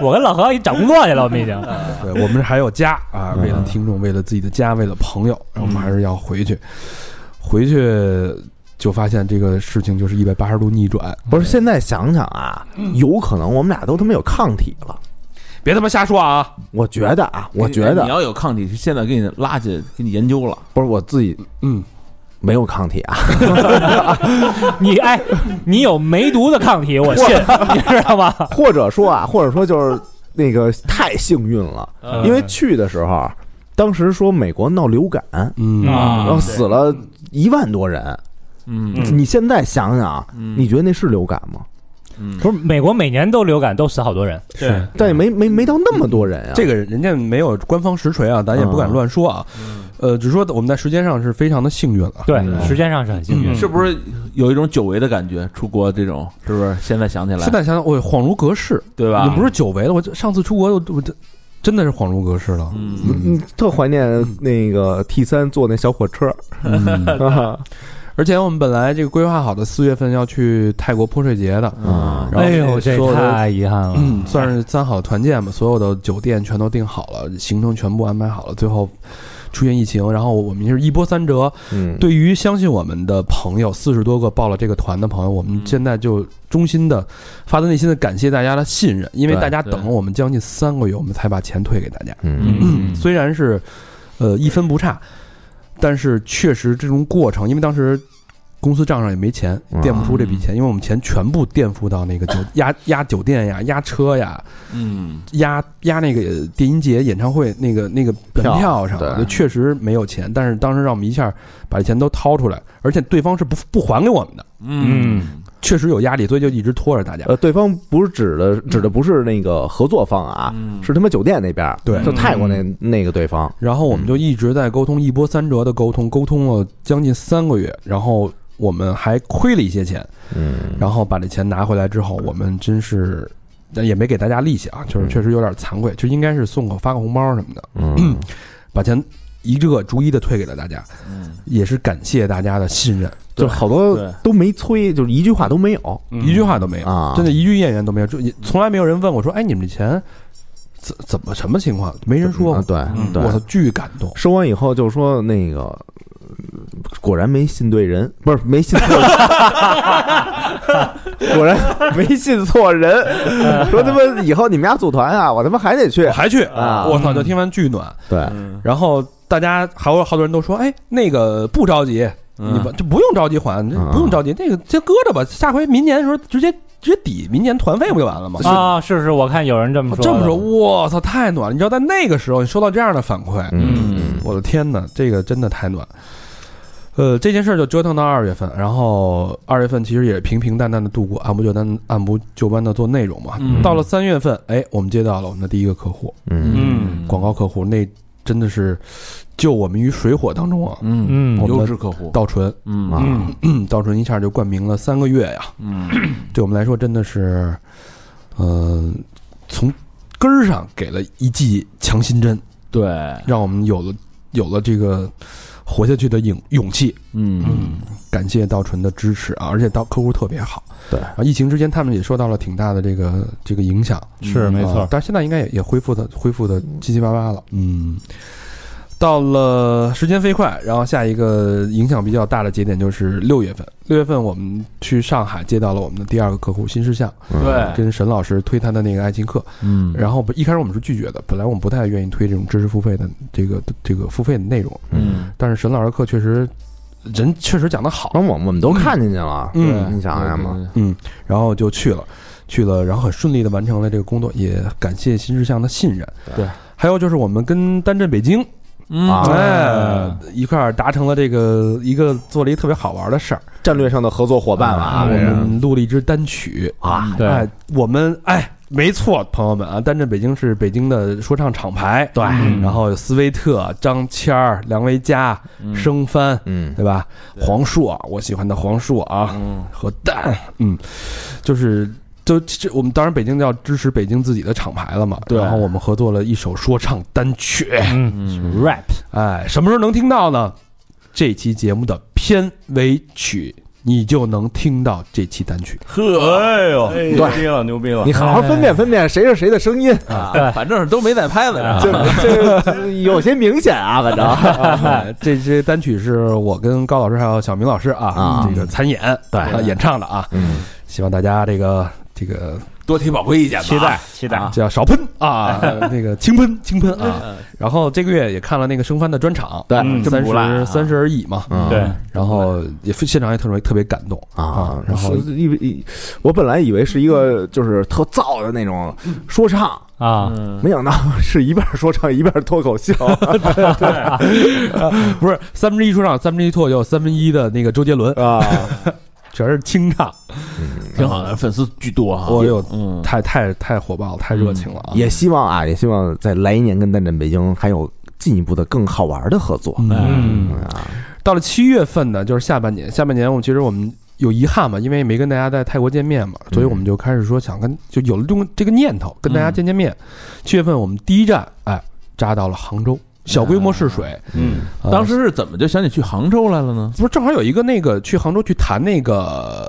[SPEAKER 4] 我跟老何已经找工作去了，我们已经。
[SPEAKER 1] 对我们还有家啊，为了听众，为了自己的家，为了朋友，然后我们还是要回去，回去。就发现这个事情就是一百八十度逆转，
[SPEAKER 2] 不是，现在想想啊，有可能我们俩都他妈有抗体了，
[SPEAKER 1] 别他妈瞎说啊！
[SPEAKER 2] 我觉得啊，我觉
[SPEAKER 3] 哎你
[SPEAKER 2] 得
[SPEAKER 3] 要有抗体，现在给你拉进给你研究了。
[SPEAKER 2] 不是我自己
[SPEAKER 1] 嗯，
[SPEAKER 2] 没有抗体啊，
[SPEAKER 4] 你哎，你有梅毒的抗体，我信， 你知道吗？
[SPEAKER 2] 或者说啊，或者说就是那个太幸运了，
[SPEAKER 4] 嗯
[SPEAKER 2] 因为去的时候，当时说美国闹流感，
[SPEAKER 1] 嗯
[SPEAKER 4] 啊
[SPEAKER 2] 然后死了一万多人。
[SPEAKER 3] 嗯
[SPEAKER 2] 你现在想想，
[SPEAKER 1] 嗯
[SPEAKER 2] 你觉得那是流感吗？
[SPEAKER 3] 嗯，
[SPEAKER 4] 不是美国每年都流感，都死好多人。
[SPEAKER 3] 对，
[SPEAKER 2] 但也没没没到那么多人啊。
[SPEAKER 1] 这个人家没有官方实锤啊，咱也不敢乱说啊。
[SPEAKER 3] 嗯
[SPEAKER 1] 呃，只是说我们在时间上是非常的幸运了。
[SPEAKER 4] 对，时间上是很幸运。
[SPEAKER 3] 是不是有一种久违的感觉？出国这种是不是？现在想起来
[SPEAKER 1] 现，在想想，我恍如隔世，
[SPEAKER 3] 对吧？
[SPEAKER 1] 也不是久违了。我这上次出国，我我这真的是恍如隔世了。
[SPEAKER 3] 嗯，
[SPEAKER 2] 嗯，特怀念那个 T 三坐那小火车，
[SPEAKER 3] 嗯
[SPEAKER 1] 嗯
[SPEAKER 2] 啊
[SPEAKER 1] 而且我们本来这个规划好的四月份要去泰国泼水节的，
[SPEAKER 2] 啊
[SPEAKER 3] 嗯
[SPEAKER 1] 然后
[SPEAKER 4] 哎呦，这
[SPEAKER 1] 所有的
[SPEAKER 4] 太遗憾了。
[SPEAKER 1] 嗯，算是三好团建吧，所有的酒店全都订好了，行程全部安排好了，最后出现疫情，然后我们是一波三折。
[SPEAKER 2] 嗯，
[SPEAKER 1] 对于相信我们的朋友，四十多个报了这个团的朋友，我
[SPEAKER 3] 嗯
[SPEAKER 1] 们现在就衷心的、发自内心的感谢大家的信任，因为
[SPEAKER 3] 对
[SPEAKER 1] 大家
[SPEAKER 3] 对
[SPEAKER 1] 等了我们将近三个月，我们才把钱退给大家。
[SPEAKER 2] 嗯
[SPEAKER 3] 嗯
[SPEAKER 1] 虽然是呃一分不差，但是确实这种过程，因为当时公司账上也没钱，垫不出这笔
[SPEAKER 3] 嗯
[SPEAKER 1] 钱，因为我们钱全部垫付到那个酒压压酒店呀、压车呀、
[SPEAKER 3] 嗯
[SPEAKER 1] 压压那个呃电音节演唱会那个那个门
[SPEAKER 2] 票
[SPEAKER 1] 票上了，
[SPEAKER 2] 对
[SPEAKER 1] 就确实没有钱。但是当时让我们一下把钱都掏出来，而且对方是不不还给我们的，
[SPEAKER 3] 嗯
[SPEAKER 1] 确实有压力，所以就一直拖着大家。
[SPEAKER 2] 呃，对方不是指的指的不是那个合作方啊，
[SPEAKER 3] 嗯
[SPEAKER 2] 是他妈酒店那边儿，
[SPEAKER 1] 对嗯
[SPEAKER 2] 就泰国那那个对方，
[SPEAKER 1] 然后我们就一直在沟通，一波三折的沟通，沟通了将近三个月，然后我们还亏了一些钱，
[SPEAKER 2] 嗯，
[SPEAKER 1] 然后把这钱拿回来之后，我们真是，但也没给大家利息啊，就是确实有点惭愧，就应该是送个发个红包什么的，
[SPEAKER 2] 嗯，
[SPEAKER 1] 把钱一个逐一的退给了大家，
[SPEAKER 3] 嗯，
[SPEAKER 1] 也是感谢大家的信任，
[SPEAKER 2] 就好多
[SPEAKER 3] 对
[SPEAKER 2] 都没催，就是一句话都没有
[SPEAKER 1] 嗯一句话都没有，
[SPEAKER 2] 啊，
[SPEAKER 1] 真的，一句怨言都没有，就也从来没有人问我说，哎，你们这钱怎怎么什么情况？没人说
[SPEAKER 2] 啊
[SPEAKER 1] 过，
[SPEAKER 2] 对
[SPEAKER 3] 嗯
[SPEAKER 2] 对
[SPEAKER 1] 我，操，巨感动，
[SPEAKER 2] 收完以后就说那个，呃果然没信对人， 不是没信错人，果然没信错人。说他妈以后你们家组团啊，我他妈还得去
[SPEAKER 1] 我。还去
[SPEAKER 2] 啊
[SPEAKER 1] 我操，就听完巨暖。
[SPEAKER 2] 对，
[SPEAKER 1] 然后大家还有好多人都说，哎，那个不着急，
[SPEAKER 3] 嗯
[SPEAKER 1] 你不就不用着急还，这
[SPEAKER 2] 嗯
[SPEAKER 1] 不用着急，那个先搁着吧，下回明年的时候直接直接抵明年团费不就完了吗？
[SPEAKER 4] 啊，是是，我看有人这么说
[SPEAKER 1] 嗯
[SPEAKER 4] 的。
[SPEAKER 1] 这么说，我操，太暖了！你知道，在那个时候，你收到这样的反馈，
[SPEAKER 3] 嗯
[SPEAKER 1] 我的天哪，这个真的太暖。呃，这件事儿就折腾到二月份，然后二月份其实也平平淡淡的度过，按部就班，按部就班的做内容嘛。
[SPEAKER 3] 嗯
[SPEAKER 1] 到了三月份，哎，我们接到了我们的第一个客户，
[SPEAKER 2] 嗯
[SPEAKER 3] 嗯
[SPEAKER 1] 广告客户，那真的是救我们于水火当中啊！
[SPEAKER 3] 嗯
[SPEAKER 4] 嗯，
[SPEAKER 1] 我
[SPEAKER 3] 优质客户
[SPEAKER 1] 道纯，
[SPEAKER 3] 嗯
[SPEAKER 2] 啊
[SPEAKER 4] 嗯
[SPEAKER 1] 嗯道纯一下就冠名了三个月呀，
[SPEAKER 3] 嗯
[SPEAKER 1] 对我们来说真的是，嗯、从根儿上给了一剂强心针，
[SPEAKER 3] 对
[SPEAKER 1] 让我们有了有了这个活下去的勇勇气。
[SPEAKER 3] 嗯
[SPEAKER 1] 感谢道纯的支持啊，而且到客户特别好。
[SPEAKER 2] 对
[SPEAKER 1] 然后疫情之间他们也受到了挺大的这个这个影响，
[SPEAKER 4] 是没
[SPEAKER 1] 啊
[SPEAKER 4] 错。
[SPEAKER 1] 但是现在应该也也恢复的恢复的七七八八了。嗯，到了时间飞快，然后下一个影响比较大的节点就是六月份。六月份我们去上海接到了我们的第二个客户新哎事项，
[SPEAKER 2] 嗯
[SPEAKER 3] 对
[SPEAKER 1] 跟沈老师推他的那个爱情课。
[SPEAKER 3] 嗯
[SPEAKER 1] 然后不一开始我们是拒绝的，本来我们不太愿意推这种知识付费的这个这个付费的内容，
[SPEAKER 3] 嗯
[SPEAKER 1] 但是沈老师课确实人确实讲得好，
[SPEAKER 2] 然后我我们都看进去了，
[SPEAKER 1] 嗯
[SPEAKER 2] 你想想嘛，
[SPEAKER 1] 嗯，然后就去了，去了，然后很顺利的完成了这个工作，也感谢新事项的信任。
[SPEAKER 3] 对，
[SPEAKER 1] 还有就是我们跟单镇北京
[SPEAKER 3] 嗯
[SPEAKER 1] 哎一块儿达成了这个一个做了一个特别好玩的事儿，
[SPEAKER 2] 战略上的合作伙伴了啊，
[SPEAKER 1] 我
[SPEAKER 2] 这是
[SPEAKER 1] 们录了一支单曲，
[SPEAKER 2] 啊，
[SPEAKER 4] 对
[SPEAKER 1] 哎，我们哎。没错，朋友们啊，单镇北京是北京的说唱厂牌，对，然后有斯威特、张谦儿、梁维嘉、生番，
[SPEAKER 2] 嗯
[SPEAKER 1] 对吧？
[SPEAKER 3] 嗯对
[SPEAKER 1] 黄硕，我喜欢的黄硕啊，
[SPEAKER 3] 嗯
[SPEAKER 1] 核弹，嗯，就是就这，我们当然北京要支持北京自己的厂牌了嘛。
[SPEAKER 3] 对
[SPEAKER 1] 然后我们合作了一首说唱单曲，
[SPEAKER 4] 嗯
[SPEAKER 3] 嗯
[SPEAKER 4] ，rap
[SPEAKER 1] 哎，什么时候能听到呢？这期节目的片尾曲，你就能听到这期单曲。
[SPEAKER 8] 呵，哎呦，牛
[SPEAKER 2] 对
[SPEAKER 8] 逼了，牛逼了
[SPEAKER 2] 你！好好分辨分辨谁是谁的声音，
[SPEAKER 3] 啊反正是都没在拍的
[SPEAKER 2] 这这有些明显啊，反正
[SPEAKER 1] 哎这些单曲是我跟高老师还有小明老师啊，
[SPEAKER 2] 啊
[SPEAKER 1] 这个参演对、啊演唱的啊，
[SPEAKER 2] 嗯
[SPEAKER 1] 希望大家这个这个
[SPEAKER 3] 多提宝贵意见吧。
[SPEAKER 8] 期待期待
[SPEAKER 3] 啊
[SPEAKER 1] 叫少喷啊，那个轻喷轻喷啊。然后这个月也看了那个生番的专场，
[SPEAKER 2] 对
[SPEAKER 8] 嗯
[SPEAKER 1] 三
[SPEAKER 3] 真不赖啊
[SPEAKER 1] 十三十而已嘛，啊
[SPEAKER 2] 嗯
[SPEAKER 8] 对，
[SPEAKER 1] 然后也现场也特别特别感动
[SPEAKER 2] 啊，
[SPEAKER 1] 然后
[SPEAKER 2] 是一一，我本来以为是一个就是特燥的那种说唱，
[SPEAKER 4] 啊，
[SPEAKER 1] 嗯
[SPEAKER 2] 没想到是一边说唱一边脱口 秀，
[SPEAKER 1] 不是三分之一说唱，三分之一脱口秀，三分之一的那个周杰伦，
[SPEAKER 2] 啊，
[SPEAKER 1] 全是清唱，
[SPEAKER 3] 挺好的，粉丝巨多啊！
[SPEAKER 1] 我有
[SPEAKER 3] 嗯，
[SPEAKER 1] 太太太火爆了，太热情了啊！
[SPEAKER 2] 也希望啊，也希望在来年跟蛋蛋北京还有进一步的更好玩的合作。
[SPEAKER 1] 嗯，
[SPEAKER 2] 啊，
[SPEAKER 1] 到了七月份呢，就是下半年，下半年我们其实我们有遗憾嘛，因为没跟大家在泰国见面嘛，所以
[SPEAKER 4] 嗯
[SPEAKER 1] 我们就开始说想跟就有了这种这个念头跟大家见见面。七月份我们第一站哎扎到了杭州，小规模试水，
[SPEAKER 4] 啊
[SPEAKER 2] 嗯，
[SPEAKER 1] 呃
[SPEAKER 3] 当时是怎么就想起去杭州来了呢？
[SPEAKER 1] 不是正好有一个那个去杭州去谈那个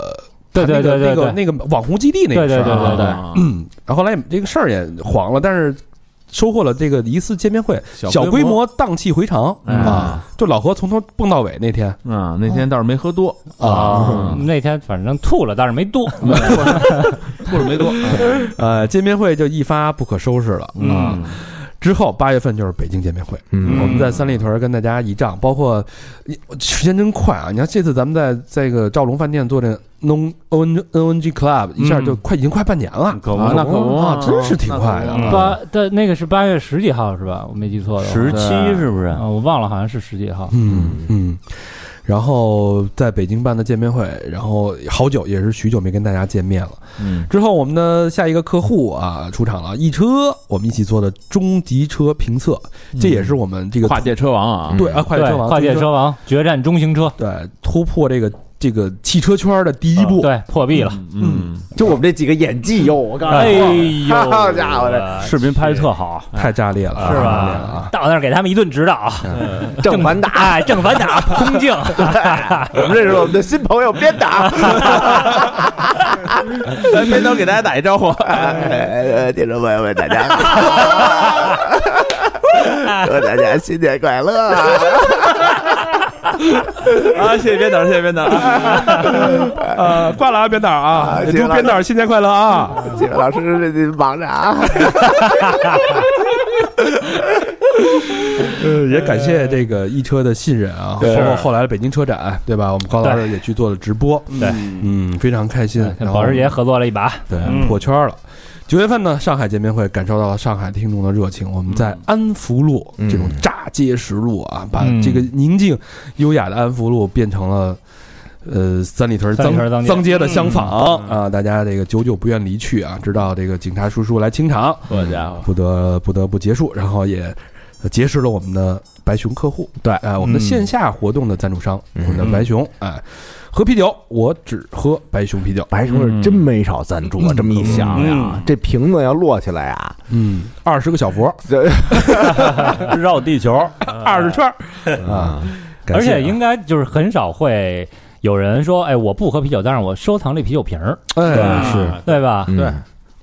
[SPEAKER 4] 对对对
[SPEAKER 1] 谈那
[SPEAKER 4] 对
[SPEAKER 1] 个
[SPEAKER 4] 对
[SPEAKER 1] 那个那个网红基地那个事儿啊，
[SPEAKER 4] 对对对
[SPEAKER 3] 啊
[SPEAKER 1] 嗯，然后后来这个事儿也黄了，但是收获了这个一次见面会，
[SPEAKER 3] 小
[SPEAKER 1] 小
[SPEAKER 3] 规
[SPEAKER 1] 规模荡气回肠
[SPEAKER 3] 嗯
[SPEAKER 1] 啊！就老何从头蹦到尾那天
[SPEAKER 3] 啊，那天倒是没喝多，
[SPEAKER 4] 啊，那天反正吐了，但是没多，
[SPEAKER 3] 吐了没多。
[SPEAKER 1] 呃，见面会就一发不可收拾了。啊
[SPEAKER 3] 嗯，
[SPEAKER 1] 之后八月份就是北京见面会，
[SPEAKER 2] 嗯
[SPEAKER 1] 我们在三里屯跟大家一仗，包括你时间真快啊！你看这次咱们在在这个兆龙饭店做这个 N O N N O N G Club，一下就快已经快半年了，
[SPEAKER 6] 可
[SPEAKER 3] 啊嗯那可不
[SPEAKER 1] 啊，真是挺快
[SPEAKER 3] 那可
[SPEAKER 1] 的。
[SPEAKER 3] 不啊
[SPEAKER 4] 八的那个是八月十几号是吧？我没记错的话，
[SPEAKER 6] 十七是不是
[SPEAKER 4] 啊，？我忘了，好像是十几号。
[SPEAKER 1] 嗯嗯，然后在北京办的见面会，然后好久也是许久没跟大家见面了。
[SPEAKER 3] 嗯，
[SPEAKER 1] 之后我们的下一个客户啊出场了，易车，我们一起做的中级车评测，这也是我们这个
[SPEAKER 3] 跨界车王啊，
[SPEAKER 1] 对啊快
[SPEAKER 4] 嗯对
[SPEAKER 1] 界车王，
[SPEAKER 4] 跨界
[SPEAKER 1] 中级
[SPEAKER 4] 车王决战中型车，
[SPEAKER 1] 对突破这个这个汽车圈的第一步。
[SPEAKER 4] 对，破壁了。
[SPEAKER 3] 嗯，
[SPEAKER 2] 就我们这几个演技哟，我告诉
[SPEAKER 4] 哎
[SPEAKER 2] 你，
[SPEAKER 4] 呦，
[SPEAKER 2] 好家伙这
[SPEAKER 6] 视频拍的特好，啊
[SPEAKER 1] 太炸裂了，
[SPEAKER 4] 是
[SPEAKER 1] 太炸裂了
[SPEAKER 4] 吧
[SPEAKER 1] 啊！？
[SPEAKER 4] 到那儿给他们一顿指导，
[SPEAKER 2] 正反打，
[SPEAKER 4] 哎，正反打，恭敬，
[SPEAKER 2] 我们认识我们的新朋友边 打，
[SPEAKER 3] 咱边头给大家打一招呼，
[SPEAKER 2] 哎，听众朋友们，大家好，祝大家新年快乐！
[SPEAKER 3] 啊，谢谢编导，谢谢编导。
[SPEAKER 1] 呃，挂了啊，编导啊，
[SPEAKER 2] 啊
[SPEAKER 1] 祝
[SPEAKER 2] 谢谢
[SPEAKER 1] 编导新年快乐 啊！
[SPEAKER 2] 几位老师，你忙着啊。
[SPEAKER 1] 呃，也感谢这个易车的信任啊，包括后来的北京车展，对吧？我们高老师也去做了直播，
[SPEAKER 4] 对
[SPEAKER 1] 嗯，非常开
[SPEAKER 2] 哎
[SPEAKER 1] 心。
[SPEAKER 4] 跟
[SPEAKER 1] 然后
[SPEAKER 4] 保时捷合作了一把，
[SPEAKER 1] 对，破圈了。九月份呢，上海见面会感受到了上海听众的热情。我们在安福路
[SPEAKER 2] 嗯
[SPEAKER 1] 这种炸街实路啊，把
[SPEAKER 4] 嗯
[SPEAKER 1] 这个宁静、优雅的安福路变成了呃三里屯
[SPEAKER 4] 三里屯
[SPEAKER 1] 脏
[SPEAKER 4] 脏街
[SPEAKER 1] 脏街的相仿啊，大家这个久久不愿离去啊，直到这个警察叔叔来清场，
[SPEAKER 3] 好家伙，
[SPEAKER 1] 不得不得不结束，然后也结识了我们的白熊客户，对，啊，我们的线下活动的赞助商，我们的白熊，哎，喝啤酒，我只喝白熊啤酒，
[SPEAKER 2] 白熊是真没少赞助啊！这么一想呀，这瓶子要摞起来啊，
[SPEAKER 1] 嗯，二十个小佛，
[SPEAKER 2] 这
[SPEAKER 6] 绕地球，
[SPEAKER 1] 二十圈儿啊，感
[SPEAKER 4] 而
[SPEAKER 1] 谢啊
[SPEAKER 4] 且应该就是很少会有人说，哎，我不喝啤酒，但是我收藏了一啤酒瓶儿，
[SPEAKER 1] 哎是
[SPEAKER 4] 对吧？
[SPEAKER 2] 嗯
[SPEAKER 1] 对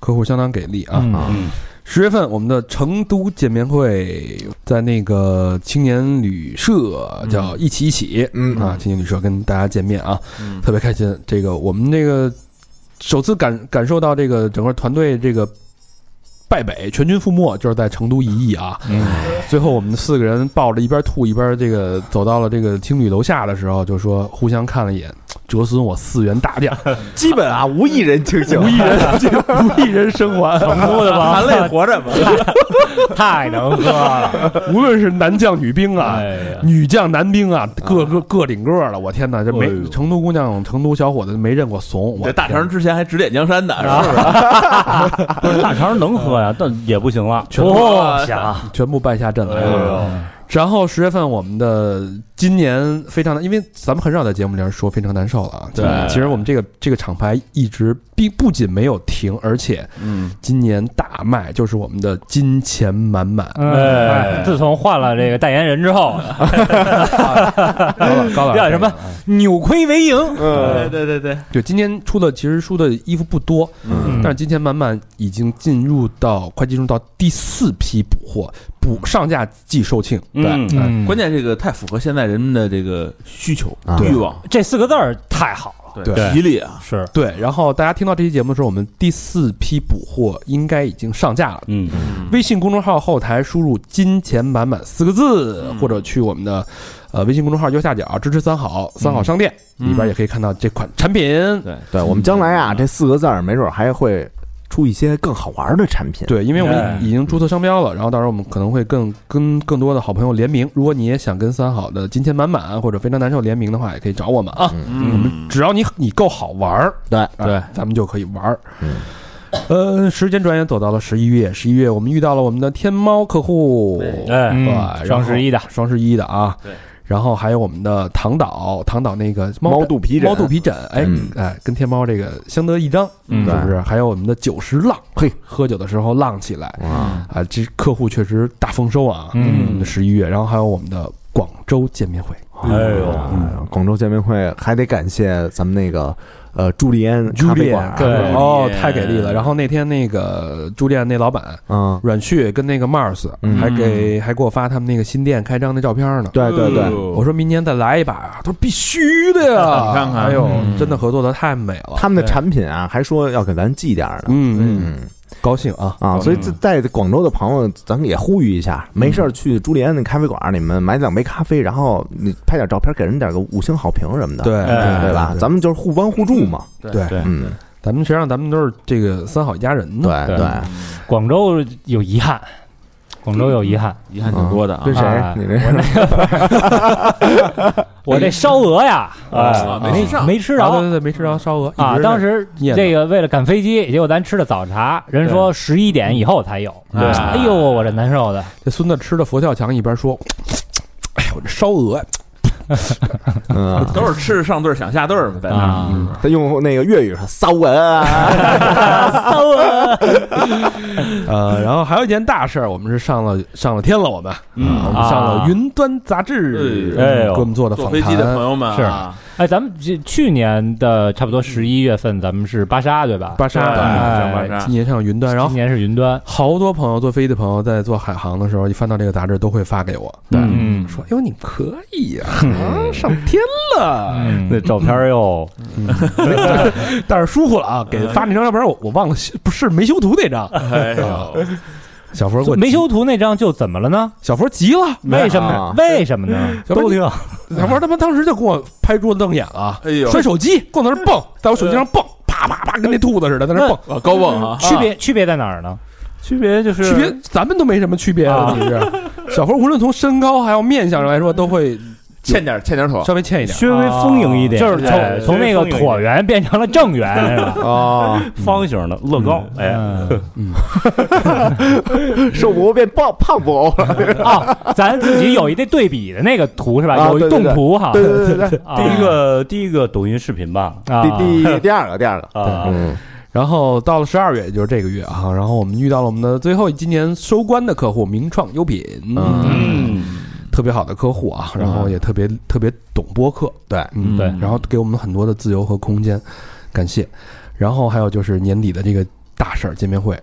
[SPEAKER 1] 客户相当给力啊。
[SPEAKER 4] 嗯，
[SPEAKER 1] 十月份我们的成都见面会在那个青年旅社叫一起一起，
[SPEAKER 2] 嗯
[SPEAKER 1] 啊，青年旅社跟大家见面啊，
[SPEAKER 3] 嗯
[SPEAKER 1] 特别开心。这个我们这个首次感感受到这个整个团队这个。败北，全军覆没，就是在成都一役啊！最后我们四个人抱着一边吐一边这个走到了这个青旅楼下的时候，就说互相看了一眼，折损我四员大将，
[SPEAKER 2] 基本啊无一人清醒，
[SPEAKER 1] 无一人无一人生还。
[SPEAKER 4] 成都的吧，
[SPEAKER 8] 含泪活着吧。
[SPEAKER 4] 太
[SPEAKER 3] 啊
[SPEAKER 4] 能喝了，
[SPEAKER 1] 无论是男将女兵啊，
[SPEAKER 4] 哎呀，
[SPEAKER 1] 女将男兵啊，个个个顶个了。我天哪，这没
[SPEAKER 3] 哎呦
[SPEAKER 1] 成都姑娘、成都小伙子没认过怂。我
[SPEAKER 3] 这大
[SPEAKER 1] 天
[SPEAKER 3] 成之前还指点江山呢，是不是？
[SPEAKER 6] 不 是大肠能喝呀，但也不行了，
[SPEAKER 4] 哦
[SPEAKER 1] 全部
[SPEAKER 6] 不行啊，
[SPEAKER 1] 全部败下阵来
[SPEAKER 3] 哦哎
[SPEAKER 1] 了。
[SPEAKER 3] 呦
[SPEAKER 1] 然后十月份我们的今年非常的，因为咱们很少在节目里说非常难受了啊。
[SPEAKER 3] 对
[SPEAKER 1] 其实我们这个这个厂牌一直并不仅没有停，而且
[SPEAKER 3] 嗯，
[SPEAKER 1] 今年大卖，就是我们的金钱满满。
[SPEAKER 4] 哎，自从换了这个代言人之后，
[SPEAKER 1] 高老高老师
[SPEAKER 4] 叫什么扭亏为盈，
[SPEAKER 3] 对
[SPEAKER 6] 嗯
[SPEAKER 3] 对对对，
[SPEAKER 1] 对，今年出的其实出的衣服不多，
[SPEAKER 3] 嗯
[SPEAKER 1] 但是今天满满已经进入到快进入到第四批补货，补上架即售罄。
[SPEAKER 6] 嗯
[SPEAKER 1] 对，
[SPEAKER 3] 关键这个太符合现在人们的这个需求
[SPEAKER 2] 啊
[SPEAKER 3] 欲望，
[SPEAKER 4] 这四个字儿太好了，对
[SPEAKER 3] 吉利啊，
[SPEAKER 4] 是
[SPEAKER 1] 对，然后大家听到这期节目的时候，我们第四批补货应该已经上架了。
[SPEAKER 6] 嗯，
[SPEAKER 1] 微信公众号后台输入“金钱满满”四个字，
[SPEAKER 6] 嗯
[SPEAKER 1] 或者去我们的呃微信公众号右下角支持三好三
[SPEAKER 6] 嗯
[SPEAKER 1] 好商店、里边也可以看到这款产品。
[SPEAKER 3] 对
[SPEAKER 2] 对我们将来啊，这四个字儿没准儿还会出一些更好玩的产品。
[SPEAKER 1] 对，因为我
[SPEAKER 4] 哎
[SPEAKER 1] 们已经注册商标了，然后到时候我们可能会更跟更多的好朋友联名。如果你也想跟三好的“金钱满满”或者“非常难受”联名的话，也可以找我们啊。
[SPEAKER 3] 嗯，
[SPEAKER 1] 只要你你够好玩儿，
[SPEAKER 2] 对
[SPEAKER 1] 对，咱们就可以玩儿。
[SPEAKER 2] 嗯
[SPEAKER 1] 呃，时间转眼走到了十一月，十一月我们遇到了我们的天猫客户，
[SPEAKER 4] 哎
[SPEAKER 1] 对，
[SPEAKER 4] 双十一的，
[SPEAKER 1] 双十一的啊，对，然后还有我们的唐导，唐导那个
[SPEAKER 2] 猫
[SPEAKER 1] 猫
[SPEAKER 2] 肚皮枕
[SPEAKER 1] 猫肚皮枕，哎
[SPEAKER 2] 嗯
[SPEAKER 1] 哎，跟天猫这个相得益彰，
[SPEAKER 3] 嗯
[SPEAKER 1] 是不是？还有我们的九十浪，嘿，喝酒的时候浪起来
[SPEAKER 2] 哇，
[SPEAKER 1] 啊，这客户确实大丰收啊，
[SPEAKER 4] 嗯
[SPEAKER 1] 十一月，然后还有我们的广州见面会，
[SPEAKER 6] 哎呦，
[SPEAKER 2] 嗯广州见面会还得感谢咱们那个呃朱利安咖啡馆，啊
[SPEAKER 4] 对
[SPEAKER 1] 哦，太给力了。然后那天那个朱店那老板
[SPEAKER 2] 嗯，
[SPEAKER 1] 阮旭跟那个 Mars
[SPEAKER 2] 嗯
[SPEAKER 1] 还给还给我发他们那个新店开张的照片呢，
[SPEAKER 2] 对对
[SPEAKER 3] 哎
[SPEAKER 2] 对，
[SPEAKER 3] 嗯
[SPEAKER 1] 我说明年再来一把啊，他说必须的呀！
[SPEAKER 3] 你看看
[SPEAKER 1] 哎呦，
[SPEAKER 3] 嗯
[SPEAKER 1] 真的合作的太美了，
[SPEAKER 2] 他们的
[SPEAKER 1] 对
[SPEAKER 2] 产品啊，还说要给咱寄点儿呢。
[SPEAKER 1] 嗯嗯，
[SPEAKER 2] 嗯
[SPEAKER 1] 高兴啊，
[SPEAKER 2] 啊，所以在在广州的朋友，咱们也呼吁一下，没事儿去朱利安那咖啡馆，你们买两杯咖啡，然后你拍点照片，给人点个五星好评什么的，
[SPEAKER 1] 嗯对
[SPEAKER 4] 哎
[SPEAKER 2] 嗯对吧？咱们就是互帮互助嘛。
[SPEAKER 1] 对
[SPEAKER 6] 对
[SPEAKER 2] 嗯，
[SPEAKER 1] 咱们谁让咱们都是这个三好一家人呢？
[SPEAKER 2] 对对，
[SPEAKER 4] 广州有遗憾，广州有遗憾，
[SPEAKER 3] 遗憾挺多的啊
[SPEAKER 2] 跟。谁
[SPEAKER 4] 啊？
[SPEAKER 2] 你这
[SPEAKER 4] 我这烧鹅呀，
[SPEAKER 3] 啊没吃上
[SPEAKER 4] 没吃
[SPEAKER 1] 啊，对
[SPEAKER 4] 着
[SPEAKER 1] 对对，没吃着烧鹅
[SPEAKER 4] 啊！当时
[SPEAKER 1] 也
[SPEAKER 4] 这个为了赶飞机，结果咱吃的早茶，人说十一点以后才有，
[SPEAKER 3] 对
[SPEAKER 4] 哎呦，我这难受的，
[SPEAKER 1] 这孙子吃着佛跳墙，一边说：“哎，我这烧鹅，
[SPEAKER 2] 嗯，
[SPEAKER 3] 都是吃上顿儿想下顿儿嘛，在那儿
[SPEAKER 4] 啊
[SPEAKER 3] 是不是
[SPEAKER 2] 他用那个粤语说骚文啊，
[SPEAKER 1] 呃，然后还有一件大事儿，我们是上了上了天了，我们啊
[SPEAKER 3] 嗯
[SPEAKER 1] 我们上了云端杂志，
[SPEAKER 3] 哎
[SPEAKER 4] 呦
[SPEAKER 1] 给我们做的
[SPEAKER 3] 坐
[SPEAKER 1] 访
[SPEAKER 3] 飞机的朋
[SPEAKER 1] 谈。
[SPEAKER 3] 友们啊
[SPEAKER 4] 哎，咱们这去年的差不多十一月份，咱们是巴莎对吧？
[SPEAKER 1] 巴莎
[SPEAKER 3] 对
[SPEAKER 4] 哎
[SPEAKER 3] 巴莎
[SPEAKER 1] 今年上云端，然后
[SPEAKER 4] 今年是云端，
[SPEAKER 1] 好多朋友坐飞机的朋友在做海航的时候，一翻到这个杂志都会发给我，
[SPEAKER 4] 嗯，
[SPEAKER 1] 说：“哎呦，你可以呀、啊，上天了。
[SPEAKER 4] 嗯
[SPEAKER 6] 那照片哟，
[SPEAKER 1] 但是疏忽了啊，给发那张照片，我我忘了修，不是没修图那张。
[SPEAKER 3] 哎呦，
[SPEAKER 1] 小佛给我
[SPEAKER 4] 嗯没
[SPEAKER 1] 急，
[SPEAKER 4] 修图那张就怎么了呢？
[SPEAKER 1] 小佛急了，
[SPEAKER 4] 为什
[SPEAKER 2] 啊
[SPEAKER 4] 么？为什么呢？
[SPEAKER 1] 小佛
[SPEAKER 6] 挺
[SPEAKER 1] 小佛他妈当时就跟我拍桌子瞪眼了，
[SPEAKER 3] 哎呦，
[SPEAKER 1] 摔手机，跟我在那儿 蹦，在我手机上蹦，啪啪啪，跟那兔子似的在那儿蹦。
[SPEAKER 3] 啊高蹦啊，
[SPEAKER 4] 区别区别在哪儿呢？
[SPEAKER 6] 区别就是
[SPEAKER 1] 区别咱们都没什么区别了，
[SPEAKER 4] 啊
[SPEAKER 1] 你是 小佛，无论从身高还有面相上来说，都会
[SPEAKER 3] 欠点儿欠点儿头，
[SPEAKER 1] 稍微欠一点。
[SPEAKER 6] 稍微丰盈一点，
[SPEAKER 4] 就是从从那个椭圆变成了正圆，是吧？
[SPEAKER 2] 哦，
[SPEAKER 6] 方形的乐高，哎，
[SPEAKER 2] 瘦不欧变胖胖不欧了，
[SPEAKER 4] 啊，咱自己有一个对比的那个图是吧？
[SPEAKER 2] 啊
[SPEAKER 4] 有一动图哈。
[SPEAKER 2] 对对对对，
[SPEAKER 4] 啊
[SPEAKER 6] 第一个第一个抖音视频吧，
[SPEAKER 4] 啊，
[SPEAKER 2] 第第第二个第二个，
[SPEAKER 6] 啊，
[SPEAKER 2] 嗯，
[SPEAKER 1] 然后到了十二月，也就是这个月啊，然后我们遇到了我们的最后今年收官的客户名创优品，
[SPEAKER 6] 嗯，
[SPEAKER 1] 特别好的客户啊，然后也特别特别懂播客，
[SPEAKER 2] 对
[SPEAKER 1] 嗯
[SPEAKER 4] 对
[SPEAKER 1] 然后给我们很多的自由和空间，感谢。然后还有就是年底的这个大事儿见面会，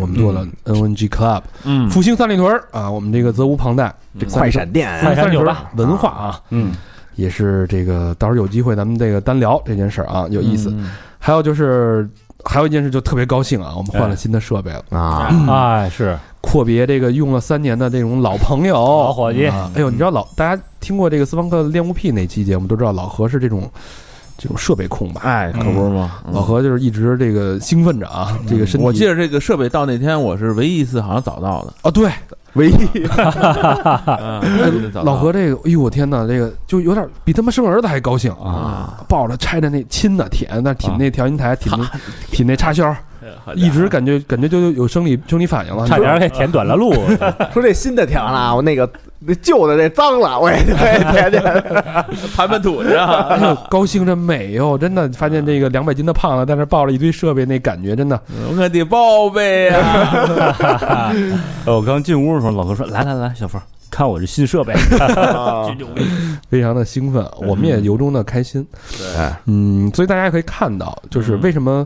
[SPEAKER 1] 我们做了 NNG Club，
[SPEAKER 3] 嗯
[SPEAKER 1] 复兴三里屯儿啊，我们这个责无旁贷，
[SPEAKER 3] 这
[SPEAKER 2] 快闪店啊，
[SPEAKER 4] 快
[SPEAKER 1] 三
[SPEAKER 4] 闪
[SPEAKER 1] 里
[SPEAKER 4] 酒
[SPEAKER 1] 屯
[SPEAKER 4] 吧
[SPEAKER 1] 儿文化啊，
[SPEAKER 6] 嗯，
[SPEAKER 1] 也是这个到时候有机会咱们这个单聊这件事儿啊，有意思。
[SPEAKER 3] 嗯
[SPEAKER 1] 还有就是还有一件事就特别高兴啊，我们
[SPEAKER 3] 哎
[SPEAKER 1] 换了新的设备了，
[SPEAKER 2] 啊，
[SPEAKER 4] 哎是
[SPEAKER 1] 阔别这个用了三年的这种老朋友，
[SPEAKER 4] 老伙计，
[SPEAKER 1] 啊，
[SPEAKER 3] 嗯
[SPEAKER 1] 哎呦，你知道老大家听过这个斯方克恋物癖那期节目都知道老何是这种这种设备控吧？嗯
[SPEAKER 3] 哎，可不是吗？
[SPEAKER 1] 老何就是一直这个兴奋着啊，这个身体。
[SPEAKER 3] 嗯我记得哦这个设备到那天，我是唯一一次好像早到的。
[SPEAKER 1] 啊，对，
[SPEAKER 2] 唯一
[SPEAKER 3] 嗯，
[SPEAKER 1] 老何这个，哎呦我天哪，这个就有点比他妈生儿子还高兴
[SPEAKER 3] 啊！
[SPEAKER 1] 抱着拆着那亲的舔，那挺那调音台，挺那挺那插销，一直感觉感觉就有生理生理反 应了，
[SPEAKER 4] 差点给舔短了路。
[SPEAKER 2] 说这新的舔完了啊，我那个那旧的这脏了，我也 我也舔舔。
[SPEAKER 3] 盘盘土去啊！
[SPEAKER 1] 哎呦，高兴着美哟！真的发现这个两百斤的胖子，但是抱着一堆设备，那感觉真的
[SPEAKER 3] 我可得报备呀！
[SPEAKER 6] 呃，我刚进屋的时候，老哥说：“来来来，小凤，看我这新设备。啊
[SPEAKER 1] 非常的兴奋，我们也由衷的开心。
[SPEAKER 2] 对，
[SPEAKER 1] 嗯，所以大家也可以看到，就是为什么，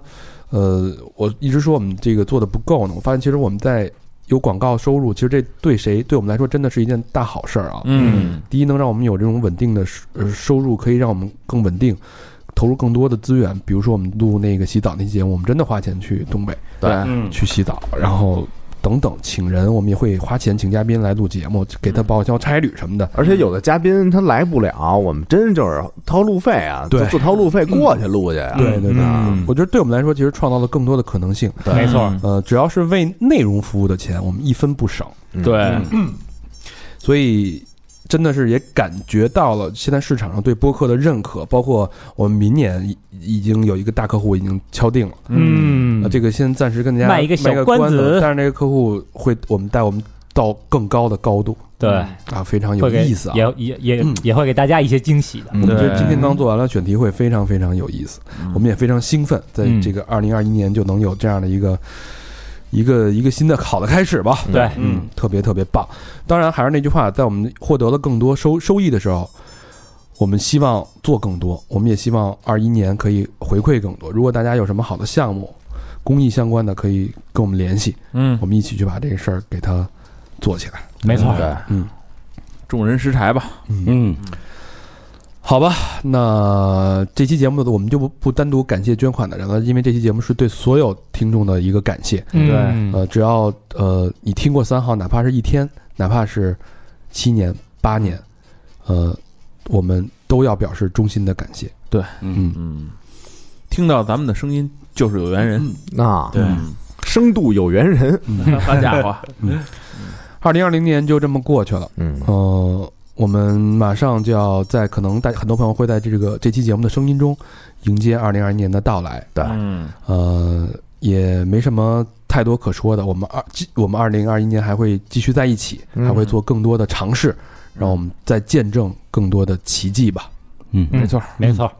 [SPEAKER 1] 呃，我一直说我们这个做的不够呢？我发现其实我们在有广告收入，其实这对谁对我们来说真的是一件大好事儿啊。
[SPEAKER 3] 嗯，
[SPEAKER 1] 第一，能让我们有这种稳定的收呃收入，可以让我们更稳定。投入更多的资源，比如说我们录那个洗澡那期节目，我们真的花钱去东北
[SPEAKER 3] 对，
[SPEAKER 6] 嗯，
[SPEAKER 1] 去洗澡，然后等等请人，我们也会花钱请嘉宾来录节目，给他报销差旅什么的。
[SPEAKER 2] 而且有的嘉宾他来不了，我们真就是掏路费啊，
[SPEAKER 1] 对
[SPEAKER 2] 就自掏路费过去录去啊。
[SPEAKER 1] 对对对，
[SPEAKER 3] 嗯
[SPEAKER 1] 我觉得对我们来说，其实创造了更多的可能性。
[SPEAKER 4] 没错，
[SPEAKER 1] 呃，只要是为内容服务的钱，我们一分不省。
[SPEAKER 2] 嗯
[SPEAKER 3] 对，
[SPEAKER 1] 所以真的是也感觉到了现在市场上对播客的认可，包括我们明年已已经有一个大客户已经敲定了，
[SPEAKER 4] 嗯
[SPEAKER 1] 那这个先暂时跟大家
[SPEAKER 4] 卖一个小关子
[SPEAKER 1] 但是那个客户会我们带我们到更高的高度
[SPEAKER 4] 对，
[SPEAKER 1] 啊，非常有
[SPEAKER 4] 会给
[SPEAKER 1] 意思啊。
[SPEAKER 4] 也也也
[SPEAKER 1] 嗯
[SPEAKER 4] 也会给大家一些惊喜的。
[SPEAKER 1] 我们这
[SPEAKER 3] 对
[SPEAKER 1] 今天刚做完了选题会，非常非常有意思，我们也非常兴奋，在
[SPEAKER 4] 嗯
[SPEAKER 1] 这个二零二一年就能有这样的一个一个一个新的好的开始吧。
[SPEAKER 4] 对，
[SPEAKER 1] 嗯，特别特别棒。当然，还是那句话，在我们获得了更多收收益的时候，我们希望做更多，我们也希望二一年可以回馈更多。如果大家有什么好的项目、公益相关的，可以跟我们联系，
[SPEAKER 3] 嗯
[SPEAKER 1] 我，们一起去把这个事儿给它做起来。
[SPEAKER 4] 没错，
[SPEAKER 2] 对，
[SPEAKER 3] 众人拾柴吧，
[SPEAKER 6] 嗯，
[SPEAKER 1] 好吧，那这期节目我们就不不单独感谢捐款的人了，因为这期节目是对所有听众的一个感谢。
[SPEAKER 4] 嗯
[SPEAKER 1] 呃，只要呃你听过三号，哪怕是一天，哪怕是七年、八年，呃，我们都要表示衷心的感谢。
[SPEAKER 6] 嗯
[SPEAKER 3] 嗯，听到咱们的声音就是有缘人，
[SPEAKER 2] 啊，
[SPEAKER 6] 对
[SPEAKER 3] 嗯
[SPEAKER 2] 深度有缘人，
[SPEAKER 1] 嗯
[SPEAKER 3] 好家伙，
[SPEAKER 1] 二零二零年就这么过去了，
[SPEAKER 2] 嗯
[SPEAKER 1] 呃，我们马上就要在可能大很多朋友会在这个这期节目的声音中迎接二零二一年的到来，
[SPEAKER 3] 嗯，
[SPEAKER 1] 呃，也没什么。太多可说的，我们二继我们二零二一年还会继续在一起，
[SPEAKER 2] 嗯
[SPEAKER 1] 还会做更多的尝试，让我们再见证更多的奇迹吧。
[SPEAKER 6] 嗯，
[SPEAKER 3] 没错，
[SPEAKER 4] 没错，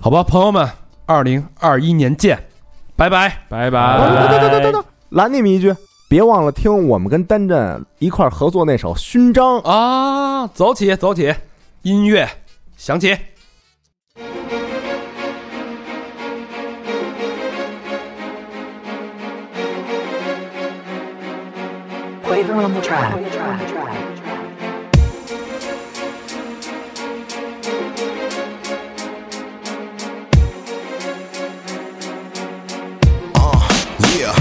[SPEAKER 1] 好吧，朋友们，二零二一年见，拜拜。
[SPEAKER 3] 拜
[SPEAKER 2] 等
[SPEAKER 3] 拜
[SPEAKER 2] 等。等等等等，拦你们一句，别忘了听我们跟丹震一块儿合作那首《勋章》。
[SPEAKER 1] 啊，走起，走起，音乐响起。
[SPEAKER 9] Quaver on the track.
[SPEAKER 10] Yeah，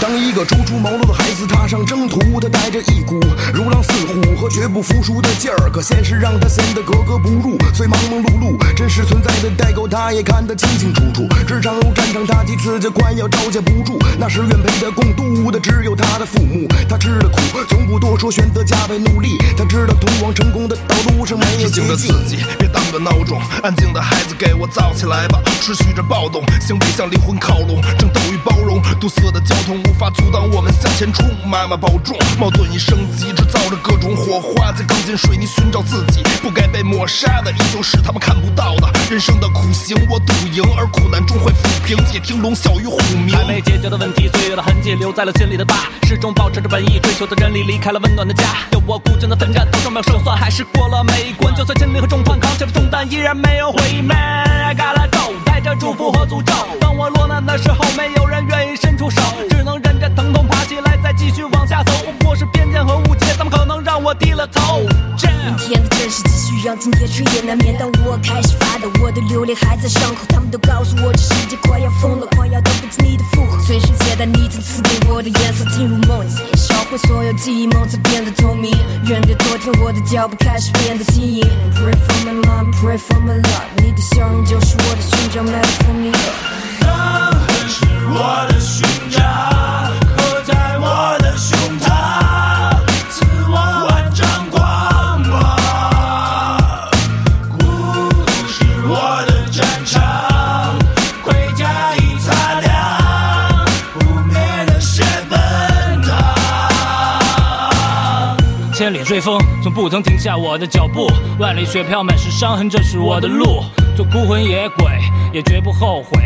[SPEAKER 10] 当一个初出茅庐的孩子踏上征途，他带着一股如狼似虎和绝不服输的劲儿，可现实让他显得格格不入。虽忙忙碌碌，真实存在的代沟他也看得清清楚楚。职场如战场，他几次就快要招架不住。那时愿陪他共度的只有他的父母，他吃的苦从不多说，选择加倍努力。他知道通往成功的道路上没有
[SPEAKER 11] 安
[SPEAKER 10] 捷
[SPEAKER 11] 静的自
[SPEAKER 10] 径。
[SPEAKER 11] 己，别当个孬种。安静的孩子，给我造起来吧！持续着暴动，向理想灵魂靠拢，争斗与包容。堵塞的交通无法阻挡我们向前冲。妈妈保重，矛盾已升级，制造着各种火花，在钢筋水泥寻找自己。不该被抹杀的，依旧是他们看不到的。人生的苦行，我赌赢，而苦难终会抚平。且听龙啸与虎鸣。
[SPEAKER 12] 还没解决的问题，岁月的痕迹留在了心里的疤。始终保持着本意，追求的真理，离开了温暖的家。有我孤军的奋战，头上没有胜算，还是过了每一关。就算心里和众叛，扛起了重担，依然没有悔意。Man，I gotta go，带着祝福和诅咒。当我落难的时候，没有人愿意伸出手，只能忍着疼痛爬起来，再继续往下走。我是偏见和误解，他们可能让我低了头。Jam
[SPEAKER 13] 天的真实继续让今天彻夜难眠。当我开始发抖，我的流泪还在伤口，他们都告诉我这世界快要疯了，快要等不及你的复合。随身携带你曾赐给我的颜色，进入梦境，烧毁所有记忆，梦才变得透明。远离昨天，我的脚步开始变得轻盈。Pray for my mom, pray for my love，你的笑容就是我的勋章，Made for me。
[SPEAKER 12] 千里追风从不曾停下我的脚步，万里雪飘满是伤痕，这是我的路。做孤魂野鬼也绝不后悔，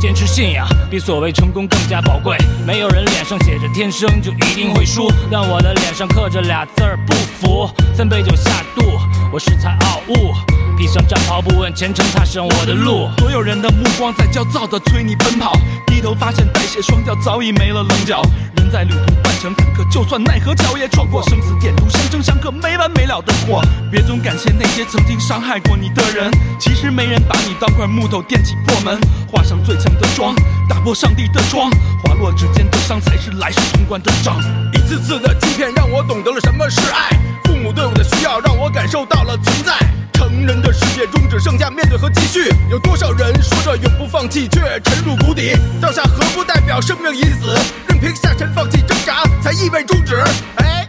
[SPEAKER 12] 坚持信仰比所谓成功更加宝贵。没有人脸上写着天生就一定会输，但我的脸上刻着俩字儿不服。三杯酒下肚，我时才傲悟。
[SPEAKER 4] 披上战袍，不问前程，踏上我的路。
[SPEAKER 11] 所有人的目光在焦躁地催你奔跑，低头发现代谢双脚早已没了棱角。人在旅途半程坎坷，就算奈何桥也闯过，生死点如相争相克，没完没了的祸。别总感谢那些曾经伤害过你的人，其实没人把你当块木头惦记破门，画上最强的妆，打破上帝的窗，滑落指尖的伤才是来世通关的障。
[SPEAKER 1] 一次次的欺骗让我懂得了什么是爱，父母对我的需要让我感受到了存在。成人的世界中只剩下面对和继续，有多少人说着永不放弃，却沉入谷底？倒下河不代表生命已死，任凭下沉放弃挣扎才意味终止。哎，